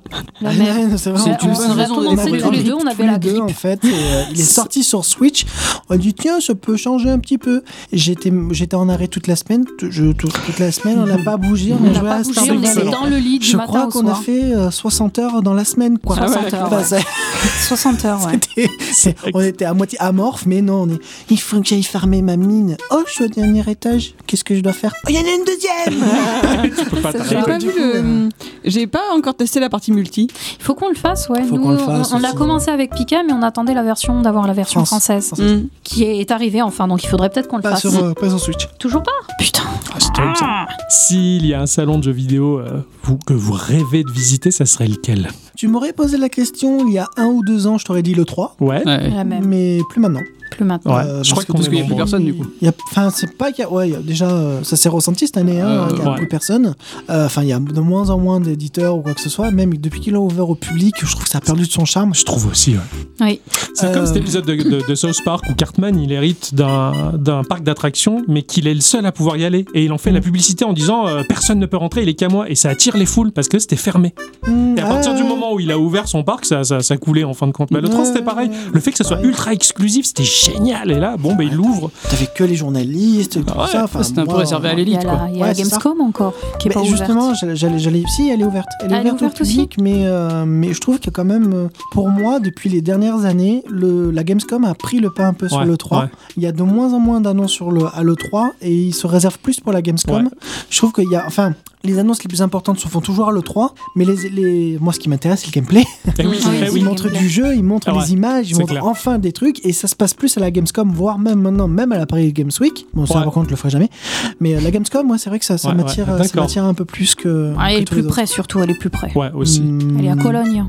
Speaker 4: Ah,
Speaker 5: merde.
Speaker 4: non, c'est vrai.
Speaker 5: Ouais,
Speaker 3: C'est une
Speaker 5: on-
Speaker 3: bonne
Speaker 5: on a
Speaker 3: raison
Speaker 4: On
Speaker 5: commencé
Speaker 4: avait
Speaker 5: tous
Speaker 4: la
Speaker 5: les deux, on
Speaker 4: grippe,
Speaker 5: avait la
Speaker 4: tous les deux,
Speaker 5: grippe.
Speaker 4: en fait. et, euh, il est sorti sur Switch. On a dit tiens, ça peut changer un petit peu. J'étais, j'étais en arrêt toute la semaine. Tout- je- tout- toute la semaine, on n'a pas bougé. On
Speaker 5: On
Speaker 4: a
Speaker 5: n'a
Speaker 4: joué
Speaker 5: pas
Speaker 4: à
Speaker 5: bougé,
Speaker 4: Stardew
Speaker 5: on était
Speaker 4: Valley.
Speaker 5: dans le lit du
Speaker 4: Je
Speaker 5: matin
Speaker 4: crois
Speaker 5: au
Speaker 4: qu'on a
Speaker 5: soir.
Speaker 4: fait euh, 60 heures dans la semaine, quoi.
Speaker 5: 60 heures,
Speaker 4: Enfin,
Speaker 5: ouais.
Speaker 4: ça-
Speaker 5: 60 heures, ouais.
Speaker 4: Bah, c'était- c'est- on était à moitié amorphe, mais non, on est. Il faut que j'aille farmer ma mine. Oh, je suis au dernier étage. Qu'est-ce que je dois faire Oh, il y en a une deuxième
Speaker 1: tu peux pas
Speaker 5: Ça
Speaker 1: t'arrêter.
Speaker 2: J'ai
Speaker 5: Ouais,
Speaker 2: pas
Speaker 4: du
Speaker 2: vu
Speaker 4: coup,
Speaker 2: le. euh, J'ai pas encore testé la partie multi.
Speaker 5: Il faut qu'on le fasse, ouais.
Speaker 4: Faut
Speaker 5: Nous,
Speaker 4: qu'on le
Speaker 5: on-
Speaker 4: fasse
Speaker 5: on, l'a
Speaker 4: aussi.
Speaker 5: commencé avec Pika, mais on attendait la version d'avoir la version
Speaker 4: France.
Speaker 5: française
Speaker 2: Mm.
Speaker 5: qui est arrivée enfin, donc il faudrait peut-être qu'on le
Speaker 4: pas
Speaker 5: fasse.
Speaker 4: sur, euh, pas sur Switch.
Speaker 5: Toujours pas Putain.
Speaker 1: Ah, c'est terrible, ça. S'il y a un salon de jeux vidéo euh, vous- que vous rêvez de visiter, ça serait lequel
Speaker 4: Tu m'aurais posé la question il y a un ou deux ans, je t'aurais dit le 3.
Speaker 1: Ouais.
Speaker 3: Ouais.
Speaker 5: La même.
Speaker 4: Mais plus maintenant.
Speaker 5: Plus maintenant.
Speaker 1: Ouais,
Speaker 4: Euh,
Speaker 1: je crois
Speaker 4: parce que
Speaker 1: qu'on
Speaker 4: parce
Speaker 1: est
Speaker 3: qu'il y a
Speaker 1: bon.
Speaker 3: plus personne, du coup.
Speaker 4: Il y a- Enfin, c'est pas qu'il y a. Ouais, il y a déjà, euh, ça s'est ressenti cette année, hein,
Speaker 3: Euh,
Speaker 4: qu'il y a
Speaker 1: ouais.
Speaker 4: plus personne. Euh, Enfin, il y a de moins en moins d'éditeurs ou quoi que ce soit. Même depuis qu'il est ouvert au public, je trouve que ça a perdu de son charme.
Speaker 1: Je trouve aussi, ouais.
Speaker 5: Oui.
Speaker 1: C'est
Speaker 4: Euh,
Speaker 1: comme cet épisode de, de- de South Park où Cartman, il hérite d'un d'un parc d'attractions, mais qu'il est le seul à pouvoir y aller. Et il en fait la publicité en disant euh, Personne ne peut rentrer, il est qu'à moi. Et ça attire les foules parce que c'était fermé.
Speaker 4: Hmm,
Speaker 1: Et à partir
Speaker 4: ouais,
Speaker 1: du
Speaker 4: ouais.
Speaker 1: moment où il a ouvert son parc, ça, ça, ça coulait en fin de compte. Bah, le 3, c'était pareil. Le fait que ça soit
Speaker 4: Ouais.
Speaker 1: ultra exclusif, c'était génial. Et là, bon, bah, il l'ouvre.
Speaker 4: T'avais que les journalistes, tout
Speaker 1: Ah ouais,
Speaker 4: ça. Enfin,
Speaker 3: Bah C'était un peu
Speaker 4: moi,
Speaker 3: réservé à
Speaker 4: euh,
Speaker 5: Il y
Speaker 3: l'élite,
Speaker 5: a
Speaker 3: quoi.
Speaker 5: la, il y a
Speaker 4: Ouais,
Speaker 5: la
Speaker 4: c'est ça.
Speaker 5: Gamescom encore qui est
Speaker 4: Mais
Speaker 5: pas
Speaker 4: justement,
Speaker 5: ouverte.
Speaker 4: j'allais- j'allais, j'allais, si, elle est ouverte. Elle est ouverte, au
Speaker 5: aussi
Speaker 4: public, mais, euh, mais je trouve que quand même, euh, pour moi, depuis les dernières années, le, la Gamescom a pris le pas un peu sur
Speaker 1: Ouais,
Speaker 4: le 3.
Speaker 1: ouais.
Speaker 4: Il y a de moins en moins d'annonces sur le, à l'E3 et ils se réservent plus pour la Gamescom.
Speaker 1: Ouais.
Speaker 4: Je trouve qu'il y a, enfin, les annonces les plus importantes se font toujours à l'E3, mais les, les, moi, ce qui m'intéresse, c'est le gameplay.
Speaker 1: Eh oui,
Speaker 5: Ah oui,
Speaker 1: eh
Speaker 5: c'est
Speaker 1: oui.
Speaker 4: Ils
Speaker 5: le
Speaker 4: montrent
Speaker 5: gameplay.
Speaker 4: du jeu, ils montrent
Speaker 1: Ah ouais,
Speaker 4: les images, ils
Speaker 1: c'est
Speaker 4: montrent
Speaker 1: clair.
Speaker 4: enfin des trucs et ça se passe plus à la Gamescom, voire même maintenant, même à la Paris Games Week. Bon, ça,
Speaker 1: Ouais.
Speaker 4: par contre, je le ferai jamais. Mais euh, la Gamescom, moi, c'est vrai que ça, ça
Speaker 1: Ouais,
Speaker 4: m'attire,
Speaker 1: ouais,
Speaker 4: euh, ça
Speaker 1: d'accord.
Speaker 4: m'attire un peu plus que.
Speaker 5: Ah,
Speaker 4: que
Speaker 5: elle est
Speaker 4: tous
Speaker 5: plus
Speaker 4: les autres.
Speaker 5: près surtout, elle est plus près.
Speaker 1: Ouais, aussi.
Speaker 4: Hmm,
Speaker 5: Elle est à Cologne.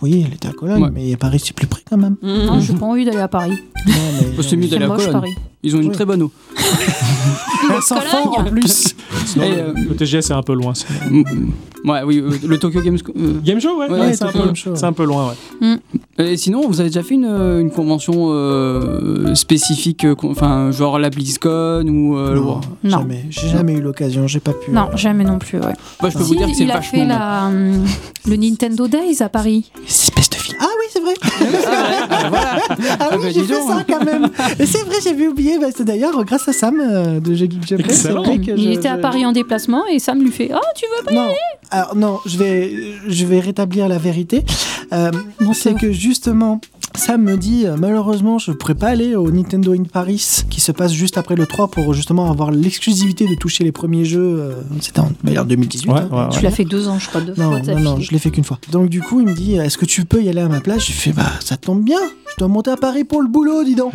Speaker 4: Oui, elle était à Cologne,
Speaker 3: Ouais.
Speaker 4: mais Paris, c'est plus près quand même.
Speaker 5: Non,
Speaker 2: Mm.
Speaker 5: j'ai pas envie d'aller à Paris.
Speaker 4: Non,
Speaker 3: Oh,
Speaker 4: mais,
Speaker 3: c'est mieux
Speaker 5: C'est
Speaker 3: d'aller à
Speaker 5: moche
Speaker 3: Cologne.
Speaker 5: Paris.
Speaker 3: Ils ont une
Speaker 4: Oui.
Speaker 3: très bonne eau.
Speaker 4: Elle s'en fout, en plus.
Speaker 1: Non,
Speaker 3: Et, euh,
Speaker 1: Le TGS est un peu loin. c'est-
Speaker 3: Mm, mm. Ouais, oui, euh, le Tokyo Games. euh,
Speaker 1: Game Show, ouais,
Speaker 3: Ouais,
Speaker 1: ouais,
Speaker 3: ouais,
Speaker 1: c'est un,
Speaker 4: Tokyo
Speaker 1: peu-
Speaker 4: Game Show, ouais.
Speaker 1: c'est un peu loin, ouais.
Speaker 3: Et sinon, vous avez déjà fait une, euh, une convention euh, spécifique, euh, con- enfin genre la BlizzCon ou. euh,
Speaker 4: Non,
Speaker 5: Non.
Speaker 4: jamais. J'ai jamais eu l'occasion, j'ai pas pu.
Speaker 5: Non, jamais non plus, ouais.
Speaker 3: Bah, je peux vous
Speaker 5: Si,
Speaker 3: dire que c'est
Speaker 5: il a
Speaker 3: vachement.
Speaker 5: fait la, hum, le Nintendo Days à Paris.
Speaker 4: Cette espèce de fille. Ah oui, c'est vrai. Ah
Speaker 3: bah,
Speaker 4: oui, j'ai
Speaker 3: dis
Speaker 4: fait
Speaker 3: donc.
Speaker 4: ça quand même. Et c'est vrai, j'avais oublié. Bah, c'est d'ailleurs grâce à Sam euh, de Jeux Geek Japan. c'est
Speaker 1: Excellent.
Speaker 4: vrai Ah que
Speaker 5: Il
Speaker 4: je-
Speaker 5: était à
Speaker 4: je-
Speaker 5: Paris en déplacement et Sam lui fait Ah, tu veux
Speaker 4: Non, alors non, je vais, je vais rétablir la vérité. Euh, c'est que justement, Sam me dit euh, malheureusement, je ne pourrais pas aller au Nintendo in Paris qui se passe juste après le 3 pour justement avoir l'exclusivité de toucher les premiers jeux. euh, C'était en, bah, en 2018.
Speaker 1: Ouais,
Speaker 4: hein.
Speaker 1: ouais,
Speaker 5: Tu
Speaker 1: ouais.
Speaker 5: l'as fait deux ans, je crois, deux
Speaker 4: Non,
Speaker 5: fois
Speaker 4: non, non, je l'ai fait qu'une fois. Donc du coup, il me dit, euh, est-ce que tu peux y aller à ma place Je fais, bah ça tombe bien, je dois monter à Paris pour le boulot, dis donc.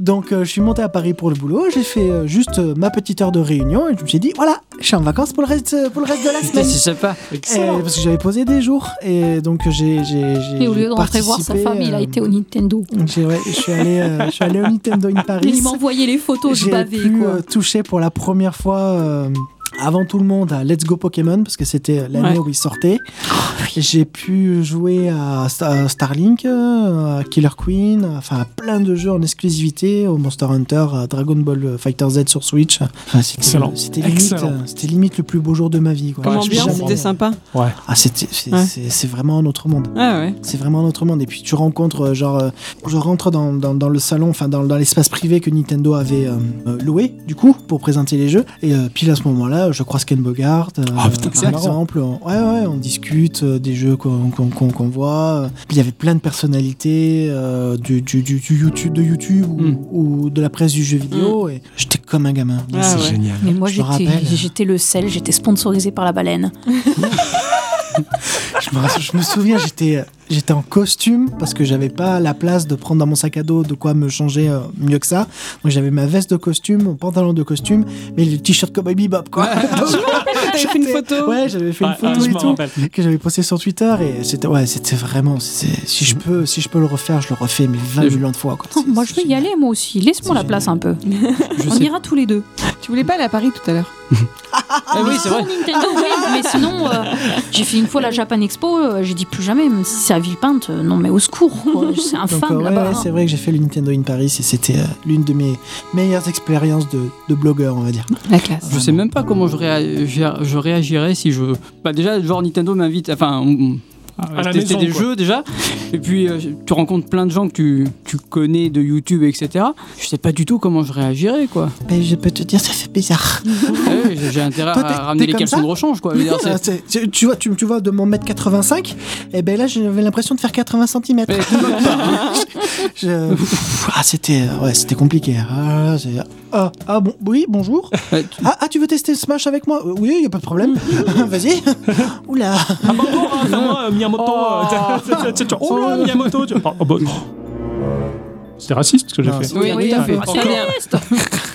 Speaker 4: donc euh, je suis monté à Paris pour le boulot, j'ai fait euh, juste euh, ma petite heure de réunion et je me suis dit, voilà, je suis en vacances pour le reste, euh, pour le reste de la
Speaker 3: Putain,
Speaker 4: semaine.
Speaker 3: c'est sympa.
Speaker 4: Euh, parce que j'avais posé des jours et donc j'ai j'ai j'ai
Speaker 5: Et au lieu de rentrer voir sa
Speaker 4: participé,
Speaker 5: femme, il a
Speaker 4: euh,
Speaker 5: été au Nintendo.
Speaker 4: j'ai- ouais, je suis allé euh, je suis allé au Nintendo in Paris.
Speaker 5: Il m'envoyait les photos du
Speaker 4: J'ai
Speaker 5: bavé,
Speaker 4: pu
Speaker 5: quoi.
Speaker 4: euh, toucher pour la première fois euh, avant tout le monde à Let's Go Pokémon parce que c'était
Speaker 2: Ouais.
Speaker 4: l'année où il sortait.
Speaker 5: Oh,
Speaker 4: J'ai pu jouer à, Sta- à Starlink, euh, à Killer Queen, enfin à plein de jeux en exclusivité, au Monster Hunter, à Dragon Ball euh, Fighter Z sur Switch. Enfin, c'était-
Speaker 1: Excellent.
Speaker 4: C'était limite,
Speaker 1: Excellent.
Speaker 4: euh, c'était limite le plus beau jour de ma vie. quoi.
Speaker 2: Comme
Speaker 1: Ouais, je
Speaker 2: ambiance,
Speaker 1: comprends.
Speaker 2: c'était sympa.
Speaker 4: Ah, c'était- c'est
Speaker 2: Ouais.
Speaker 4: c'est- c'est vraiment un autre monde.
Speaker 2: Ah ouais.
Speaker 4: C'est vraiment un autre monde. Et puis tu rencontres, euh, genre, euh, je rentre dans, dans- dans le salon, enfin dans, dans l'espace privé que Nintendo avait euh, euh, loué, du coup, pour présenter les jeux. Et euh, pile à ce moment-là, je croise Ken Bogart, euh,
Speaker 1: Ah, putain, c'est
Speaker 4: par
Speaker 1: marrant.
Speaker 4: exemple. On- ouais, ouais, on discute euh, des jeux qu'on qu'on- qu'on- qu'on voit. Puis il y avait plein de personnalités euh, du, du- du- du YouTube, de YouTube ou,
Speaker 2: Hmm.
Speaker 3: Mm.
Speaker 4: ou de la presse du jeu vidéo. Et j'étais comme un gamin.
Speaker 2: Ah
Speaker 1: C'est
Speaker 2: ouais.
Speaker 1: génial.
Speaker 5: Mais moi,
Speaker 4: Je me
Speaker 5: j'étais
Speaker 4: rappelle.
Speaker 5: j'étais le sel, j'étais sponsorisé par la baleine.
Speaker 4: Je me, je me souviens, j'étais, j'étais en costume parce que j'avais pas la place de prendre dans mon sac à dos de quoi me changer euh, mieux que ça. Donc j'avais ma veste de costume, mon pantalon de costume, mais le t-shirt Cowboy Bebop quoi.
Speaker 2: T'avais fait une photo.
Speaker 4: ouais, j'avais fait une
Speaker 1: Ah, ah,
Speaker 4: photo
Speaker 1: je
Speaker 4: et
Speaker 1: m'en
Speaker 4: tout
Speaker 1: rappelle.
Speaker 4: que j'avais posté sur Twitter et c'était ouais, c'était vraiment c'est- si je peux si je peux le refaire, je le refais mais 20 millions de fois quoi.
Speaker 5: Oh,
Speaker 4: C'est-
Speaker 5: Moi,
Speaker 4: c'est
Speaker 5: je vais y
Speaker 4: génial.
Speaker 5: aller, moi aussi. Laisse-moi
Speaker 4: C'est
Speaker 5: la place un peu.
Speaker 3: Je
Speaker 5: On
Speaker 3: sais.
Speaker 5: ira tous les deux.
Speaker 2: Tu voulais pas aller à Paris tout à l'heure
Speaker 3: Ah oui, c'est vrai.
Speaker 5: Nintendo, oui, mais sinon, euh, j'ai fait une fois la Japan Expo, euh, j'ai dit plus jamais, même si ça à Villepinte, euh, non mais au secours, quoi. c'est
Speaker 4: Donc,
Speaker 5: infâme
Speaker 4: euh, ouais,
Speaker 5: là-bas.
Speaker 4: ouais, c'est vrai que j'ai fait le Nintendo in Paris et c'était euh, l'une de mes meilleures expériences de, de blogueur, on va dire.
Speaker 5: La classe.
Speaker 3: Je sais même pas comment je, réagirais, je réagirais si je. Bah déjà, genre Nintendo m'invite. Enfin, on-
Speaker 1: Ah, À la
Speaker 3: tester
Speaker 1: maison,
Speaker 3: des
Speaker 1: quoi.
Speaker 3: jeux déjà. Et puis euh, tu rencontres plein de gens que tu, tu connais de YouTube, etc. Je sais pas du tout comment je réagirais, quoi.
Speaker 4: Mais je peux te dire, ça fait bizarre.
Speaker 3: Ouais, j'ai- J'ai intérêt
Speaker 4: Toi, t'es-
Speaker 3: à ramener
Speaker 4: t'es
Speaker 3: les
Speaker 4: comme
Speaker 3: caleçons
Speaker 4: ça
Speaker 3: de rechange, quoi. Je veux dire, c'est-
Speaker 4: Ah, c'est- tu, tu vois, tu, tu vois, de mon mètre 85, et ben là, j'avais l'impression de faire 80 cm.
Speaker 3: Ouais,
Speaker 1: hein.
Speaker 4: ah, c'était, euh, ouais, c'était compliqué. Ah, c'est- ah, ah, bon, oui, bonjour.
Speaker 3: Ouais, tu-
Speaker 4: Ah, ah, tu veux tester Smash avec moi Euh, Oui, y a pas de problème. Vas-y. Oula.
Speaker 1: Ah bah bon, ah, ça va, euh, Miyamoto, euh, tu- tu- tu- tu ressens,
Speaker 4: Oh là.
Speaker 1: euh, Miyamoto, tu- Ah, oh, bah, oh. C'était raciste ce que j'ai
Speaker 4: Non,
Speaker 1: fait.
Speaker 4: c'est-
Speaker 2: Oui,
Speaker 1: Ouais.
Speaker 2: tout à fait.
Speaker 1: Ouais.
Speaker 2: Très bien.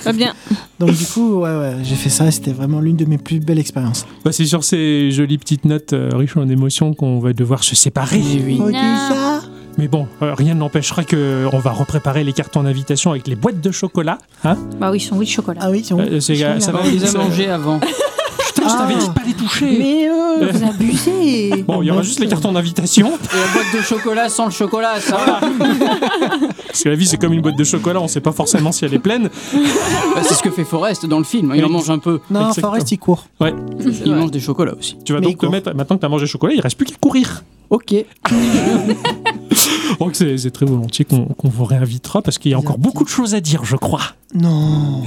Speaker 5: Très bien.
Speaker 4: Donc du coup, ouais, ouais, j'ai fait ça. et C'était vraiment l'une de mes plus belles expériences.
Speaker 1: Bah, c'est sur ces jolies petites notes euh, riches en émotions qu'on va devoir se séparer.
Speaker 4: Oh,
Speaker 5: Non.
Speaker 4: déjà
Speaker 1: Mais bon, euh, rien n'empêchera que euh, on va repréparer les cartons d'invitation avec les boîtes de chocolat. Hein
Speaker 5: Bah oui, ils sont oui de chocolat.
Speaker 4: Ah oui, c'est bon.
Speaker 1: Euh, c'est-
Speaker 4: Je
Speaker 1: ça
Speaker 4: l'ai
Speaker 1: va,
Speaker 3: on
Speaker 4: là.
Speaker 1: oui,
Speaker 3: les
Speaker 1: ça-
Speaker 3: a mangés avant.
Speaker 4: Putain, je t'avais dit pas les toucher. Mais euh, Bah,
Speaker 5: Vous abusez.
Speaker 1: Bon, il y aura juste les cartons d'invitation.
Speaker 3: Et la boîte de chocolat sans le chocolat, ça va.
Speaker 1: Parce que la vie, c'est comme une boîte de chocolat, on sait pas forcément si elle est pleine.
Speaker 3: Bah, c'est ce que fait Forrest dans le film. Il en mange un peu.
Speaker 4: Non,
Speaker 1: Exactement.
Speaker 4: Forest, il court.
Speaker 3: Il mange des chocolats aussi.
Speaker 1: Tu vas
Speaker 4: Mais
Speaker 1: donc te
Speaker 4: court.
Speaker 1: mettre, maintenant que t'as mangé chocolat, il reste plus qu'à courir.
Speaker 3: Ok.
Speaker 1: Donc c'est c'est très volontiers qu'on qu'on vous réinvitera parce qu'il y a encore beaucoup de choses à dire, je crois.
Speaker 4: Non.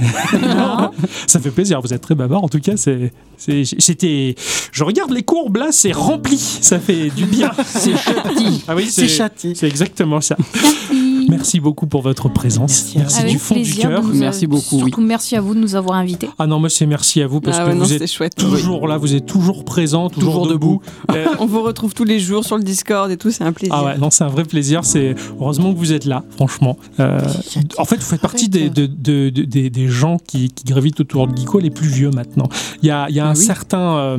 Speaker 1: Ça fait plaisir, vous êtes très bavard en tout cas. c'est- c'est- C'était. Je regarde les courbes là, c'est rempli, ça fait du bien.
Speaker 3: C'est chouette.
Speaker 1: Ah oui,
Speaker 4: C'est châti.
Speaker 1: C'est exactement ça.
Speaker 5: Merci.
Speaker 1: Merci beaucoup pour votre présence.
Speaker 4: Merci à
Speaker 1: Merci,
Speaker 4: vous.
Speaker 1: du
Speaker 5: Avec
Speaker 1: fond du
Speaker 5: plaisir.
Speaker 1: cœur.
Speaker 5: de nous-
Speaker 3: Merci beaucoup,
Speaker 5: Surtout merci à vous de nous avoir invités.
Speaker 1: Ah non, moi c'est merci à vous parce
Speaker 2: Ah
Speaker 1: que
Speaker 2: ouais, non,
Speaker 1: vous
Speaker 2: c'était
Speaker 1: êtes
Speaker 2: chouette.
Speaker 1: toujours là, vous êtes toujours présent, toujours,
Speaker 3: Toujours
Speaker 1: debout.
Speaker 3: debout.
Speaker 1: Euh,
Speaker 2: On vous retrouve tous les jours sur le Discord et tout, c'est un plaisir.
Speaker 1: ah ouais, non, c'est un vrai plaisir. C'est heureusement que vous êtes là, franchement. Euh, en fait, vous faites partie des, de- de- de- des, des gens qui, qui gravitent autour de Geeko les plus vieux maintenant. Il y a, il y a un
Speaker 3: Oui.
Speaker 1: certain euh,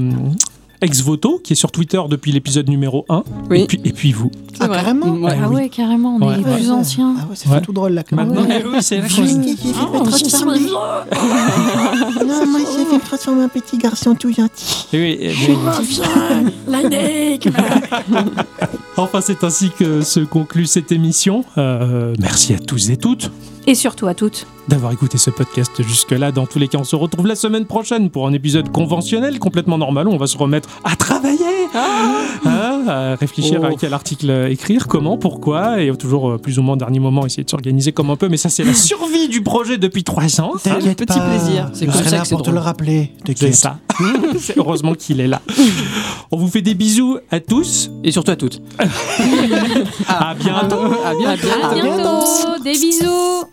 Speaker 1: ex-voto qui est sur Twitter depuis l'épisode numéro 1.
Speaker 2: Oui.
Speaker 1: Et, puis, et puis vous.
Speaker 2: C'est
Speaker 4: Ah,
Speaker 2: vrai.
Speaker 4: carrément
Speaker 1: Ouais,
Speaker 5: ah
Speaker 1: oui.
Speaker 5: ouais, carrément, on
Speaker 1: Ouais.
Speaker 5: est les
Speaker 4: Ouais.
Speaker 5: plus anciens.
Speaker 4: Ah ouais, ça fait
Speaker 1: Ouais.
Speaker 4: tout drôle là. quand même.
Speaker 1: Maintenant,
Speaker 5: ouais.
Speaker 1: eh oui, c'est là qu'on-
Speaker 4: Viens, qui- qui fait
Speaker 5: Ah, on se
Speaker 4: transformer.
Speaker 5: sent-
Speaker 4: Non, moi j'ai fait transformer un petit garçon tout gentil.
Speaker 1: Eh oui, eh bien, Enfin, c'est ainsi que se conclut cette émission. Euh, merci à tous et toutes.
Speaker 5: Et surtout à toutes.
Speaker 1: d'avoir écouté ce podcast jusque-là. Dans tous les cas, on se retrouve la semaine prochaine pour un épisode conventionnel, complètement normal, où on va se remettre à travailler, Hein, à réfléchir
Speaker 3: Oh.
Speaker 1: à quel article écrire, comment, pourquoi, et toujours euh, plus ou moins au dernier moment essayer de s'organiser comme un peu, mais ça c'est la survie du projet depuis trois ans.
Speaker 4: T'inquiète
Speaker 2: petit
Speaker 4: pas,
Speaker 2: plaisir.
Speaker 3: C'est
Speaker 4: je
Speaker 3: comme
Speaker 4: serai
Speaker 3: ça
Speaker 4: là
Speaker 3: que c'est
Speaker 4: pour te
Speaker 3: drôle.
Speaker 4: le rappeler.
Speaker 1: C'est
Speaker 4: T'inquiète.
Speaker 1: ça. C'est heureusement qu'il est là. On vous fait des bisous à tous.
Speaker 3: Et surtout à toutes.
Speaker 1: À bientôt.
Speaker 3: À bientôt.
Speaker 5: À bientôt. Des bisous.